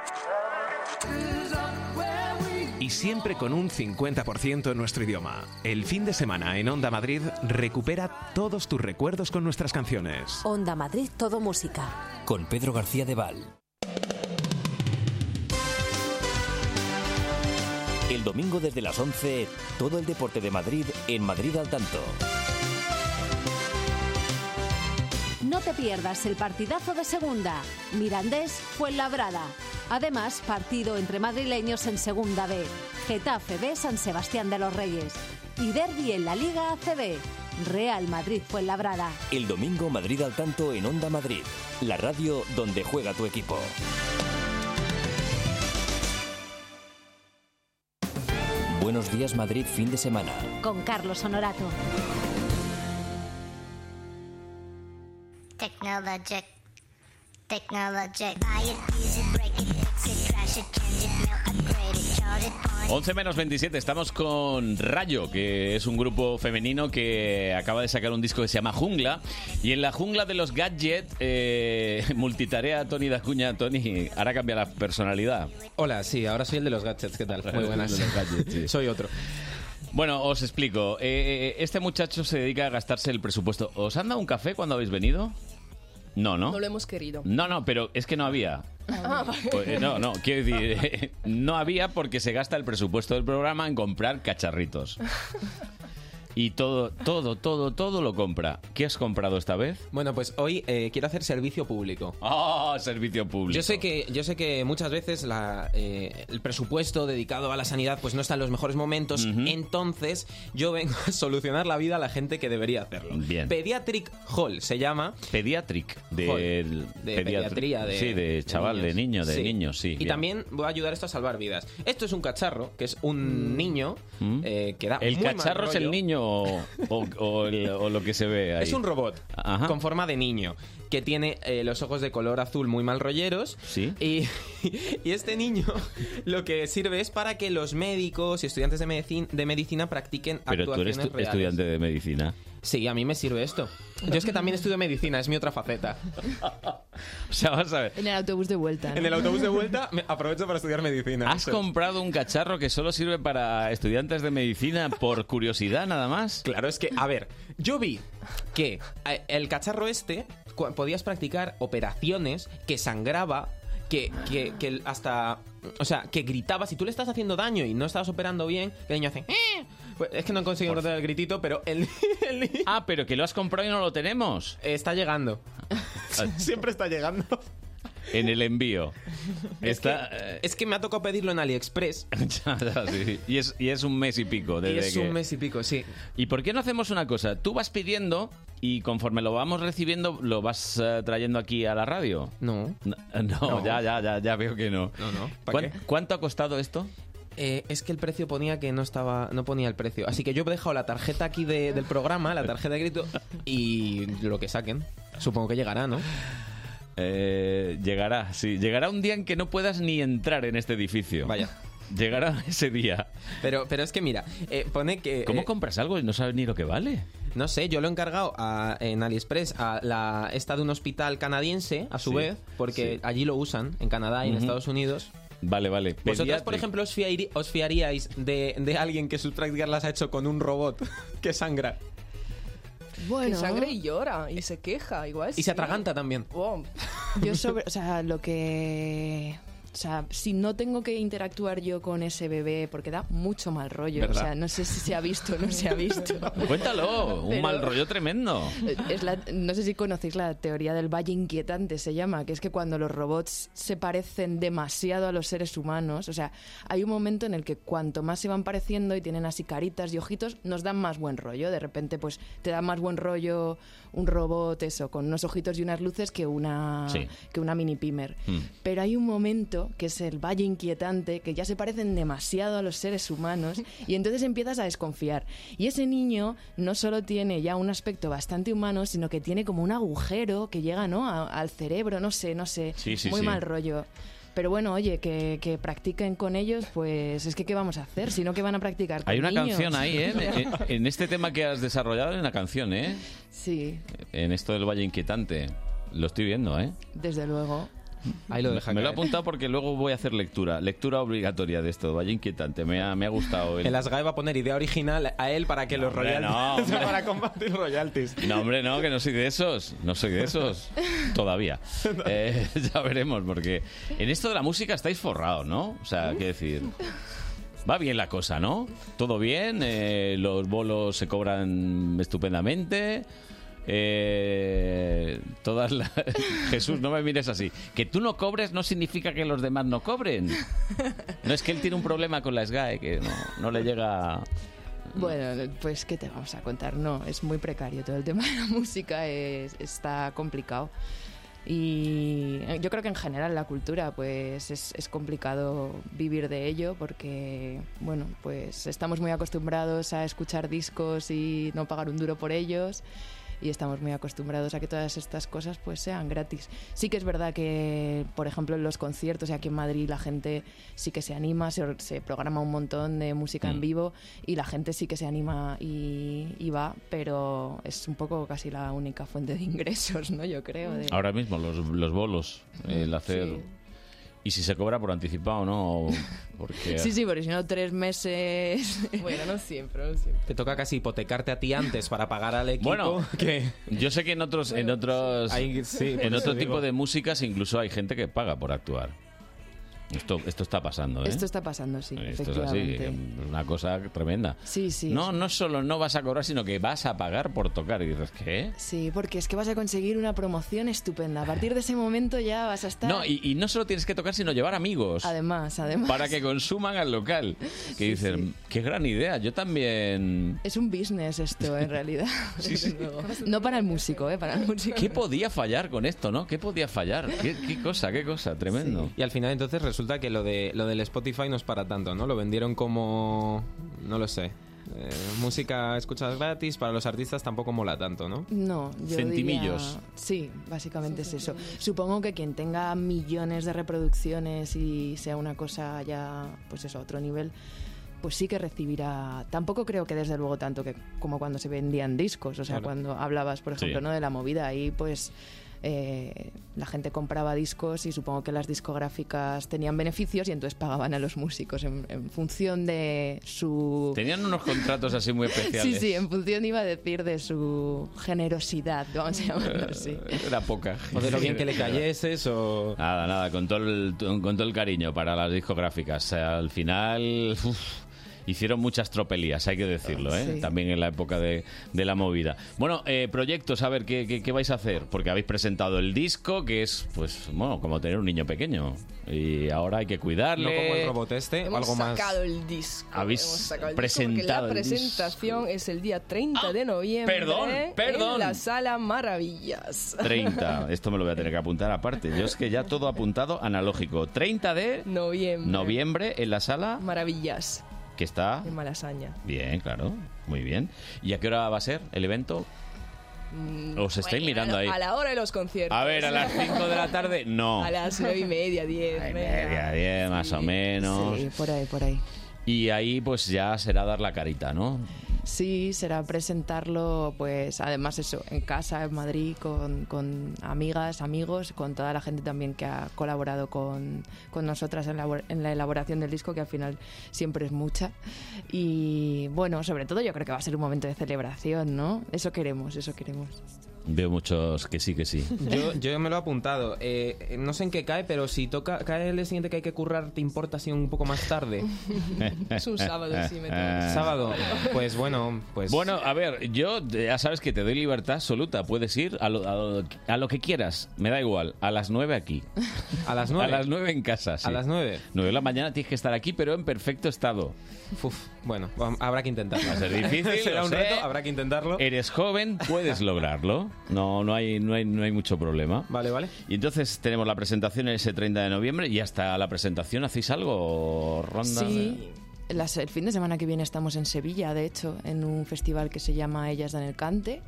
S15: Y siempre con un 50% en nuestro idioma. El fin de semana en Onda Madrid recupera todos tus recuerdos con nuestras canciones.
S16: Onda Madrid, todo música.
S1: Con Pedro García de Val. El domingo desde las 11, todo el deporte de Madrid en Madrid al tanto.
S16: No te pierdas el partidazo de segunda. Mirandés Fuenlabrada. Además, partido entre madrileños en Segunda B. Getafe B San Sebastián de los Reyes. Y derbi en la Liga ACB. Real Madrid Fuenlabrada.
S1: El domingo Madrid al tanto en Onda Madrid, la radio donde juega tu equipo. Buenos días Madrid fin de semana.
S16: Con Carlos Honorato.
S17: Technologic. Technologic. Buy it, use it, break it, fix it, crash it, change it, mail, upgrade it, charge it, pawn it.
S2: 11 menos 27, estamos con Rayo, que es un grupo femenino que acaba de sacar un disco que se llama Jungla. Y en la jungla de los gadgets, eh, multitarea Tony Dascuña. Tony, ahora cambia la personalidad.
S3: Hola, sí, ahora soy el de los gadgets, ¿qué tal? Muy buenas. soy otro.
S2: Bueno, os explico. Eh, este muchacho se dedica a gastarse el presupuesto. ¿Os han dado un café cuando habéis venido? No, ¿no?
S5: No lo hemos querido.
S2: No, no, pero es que no había.
S5: Ah, vale.
S2: Pues, eh, no, no, quiero decir, eh, no había porque se gasta el presupuesto del programa en comprar cacharritos. Y todo, todo, todo, todo lo compra. ¿Qué has comprado esta vez?
S3: Bueno, pues hoy eh, quiero hacer servicio público.
S2: ¡Oh, servicio público!
S3: Yo sé que, yo sé que muchas veces la, eh, el presupuesto dedicado a la sanidad pues no está en los mejores momentos. Entonces, yo vengo a solucionar la vida a la gente que debería hacerlo.
S2: Bien.
S3: Pediatric Hall se llama.
S2: Pediatric, de,
S3: Hall,
S2: el-
S3: de
S2: pediatri-
S3: pediatría. De,
S2: Sí, de chaval, de niño, de niño, sí.
S3: Y
S2: bien.
S3: también voy a ayudar esto a salvar vidas. Esto es un cacharro, que es un niño eh, que da
S2: Mm. ¿El
S3: muy mal
S2: cacharro es el
S3: rollo.
S2: niño o, o- o el- o lo que se ve ahí?
S3: Es un robot con forma de niño que tiene eh, los ojos de color azul muy mal rolleros. Y, y este niño lo que sirve es para que los médicos y estudiantes de, medicin- de medicina practiquen
S2: Pero tú
S3: actuaciones
S2: eres tu-
S3: reales.
S2: estudiante de medicina.
S3: Sí, a mí me sirve esto. Yo es que también estudio medicina, es mi otra faceta.
S2: O sea, vas a ver.
S11: En el autobús de vuelta. ¿no?
S3: En el autobús de vuelta me aprovecho para estudiar medicina.
S2: ¿Has comprado un cacharro que solo sirve para estudiantes de medicina por curiosidad nada más?
S3: Claro, es que, a ver, yo vi que eh, el cacharro este cu- podías practicar operaciones que sangraba, que, que, que el- hasta. O sea, que gritaba. Si tú le estás haciendo daño y no estabas operando bien, el niño hace. "Eh". Pues es que no he conseguido notar el gritito, pero el,
S2: Ah, pero que lo has comprado y no lo tenemos. Ah,
S3: Está llegando. Siempre está llegando.
S2: En el envío. Está, eh,
S3: Es que me ha tocado pedirlo en AliExpress.
S2: ya, ya, sí. y, es, y es un mes y pico.
S3: Y
S2: Desde
S3: es
S2: que-
S3: un mes y pico, sí.
S2: ¿Y por qué no hacemos una cosa? Tú vas pidiendo y conforme lo vamos recibiendo, lo vas eh, trayendo aquí a la radio.
S3: No.
S2: No, ya, ya, ya, ya veo que no.
S3: No, no.
S2: ¿Cuán- ¿Cuánto ha costado esto?
S3: Eh, es que el precio ponía que no estaba no ponía el precio así que yo he dejado la tarjeta aquí de- del programa la tarjeta de grito y lo que saquen supongo que llegará no
S2: Eh, llegará, sí. Llegará un día en que no puedas ni entrar en este edificio. Vaya. Llegará ese día.
S3: pero pero es que mira eh, pone que
S2: ¿Cómo
S3: eh,
S2: compras algo y no sabes ni lo que vale?
S3: no sé yo lo he encargado a- en AliExpress a la esta de un hospital canadiense a su
S2: Sí,
S3: vez porque
S2: sí.
S3: allí lo usan en Canadá y en
S2: Ujú.
S3: Estados Unidos
S2: Vale, vale.
S3: vosotros por
S2: Pediatric.
S3: ejemplo os, fiairi- os fiaríais de, de alguien que sus prácticas las ha hecho con un robot que sangra
S5: Que
S11: Bueno.
S5: sangre y llora y se queja, igual.
S3: Y se atraganta también.
S11: Yo sobre, o sea, lo que... O sea, si no tengo que interactuar yo con ese bebé, porque da mucho mal rollo.
S2: ¿Verdad?
S11: O sea, no sé si se ha visto o no se ha visto.
S2: Cuéntalo, un
S11: Pero-
S2: mal rollo tremendo.
S11: Es la- no sé si conocéis la teoría del valle inquietante, se llama, que es que cuando los robots se parecen demasiado a los seres humanos, o sea, hay un momento en el que cuanto más se van pareciendo y tienen así caritas y ojitos, nos dan más buen rollo. De repente, pues te da más buen rollo un robot, eso, con unos ojitos y unas luces que una,
S21: Sí.
S11: que una mini pimer.
S2: Hmm.
S11: Pero hay un momento que es el valle inquietante, que ya se parecen demasiado a los seres humanos y entonces empiezas a desconfiar. Y ese niño no solo tiene ya un aspecto bastante humano, sino que tiene como un agujero que llega ¿no? a- al cerebro, no sé, no sé.
S2: Sí, sí,
S11: Muy
S2: sí.
S11: mal rollo. Pero bueno, oye, que, que practiquen con ellos, pues es que ¿qué vamos a hacer? Si no, ¿qué van a practicar? con
S2: Hay una
S11: niños?
S2: canción ahí, ¿eh? En- En este tema que has desarrollado hay una canción, ¿eh?
S11: Sí,
S2: En esto del Valle Inquietante. Lo estoy viendo, ¿eh?
S11: desde luego.
S3: Ahí
S2: lo Me lo he apuntado porque luego voy a hacer lectura. Lectura obligatoria de esto, Valle Inquietante. Me ha, me ha gustado. El...
S3: En las GAE va a poner idea original a él para que los
S2: Hombre,
S3: royalties.
S2: no, hombre.
S3: para combatir royalties.
S2: No, hombre, no, que no soy de esos. No soy de esos. Todavía. Eh, ya veremos, porque en esto de la música estáis forrados, ¿no? O sea, qué decir. Va bien la cosa, ¿no? Todo bien, eh, los bolos se cobran estupendamente. eh, todas las... Jesús, no me mires así. Que tú no cobres no significa que los demás no cobren. No es que él tiene un problema con la SGAE, E, que no, no le llega...
S11: Bueno, pues ¿qué te vamos a contar? No, es muy precario todo el tema de la música, es- está complicado. Y eh, yo creo que en general la cultura, pues es, es complicado vivir de ello porque, bueno, pues estamos muy acostumbrados a escuchar discos y no pagar un duro por ellos y estamos muy acostumbrados a que todas estas cosas pues sean gratis. Sí que es verdad que, por ejemplo, en los conciertos y aquí en Madrid la gente sí que se anima, se, or- se programa un montón de música en vivo y la gente sí que se anima y, y va, pero es un poco casi la única fuente de ingresos, ¿no? Yo creo. de-
S2: Ahora mismo, los, los bolos, el hacer...
S11: Sí.
S2: Y si se cobra por anticipado, ¿no? O- Porque...
S11: Sí, sí, porque si no, tres meses...
S5: Bueno, no siempre, no siempre.
S3: Te toca casi hipotecarte a ti antes para pagar al equipo.
S2: Bueno,
S3: que
S2: yo sé que en otros, en otros,
S3: Hay- sí, por
S2: en
S3: eso
S2: otro
S3: digo.
S2: tipo de músicas incluso hay gente que paga por actuar. Esto, esto está pasando, ¿eh?
S11: Esto está pasando, sí,
S2: Esto es así,
S11: efectivamente.
S2: es una cosa tremenda.
S11: Sí, sí.
S2: No, no solo no vas a cobrar, sino que vas a pagar por tocar. Y dices, ¿qué?
S11: Sí, porque es que vas a conseguir una promoción estupenda. A partir de ese momento ya vas a estar...
S2: No, y, y no solo tienes que tocar, sino llevar amigos.
S11: Además, además.
S2: Para que consuman al local. Que dicen, qué gran idea, yo también...
S11: Es un business esto, en realidad. desde luego. No para el músico, ¿eh? Para el músico.
S2: ¿Qué podía fallar con esto, no? ¿Qué podía fallar? ¿Qué, qué cosa, qué cosa? Tremendo.
S3: Y al final entonces resulta que lo de lo del Spotify no es para tanto, ¿no? Lo vendieron como no lo sé. eh, música escuchas gratis para los artistas tampoco mola tanto, ¿no?
S11: No, yo
S3: Centimillos.
S11: diría- Sí, básicamente es eso. Supongo que quien tenga millones de reproducciones y sea una cosa ya, pues eso, a otro nivel, pues sí que recibirá. Tampoco creo que desde luego tanto que como cuando se vendían discos, o sea,
S6: Claro.
S11: cuando hablabas, por
S6: Sí.
S11: ejemplo, no de la movida ahí, pues. eh, la gente compraba discos y supongo que las discográficas tenían beneficios y entonces pagaban a los músicos en, en función de su
S2: Tenían unos contratos así muy
S11: Sí,
S2: especiales.
S11: sí, en función iba a decir de su generosidad, vamos a llamarlo así.
S2: Era poca.
S3: O de lo bien que le cayeses o...
S2: Nada, nada, con todo el, con todo el cariño para las discográficas. Al final... uf, Hicieron muchas tropelías, hay que decirlo, ¿eh?
S20: Sí.
S2: también en la época de, de la movida. Bueno, eh, proyectos, a ver, ¿qué, qué, qué vais a hacer? Porque habéis presentado el disco, que es, pues, bueno, como tener un niño pequeño. Y ahora hay que cuidarle.
S3: No como el robot este,
S5: Hemos sacado el disco.
S2: Habéis
S5: hemos sacado el disco, porque
S2: presentado el Ah,
S5: la presentación es el día 30 de noviembre.
S2: perdón, perdón.
S5: En la Sala Maravillas.
S2: 30, esto me lo voy a tener que apuntar aparte. Yo es que ya todo apuntado analógico. 30 de
S5: Noviembre.
S2: noviembre en la sala
S5: Maravillas.
S2: que está
S5: En Malasaña.
S2: bien, claro, muy bien. ¿Y a qué hora va a ser el evento?
S5: Mm,
S2: Os estáis mirando ahí.
S5: A la hora de los conciertos.
S2: A ver, a las 5 de la tarde, no.
S5: A las 9 y media, 10.
S2: Media, diez, más o menos.
S11: Sí, por ahí, por ahí.
S2: Y ahí pues ya será dar la carita, ¿no?
S11: Sí, será presentarlo, pues además eso, en casa, en Madrid, con, con amigas, amigos, con toda la gente también que ha colaborado con, con nosotras en la, elabor- en la elaboración del disco, que al final siempre es mucha. Y bueno, sobre todo yo creo que va a ser un momento de celebración, ¿no? Eso queremos, eso queremos.
S2: Veo muchos que sí, que sí.
S3: Yo, yo me lo he apuntado. Eh, no sé en qué cae, pero si toca cae el siguiente que hay que currar, ¿te importa si un poco más tarde?
S5: Es un sábado, sí, me
S2: Ah.
S5: tengo.
S3: Sábado. Pues bueno, pues...
S2: Bueno, a ver, yo te- ya sabes que te doy libertad absoluta. Puedes ir a lo, a lo- a lo que quieras. Me da igual. A las 9 aquí.
S3: ¿A las 9?
S2: A las 9 en casa, sí.
S3: ¿A las 9?
S2: 9 de la mañana tienes que estar aquí, pero en perfecto estado.
S3: Uf, bueno, vam- habrá que intentarlo.
S2: Va a ser difícil,
S3: Será
S2: lo
S3: un
S2: sé.
S3: reto, habrá que intentarlo.
S2: Eres joven, puedes lograrlo. No, no hay, no hay, no hay mucho problema.
S3: Vale, vale.
S2: Y entonces tenemos la presentación ese 30 de noviembre y hasta la presentación hacéis algo, ronda.
S11: Sí. Las- el fin de semana que viene estamos en Sevilla, de hecho, en un festival que se llama Ellas dan el cante.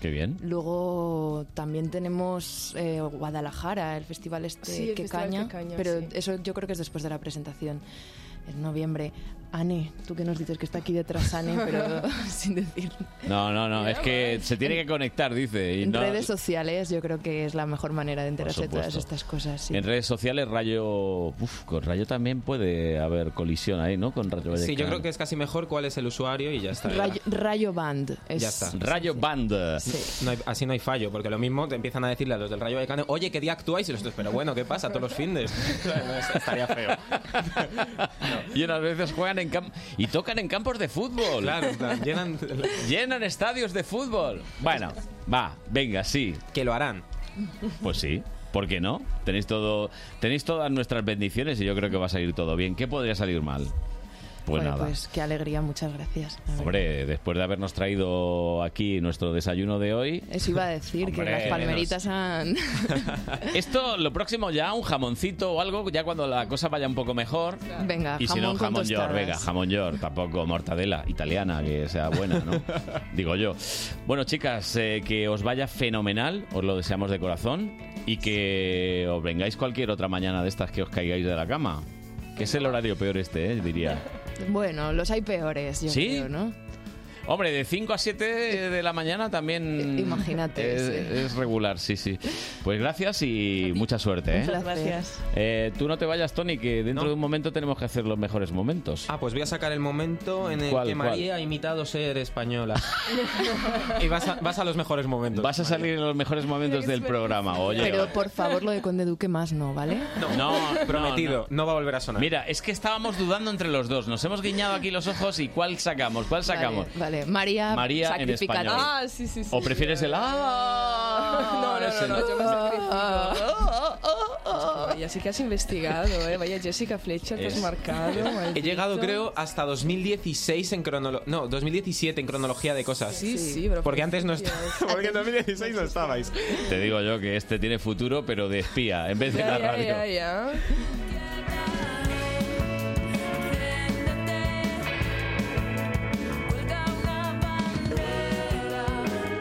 S2: Qué bien.
S11: Luego también tenemos eh, Guadalajara, el festival este
S5: Sí, el
S11: que,
S5: festival
S11: caña,
S5: Que Caña,
S11: pero
S5: sí.
S11: eso yo creo que es después de la presentación, en noviembre. Ane, tú que nos dices que está aquí detrás Ane, pero sin decir.
S2: No, no, no, es que se tiene que conectar, dice. y
S11: ¿eh? En
S2: no-
S11: redes sociales yo creo que es la mejor manera de enterarse de todas
S2: supuesto.
S11: estas cosas. sí.
S2: En redes sociales, Rayo. Uf, con Rayo también puede haber colisión ahí, ¿no? Con Rayo
S3: Sí, yo
S2: Vallecano.
S3: creo que es casi mejor cuál es el usuario y ya está.
S11: Rayo, Rayo Band. Es,
S3: Ya está.
S2: Rayo Band.
S3: No hay- así no hay fallo, porque lo mismo te empiezan a decirle a los del Rayo Vallecano, oye, ¿qué día actuáis? Y los otros, pero bueno, ¿qué pasa? Todos los findes. Estaría feo.
S2: Y unas veces juegan en camp y tocan en campos de fútbol.
S3: Claro, claro, llenan...
S2: Llenan estadios de fútbol. Bueno, va, venga, sí.
S3: Que lo harán.
S2: Pues sí. ¿Por qué no? Tenéis todo, tenéis todas nuestras bendiciones y yo creo que va a salir todo bien. ¿Qué podría salir mal? Pues
S11: Joder,
S2: nada.
S11: pues qué alegría, muchas gracias. la verdad.
S2: Hombre, después de habernos traído aquí nuestro desayuno de hoy,
S11: Eso iba a decir, que
S2: Hombre,
S11: las palmeritas han...
S2: esto, lo próximo ya, un jamoncito o algo, ya cuando la cosa vaya un poco mejor.
S11: Venga,
S2: Y si no,
S11: Ah, jamón con
S2: jamón york,
S11: tostadas.
S2: venga, jamón york, tampoco mortadela italiana, que sea buena, ¿no? Digo yo. Bueno, chicas, eh, que os vaya fenomenal, os lo deseamos de corazón, y que os vengáis cualquier otra mañana de estas que os caigáis de la cama. Que es el horario peor este, eh, diría.
S11: Bueno, los hay peores, yo
S2: ¿Sí?
S11: creo, ¿no?
S2: Hombre, de 5 a 7 de la mañana
S3: Eh,
S2: también...
S11: Imagínate,
S2: Es,
S11: sí.
S2: es regular, sí, sí. Pues gracias y mucha suerte. ¿eh?
S11: Muchas gracias.
S2: Eh, tú no te vayas, Tony, que dentro de un momento tenemos que hacer los mejores momentos.
S3: Ah, pues voy a sacar el momento en el
S2: ¿Cuál,
S3: que
S2: cuál?
S3: María ha imitado ser española. y vas a, vas a los mejores momentos.
S2: Vas a salir en los mejores momentos del programa, oye.
S11: Pero por favor, lo de Conde Duque más no, ¿vale?
S2: No, prometido,
S3: no. va a volver a sonar.
S2: Mira, es que estábamos dudando entre los dos. Nos hemos guiñado aquí los ojos y cuál sacamos, cuál sacamos.
S11: Vale, vale. María,
S2: María en
S11: sacrificada.
S2: español.
S5: Ah, sí, sí, sí.
S2: ¿O prefieres el ah?
S5: No, no,
S2: ese,
S5: no, no, yo me
S2: Ah,
S5: sacrifico. Ya sé que has investigado, ¿eh? Vaya Jessica Fletcher, te has
S3: Es-
S5: marcado.
S3: He
S5: maldito.
S3: llegado, creo, hasta 2016 en cronología. No, 2017 en cronología de cosas.
S5: Sí, sí, pero-
S3: Porque antes no estaba. Porque en 2016 no estabais.
S2: Te digo yo que este tiene futuro, pero de espía, en vez de
S5: Ya,
S2: la
S5: ya,
S2: radio.
S5: ya, ya.
S21: Cuelga una bandera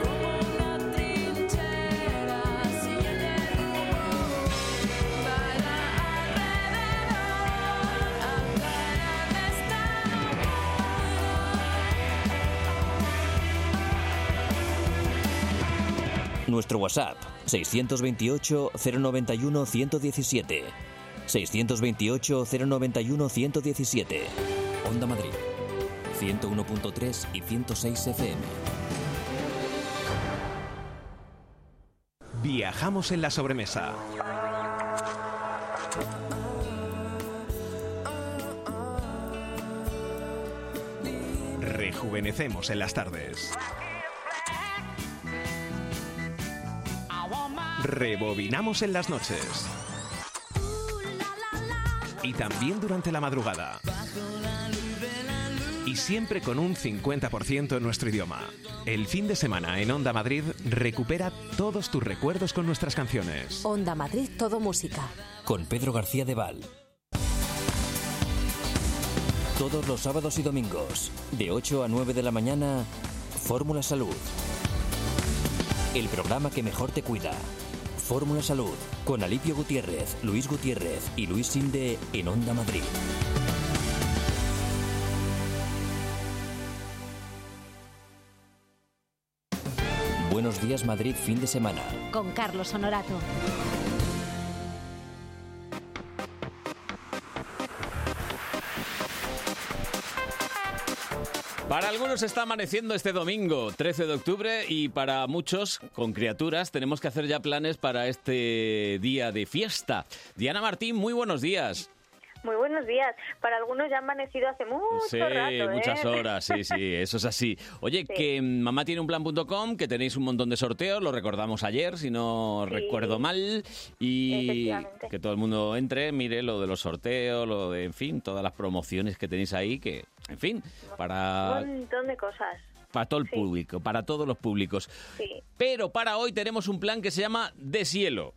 S21: como una trinchera sigue el rumbo para alrededor afuera de esta
S1: Nuestro WhatsApp 628 091 117 628 091 117 Onda Madrid 101.3 y 106 FM
S15: Viajamos en la sobremesa. Rejuvenecemos en las tardes. Rebobinamos en las noches. Y también durante la madrugada. Y siempre con un 50% en nuestro idioma. El fin de semana en Onda Madrid recupera todos tus recuerdos con nuestras canciones.
S16: Onda Madrid Todo Música.
S1: con Pedro García de Val. Todos los sábados y domingos, de 8 a 9 de la mañana, Fórmula Salud. El programa que mejor te cuida. Fórmula Salud, con Alipio Gutiérrez, Luis Gutiérrez y Luis Sinde en Onda Madrid. Buenos días Madrid fin de semana.
S16: Con Carlos Honorato.
S2: Para algunos está amaneciendo este domingo, 13 de octubre, y para muchos, con criaturas, tenemos que hacer ya planes para este día de fiesta. Diana Martín, muy buenos días.
S6: Muy buenos días. Para algunos ya han amanecido hace mucho
S2: Sí,
S6: rato, ¿eh?
S2: muchas horas, sí, sí, eso es así. Oye,
S6: Sí.
S2: que mamá tiene un plan.com, que tenéis un montón de sorteos, lo recordamos ayer, si no
S6: Sí.
S2: recuerdo mal, y
S6: Efectivamente.
S2: que todo el mundo entre, mire lo de los sorteos, lo de, en fin, todas las promociones que tenéis ahí, que, en fin, para,
S6: Un montón de cosas.
S2: para todo el público, para todos los públicos.
S6: Sí.
S2: Pero para hoy tenemos un plan que se llama Deshielo.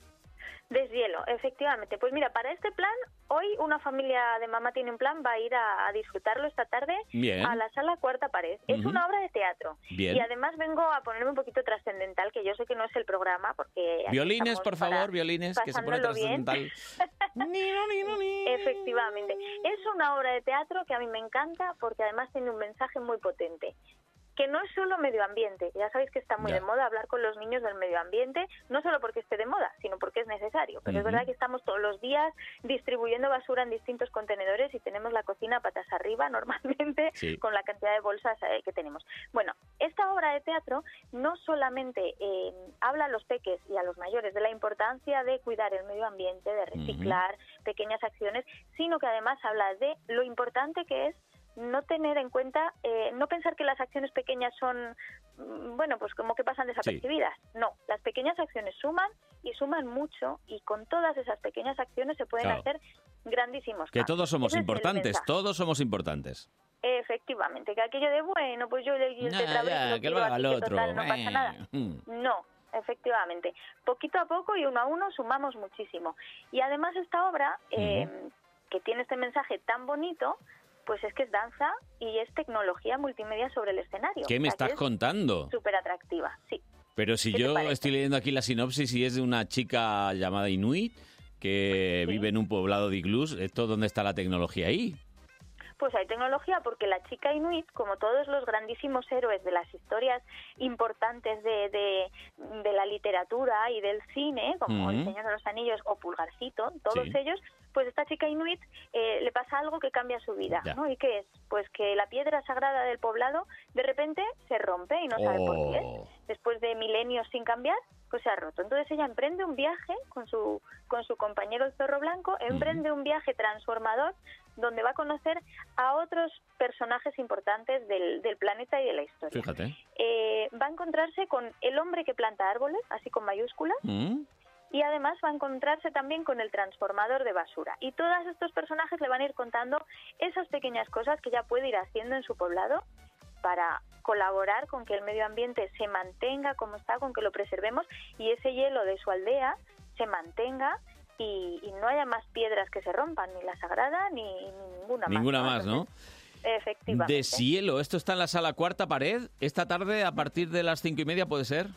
S6: Deshielo, efectivamente. Pues mira, para este plan, hoy una familia de Mamá Tiene un Plan va a ir a, a disfrutarlo esta tarde
S20: Bien.
S6: a la sala Cuarta Pared. Es
S20: Ujú.
S6: una obra de teatro.
S2: Bien.
S6: Y además vengo a ponerme un poquito trascendental, que yo sé que no es el programa, porque... aquí
S2: Violines,
S6: estamos
S2: por favor, violines, que se pone
S6: pasándolo bien.
S2: trascendental.
S6: Efectivamente. Es una obra de teatro que a mí me encanta porque además tiene un mensaje muy potente. Que no es solo medio ambiente, ya sabéis que está muy
S20: Ya.
S6: de moda hablar con los niños del medio ambiente, no solo porque esté de moda, sino porque es necesario. Pero es
S20: Ujú.
S6: verdad que estamos todos los días distribuyendo basura en distintos contenedores y tenemos la cocina patas arriba normalmente
S20: Sí.
S6: con la cantidad de bolsas eh, que tenemos. Bueno, esta obra de teatro no solamente eh, habla a los peques y a los mayores de la importancia de cuidar el medio ambiente, de reciclar pequeñas acciones, sino que además habla de lo importante que es no tener en cuenta, eh, no pensar que las acciones pequeñas son, mm, bueno, pues como que pasan desapercibidas. No, las pequeñas acciones suman y suman mucho y con todas esas pequeñas acciones se pueden
S2: Claro.
S6: hacer grandísimos.
S2: Que
S6: cambios.
S2: todos somos
S6: Ese es el
S2: importantes,
S6: mensaje.
S2: todos somos importantes.
S6: Efectivamente, que aquello de bueno, pues yo leí el
S2: Ya,
S6: tetrabric,
S2: ya,
S6: lo
S2: que
S6: quiero,
S2: lo haga
S6: así
S2: el
S6: que
S2: otro,
S6: total, no
S2: eh.
S6: pasa nada.
S2: Mm.
S6: No, efectivamente. Poquito a poco y uno a uno sumamos muchísimo. Y además esta obra, eh, que tiene este mensaje tan bonito, pues es que es danza y es tecnología multimedia sobre el escenario.
S2: ¿Qué me
S6: O sea,
S2: estás
S6: que es
S2: contando?
S6: Súper atractiva, sí.
S2: Pero si
S6: ¿Qué te
S2: yo
S6: parece?
S2: estoy leyendo aquí la sinopsis y es de una chica llamada Inuit que vive en un poblado de iglús, ¿esto dónde está la tecnología ahí?
S6: Pues hay tecnología porque la chica Inuit, como todos los grandísimos héroes de las historias importantes de, de- de la literatura y del cine, como El
S20: Ujú.
S6: Señor de los Anillos o Pulgarcito, todos
S20: Sí.
S6: ellos, pues esta chica Inuit eh, le pasa algo que cambia su vida,
S20: Ya.
S6: ¿no? ¿Y qué es? Pues que la piedra sagrada del poblado de repente se rompe y no sabe por qué.
S20: Oh.
S6: Después de milenios sin cambiar, pues se ha roto. Entonces ella emprende un viaje con su, con su compañero el zorro blanco, emprende un viaje transformador donde va a conocer a otros personajes importantes del, del planeta y de la historia.
S2: Fíjate.
S6: Eh, va a encontrarse con el hombre que planta árboles, así con mayúsculas,
S2: Mm.
S6: y además va a encontrarse también con el transformador de basura. Y todos estos personajes le van a ir contando esas pequeñas cosas que ya puede ir haciendo en su poblado para colaborar con que el medio ambiente se mantenga como está, con que lo preservemos y ese hielo de su aldea se mantenga y, y no haya más piedras que se rompan, ni la sagrada ni, ni ninguna más.
S2: Ninguna más, ¿no?
S6: Efectivamente.
S2: Deshielo, esto está en la sala cuarta pared. Esta tarde a partir de las cinco y media puede ser.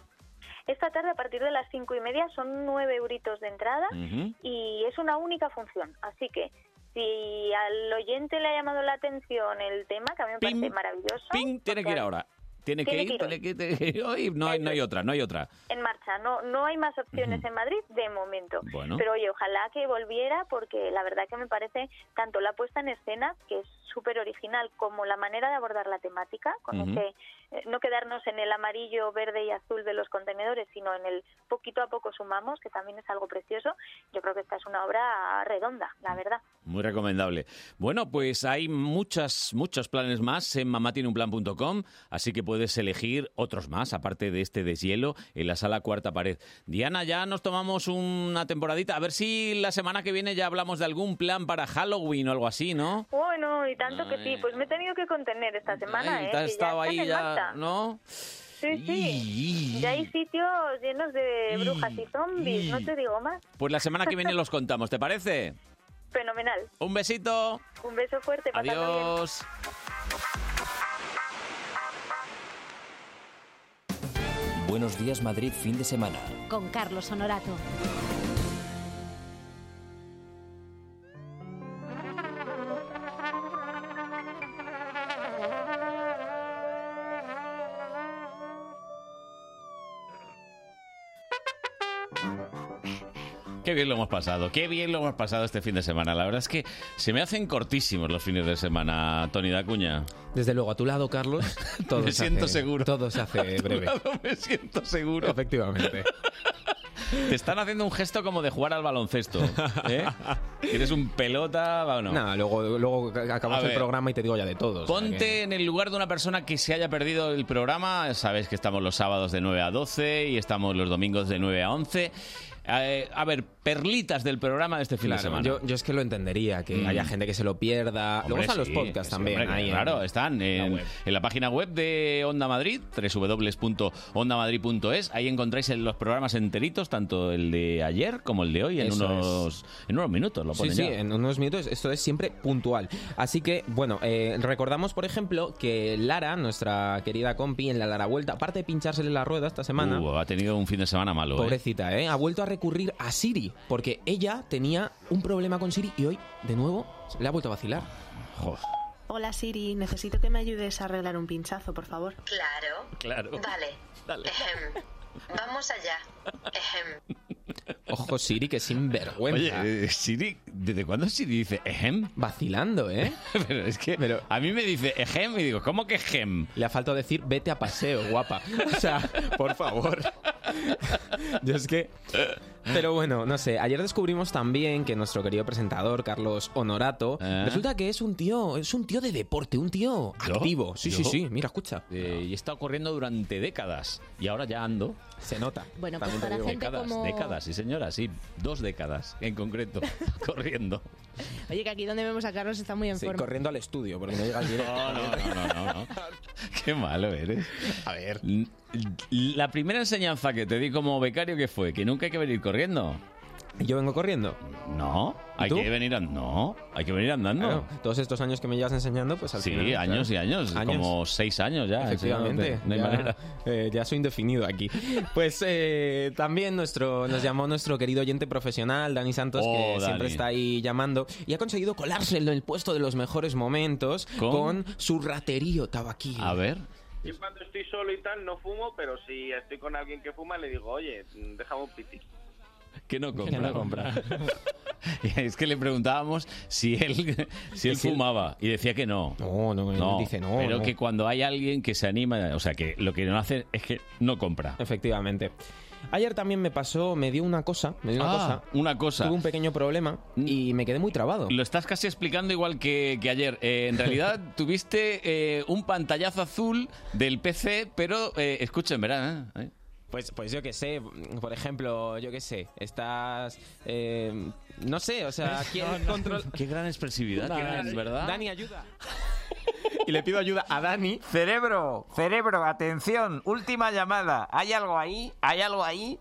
S6: Esta tarde a partir de las cinco y media son nueve euritos de entrada
S2: Ujú.
S6: y es una única función. Así que si al oyente le ha llamado la atención el tema, que a mí me parece maravilloso,
S2: Ping, tiene que ir ahora. Tiene que
S6: Tiene
S2: ir,
S6: que ir
S2: tiene que tiene que ir hoy. No hay, no hay otra, no hay otra.
S6: en marcha. No, no hay más opciones en Madrid de momento.
S2: Bueno.
S6: Pero oye, ojalá que volviera porque la verdad que me parece tanto la puesta en escena, que es súper original, como la manera de abordar la temática, con
S20: Ujú.
S6: ese, eh, no quedarnos en el amarillo, verde y azul de los contenedores, sino en el poquito a poco sumamos, que también es algo precioso. Yo creo que esta es una obra redonda, la verdad.
S2: Muy recomendable. Bueno, pues hay muchas, muchos planes más en mamatieneunplan.com, así que puedes elegir otros más, aparte de este deshielo, en la sala cuarta pared. Diana, ya nos tomamos una temporadita. A ver si la semana que viene ya hablamos de algún plan para Halloween o algo así, ¿no?
S6: Bueno, Oh, y tanto que
S2: Ay.
S6: sí, pues me he tenido que contener esta semana,
S2: Ay,
S6: ¿eh?
S2: te has
S6: que
S2: estado
S6: están
S2: ahí
S6: en
S2: ya,
S6: marcha.
S2: ¿no?
S6: Sí, sí. Ya hay sitios llenos de brujas y zombies, no te digo más.
S2: Pues la semana que viene los contamos, ¿te parece?
S6: Fenomenal.
S2: Un besito.
S6: Un beso fuerte. pasadlo bien.
S2: Adiós.
S1: Buenos días Madrid fin de semana.
S16: Con Carlos Honorato.
S2: Qué bien lo hemos pasado, qué bien lo hemos pasado este fin de semana. La verdad es que se me hacen cortísimos los fines de semana, Tony Dacuña.
S3: Desde luego, a tu lado, Carlos, todo
S2: Me
S3: se
S2: siento
S3: hace- Todo se hace breve.
S2: me siento seguro.
S3: Efectivamente.
S2: Te están haciendo un gesto como de jugar al baloncesto. ¿eh? Eres un pelota, va o no.
S3: Nada, luego, luego acabamos
S2: A ver.
S3: el programa y te digo ya de todo. o sea
S2: Ponte
S3: que-
S2: en el lugar de una persona que se haya perdido el programa. Sabes que estamos los sábados de 9 a 12 y estamos los domingos de 9 a 11. Eh, a ver, perlitas del programa de este fin
S3: Claro,
S2: de semana.
S3: Yo, yo es que lo entendería, que
S2: Mm.
S3: haya gente que se lo pierda. Luego
S2: Hombre,
S3: están
S2: sí,
S3: los podcasts
S2: sí,
S3: también.
S2: hombre,
S3: ahí en-
S2: claro, están en en la, página web de Onda Madrid, www.ondamadrid.es. Ahí encontráis en los programas enteritos, tanto el de ayer como el de hoy, en,
S3: Eso
S2: unos, en unos minutos lo
S3: Sí,
S2: ponen
S3: sí,
S2: ya.
S3: en unos minutos. Esto es siempre puntual. Así que, bueno, eh, recordamos, por ejemplo, que Lara, nuestra querida compi, en la Lara Vuelta, aparte de pinchársele la rueda esta semana,
S2: Uh, ha tenido un fin de semana malo. ¿eh?
S3: pobrecita, ¿eh? ha vuelto a recurrir a Siri, porque ella tenía un problema con Siri y hoy, de nuevo, le ha vuelto a vacilar.
S10: Hola Siri, necesito que me ayudes a arreglar un pinchazo, por favor.
S16: Claro.
S2: Claro.
S16: Vale. Ejem. Vamos allá. Ejem.
S3: Ojo, Siri, que sinvergüenza.
S2: Oye, eh, Siri, ¿desde cuándo Siri dice ejem?
S3: Vacilando, ¿eh?
S2: Pero es que a mí me dice ejem y digo, ¿cómo que ejem?
S3: Le ha faltado decir vete a paseo, guapa. O sea, por favor. Yo es que. Pero bueno, no sé. Ayer descubrimos también que nuestro querido presentador, Carlos Honorato,
S2: ¿Eh?
S3: resulta que es un tío, es un tío de deporte, un tío activo. Sí, sí,
S2: ¿Yo?
S3: sí. Mira, escucha.
S2: Eh, y está ocurriendo durante décadas y ahora ya ando.
S3: Se nota.
S25: Bueno, pues para gente
S2: décadas,
S25: como-
S2: décadas, sí señora, sí, dos décadas en concreto, corriendo.
S25: Oye, que aquí donde vemos a Carlos está muy en forma.
S3: corriendo al estudio, porque no llega al
S2: directo. No, no, no, no, no. Qué malo eres. A ver. La primera enseñanza que te di como becario que fue que nunca hay que venir corriendo.
S3: ¿Yo vengo corriendo?
S2: No, hay
S3: tú?
S2: que venir andando. No, hay que venir andando.
S3: Claro, todos estos años que me llevas enseñando, pues al
S2: sí,
S3: final, claro.
S2: años y años, como seis años ya.
S3: Efectivamente.
S2: enseñándote. No hay
S3: ya,
S2: manera.
S3: eh, ya soy indefinido aquí. Pues eh, también nuestro, nos llamó nuestro querido oyente profesional, Dani Santos,
S2: Oh,
S3: que
S2: Dani.
S3: siempre está ahí llamando y ha conseguido colarse en el puesto de los mejores momentos
S2: ¿Con?
S3: con, su raterío tabaquillo.
S2: A ver.
S9: Yo cuando estoy solo y tal no fumo, pero si estoy con alguien que fuma le digo, oye, mm, déjame un piti.
S2: Que no compra. es que le preguntábamos si él, si él fumaba y decía que no.
S3: No, no, dice no,
S2: Pero
S3: no.
S2: que cuando hay alguien que se anima, o sea, que lo que no hace es que no compra.
S3: Efectivamente. Ayer también me pasó, me dio una cosa, me dio una
S2: Ah,
S3: cosa.
S2: una cosa. Mm.
S3: Tuve un pequeño problema y me quedé muy trabado.
S2: Lo estás casi explicando igual que, que ayer. Eh, en realidad tuviste eh, un pantallazo azul del PC, pero eh, escuchen, verán. ¿eh?
S3: Pues, pues yo qué sé, por ejemplo, yo qué sé, estás... eh, no sé, o sea, ¿quién
S2: No, no.
S3: control...
S2: Qué gran expresividad,
S3: Dani,
S2: qué gran-
S3: Dani,
S2: ¿verdad?
S3: Dani, ayuda.
S21: Y le pido ayuda a Dani. Cerebro, cerebro, atención, última llamada. ¿Hay algo ahí? ¿Hay algo ahí?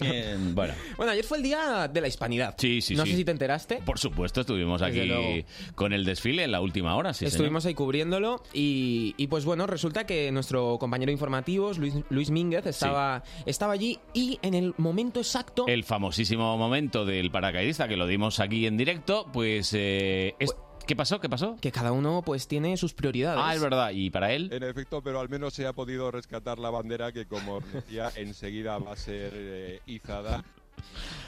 S2: Eh, bueno.
S3: Bueno, ayer fue el día de la hispanidad.
S2: Sí, sí,
S3: no
S2: sí.
S3: sé si te enteraste.
S2: Por supuesto, estuvimos
S3: Desde
S2: aquí
S3: luego.
S2: con el desfile en la última hora, sí. señor.
S3: Estuvimos ahí cubriéndolo y, y, pues bueno, resulta que nuestro compañero de informativos, Luis, Luis Mínguez, estaba, estaba allí y en el momento exacto...
S2: El famosísimo momento del paracaidista que lo dimos aquí en directo, pues... eh, es- ¿Qué pasó? ¿Qué pasó?
S3: Pues- Que cada uno pues tiene sus prioridades.
S2: Ah, es verdad. ¿Y para él?
S26: En efecto, pero al menos se ha podido rescatar la bandera que, como os decía, enseguida va a ser eh, izada.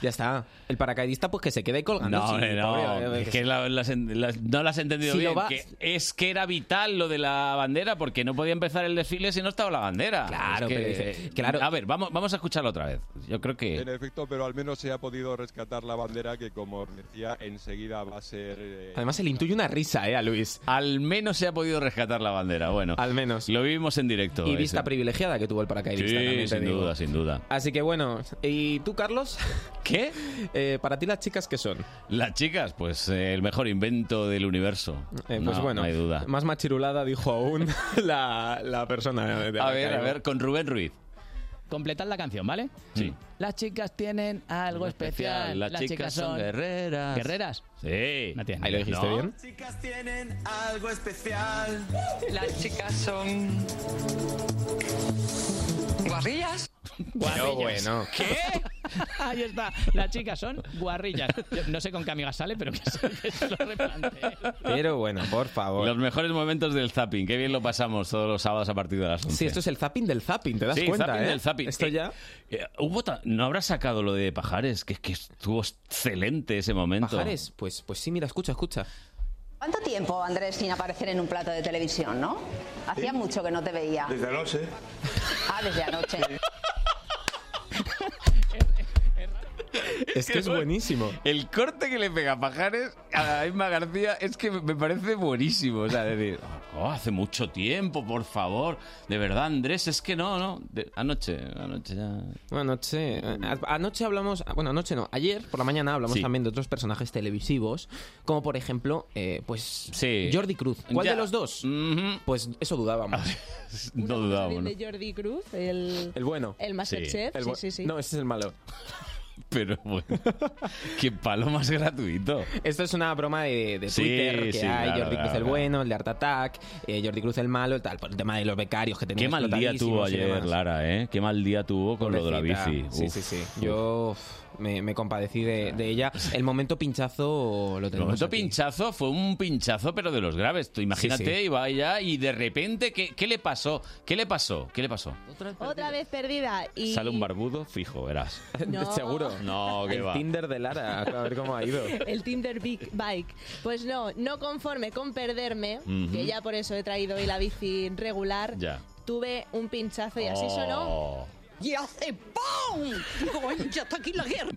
S3: Ya está. El paracaidista pues que se quede colgando.
S2: No,
S3: sí,
S2: hombre, no,
S3: pobre, eh,
S2: es
S3: que
S2: que la- las en- las- no las has entendido
S3: Si lo
S2: bien.
S3: va-
S2: que es que era vital lo de la bandera porque no podía empezar el desfile si no estaba la bandera.
S3: Claro,
S2: Es que-
S3: pero dice- claro.
S2: A ver, vamos, vamos a escucharlo otra vez. Yo creo
S26: En
S2: que.
S26: efecto, pero al menos se ha podido rescatar la bandera que, como os decía, enseguida va a ser. eh,
S3: Además se le intuye una risa, ¿eh? A Luis.
S2: Al menos se ha podido rescatar la bandera. Bueno,
S3: al menos.
S2: Lo vimos en directo.
S3: Y vista
S2: ese.
S3: privilegiada que tuvo el paracaidista.
S2: Sí,
S3: también te
S2: sin
S3: digo.
S2: duda, sin duda.
S3: Así que bueno, ¿y tú, Carlos? Eh,
S2: ¿Qué?
S3: ¿Para ti las chicas qué son?
S2: Las chicas, pues eh, el mejor invento del universo.
S3: Eh,
S2: no,
S3: pues bueno,
S2: no hay duda.
S3: más machirulada dijo aún la, la persona. de- de
S2: A ver, a
S3: Maracaibo.
S2: ver, con Rubén Ruiz.
S5: Completad la canción, ¿vale?
S2: Sí.
S5: Las chicas tienen algo especial.
S2: Las chicas son guerreras.
S5: ¿Guerreras?
S2: Sí.
S5: Ahí lo dijiste
S2: ¿No?
S5: bien.
S21: chicas tienen algo especial. Las chicas son... ¿Guarrillas?
S3: Pero bueno.
S2: ¿Qué?
S10: Ah,
S12: Ahí está. Las chicas son guarrillas. Yo no sé con qué amiga sale, pero que se, que se lo replante.
S2: Pero bueno, por favor. Los mejores momentos del zapping. Qué bien lo pasamos todos los sábados a partir de las 11.
S3: Sí, esto es el zapping del zapping, ¿te das
S2: Sí,
S3: cuenta?
S2: zapping
S3: eh?
S2: del zapping.
S3: Esto
S2: Eh,
S3: ya.
S2: eh, hubo ta- ¿No habrá sacado lo de Pajares? Que es que estuvo excelente ese momento.
S3: Pajares, pues, pues sí, mira, escucha, escucha.
S16: ¿Cuánto tiempo, Andrés, sin aparecer en un plato de televisión, no? Hacía mucho que no te veía.
S26: Desde anoche.
S16: Ah, desde anoche.
S3: Es que es buenísimo.
S2: El corte que le pega Pajares a Emma García es que me parece buenísimo. O sea, decir, oh, hace mucho tiempo, por favor. De verdad, Andrés, es que no, no. De- anoche, anoche ya.
S3: Bueno, anoche, eh, anoche hablamos, bueno, anoche no, ayer por la mañana hablamos
S2: Sí.
S3: también de otros personajes televisivos, como por ejemplo, eh, pues Jordi Cruz. eh, ¿Cuál
S2: Ya.
S3: de los dos? Pues eso dudábamos.
S2: no
S10: El de Jordi Cruz, el,
S3: El bueno.
S10: el Masterchef.
S3: El
S10: Sí,
S3: bu-
S10: sí, sí.
S3: No, ese es el malo.
S2: Pero bueno, qué palo más gratuito.
S3: Esto es una broma de, de
S2: Sí,
S3: Twitter que
S2: sí,
S3: hay
S2: claro,
S3: Jordi Cruz
S2: claro,
S3: el
S2: claro.
S3: bueno, el de Art Attack, eh, Jordi Cruz el malo, el tal, por el tema de los becarios que tenían
S2: Qué mal día tuvo
S3: explotadísimos y
S2: ayer,
S3: demás.
S2: Lara, ¿eh? Qué mal día tuvo con lo de la bici.
S3: Pobrecita. Sí,
S2: Uf.
S3: sí, sí. Yo uf, me, me compadecí de, de ella. El momento pinchazo lo
S2: El
S3: tenemos.
S2: momento pinchazo fue un pinchazo, pero de los graves. Tú imagínate,
S3: Sí, sí.
S2: iba allá y de repente, ¿qué, qué le pasó? ¿Qué le pasó? ¿Qué le pasó?
S10: Otra vez perdida. Y
S2: Sale un barbudo, fijo, verás.
S10: No.
S3: Seguro.
S2: No, que
S3: El
S2: va.
S3: Tinder de Lara, a ver cómo ha ido.
S10: El Tinder Big Bike. Pues no, no conforme con perderme,
S3: Ujú.
S10: que ya por eso he traído hoy la bici regular,
S2: Ya.
S10: tuve un pinchazo y así
S21: Oh.
S10: sonó.
S2: Oh.
S10: Y hace ¡pum! ya está aquí la guerra!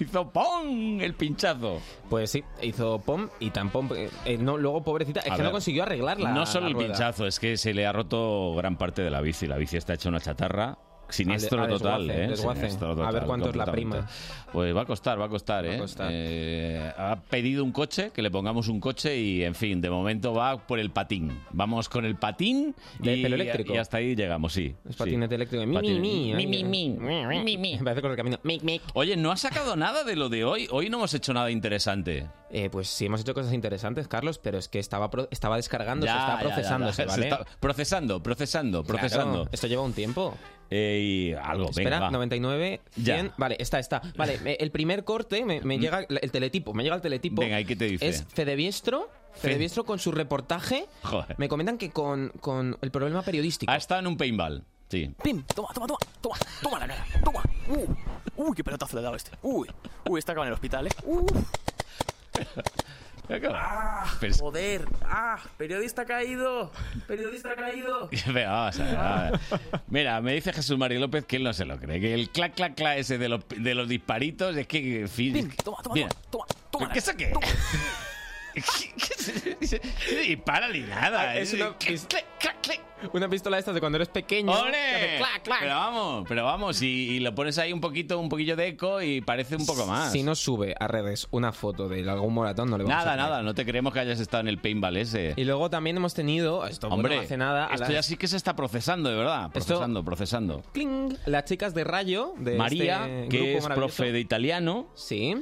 S2: Hizo ¡pum! El pinchazo.
S3: Pues sí, hizo pom y tan pom. eh, eh, no, luego, pobrecita, es
S2: A
S3: que
S2: ver,
S3: no consiguió arreglarla.
S2: No solo el pinchazo, es que se le ha roto gran parte de la bici. La bici está hecha una chatarra. Siniestro
S3: Al de- al
S2: total,
S3: desguace,
S2: ¿eh?
S3: desguace.
S2: Siniestro
S3: A ver cuánto es la
S2: completamente. Pues va a costar, va a costar, ¿eh? Eh, Ha pedido un coche, que le pongamos un coche y, en fin, de momento va por el patín. Vamos con el patín
S3: De
S2: y,
S3: pelo eléctrico.
S2: y hasta ahí llegamos, sí.
S3: Es
S2: sí.
S3: patinete eléctrico. Mi, mi,
S2: Patín-
S3: mi.
S2: Mi, mi, mi.
S3: mi, mi. Me parece con el camino. Mic, mic.
S2: Oye, ¿no has sacado nada de lo de hoy? Hoy no hemos hecho nada interesante.
S3: Eh, pues sí, hemos hecho cosas interesantes, Carlos, pero es que estaba, pro- estaba descargando, se estaba procesando,
S2: ya, ya. Se
S3: ¿vale?
S2: está procesando, procesando,
S3: Claro,
S2: procesando.
S3: esto lleva un tiempo.
S2: Eh, y algo,
S3: Espera,
S2: venga. va.
S3: 99, 100.
S2: Ya. Mm.
S3: Vale, está, está. Vale, me- el primer corte me, me llega el teletipo. Me llega el teletipo.
S2: Venga, ¿y qué te dice?
S3: Es Fedebiestro. Fedebiestro con su reportaje.
S2: Joder.
S3: Me comentan que con, con el problema periodístico.
S2: Ha estado en un paintball, sí.
S21: ¡Pim! Toma, toma, toma, toma, toma la cara, toma. Uh, uy, qué pelotazo le ha dado este. Uy, uy, está acaba en el hospital, eh. Uf. Ah,
S2: Pero es-
S21: joder. Ah, periodista caído. Periodista caído.
S2: Venga, vamos a ver, vamos a ver. Mira, me dice Jesús María López que él no se lo cree, que el clac, clac, clac ese de los, de los disparitos es que... en fin,
S21: Toma, toma,
S2: mira,
S21: toma, toma, toma.
S2: ¿Qué eso qué? Y para ni nada. ¿eh?
S3: Ah, es
S2: es-
S3: una, una pistola de estas de cuando eres pequeño.
S2: ¡Ole!
S3: que hace clac, clac.
S2: Pero vamos, pero vamos, y, y lo pones ahí un poquito, un poquillo de eco y parece un poco más.
S3: Si no sube a redes una foto de algún moratón, no le vamos
S2: nada,
S3: a creer.
S2: nada, no te creemos que hayas estado en el paintball ese.
S3: Y luego también hemos tenido. Esto bueno,
S2: Hombre,
S3: hace nada. a
S2: esto
S3: las-
S2: ya sí que se está procesando, de verdad. Procesando, procesando.
S3: Cling, las chicas de Rayo, de
S2: María,
S3: este
S2: que
S3: grupo
S2: es
S3: maravilloso.
S2: profe de italiano.
S3: Sí.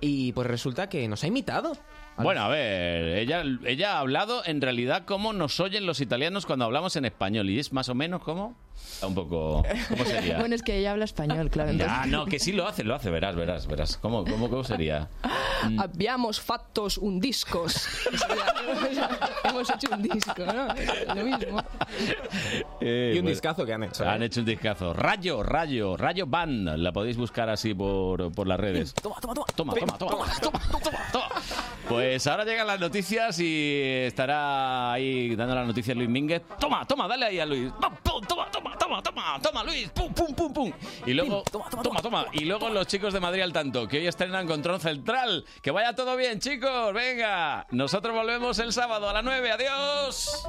S3: Y pues resulta que nos ha imitado.
S2: Bueno, a ver, ella, ella ha hablado en realidad cómo nos oyen los italianos cuando hablamos en español. Y es más o menos como... Un poco... ¿Cómo sería?
S11: Bueno, es que ella habla español, claro. entonces-
S2: Ah, no, que sí lo hace, lo hace, verás, verás, verás. ¿Cómo, cómo, cómo sería? Mm.
S5: Habíamos factos un discos. Hemos hecho un disco, ¿no? Lo mismo.
S2: y un
S3: discazo que han hecho.
S2: Eh,
S3: ¿eh?
S2: Han hecho un discazo. Rayo, rayo, rayo band. La podéis buscar así por, por las redes.
S21: Toma, toma, toma.
S2: Toma,
S21: Pim,
S2: toma, toma. Pues ahora llegan las noticias y estará ahí dando las noticias Luis Mínguez. Toma, toma, dale ahí a Luis. Pum, pum, Toma, toma, toma, toma, toma, Luis. Pum, pum, pum, pum. Y luego, toma, toma, Y luego los chicos de Madrid al tanto, que hoy estrenan Control Central. Que vaya todo bien, chicos. Venga, nosotros volvemos el sábado a las 9. Adiós.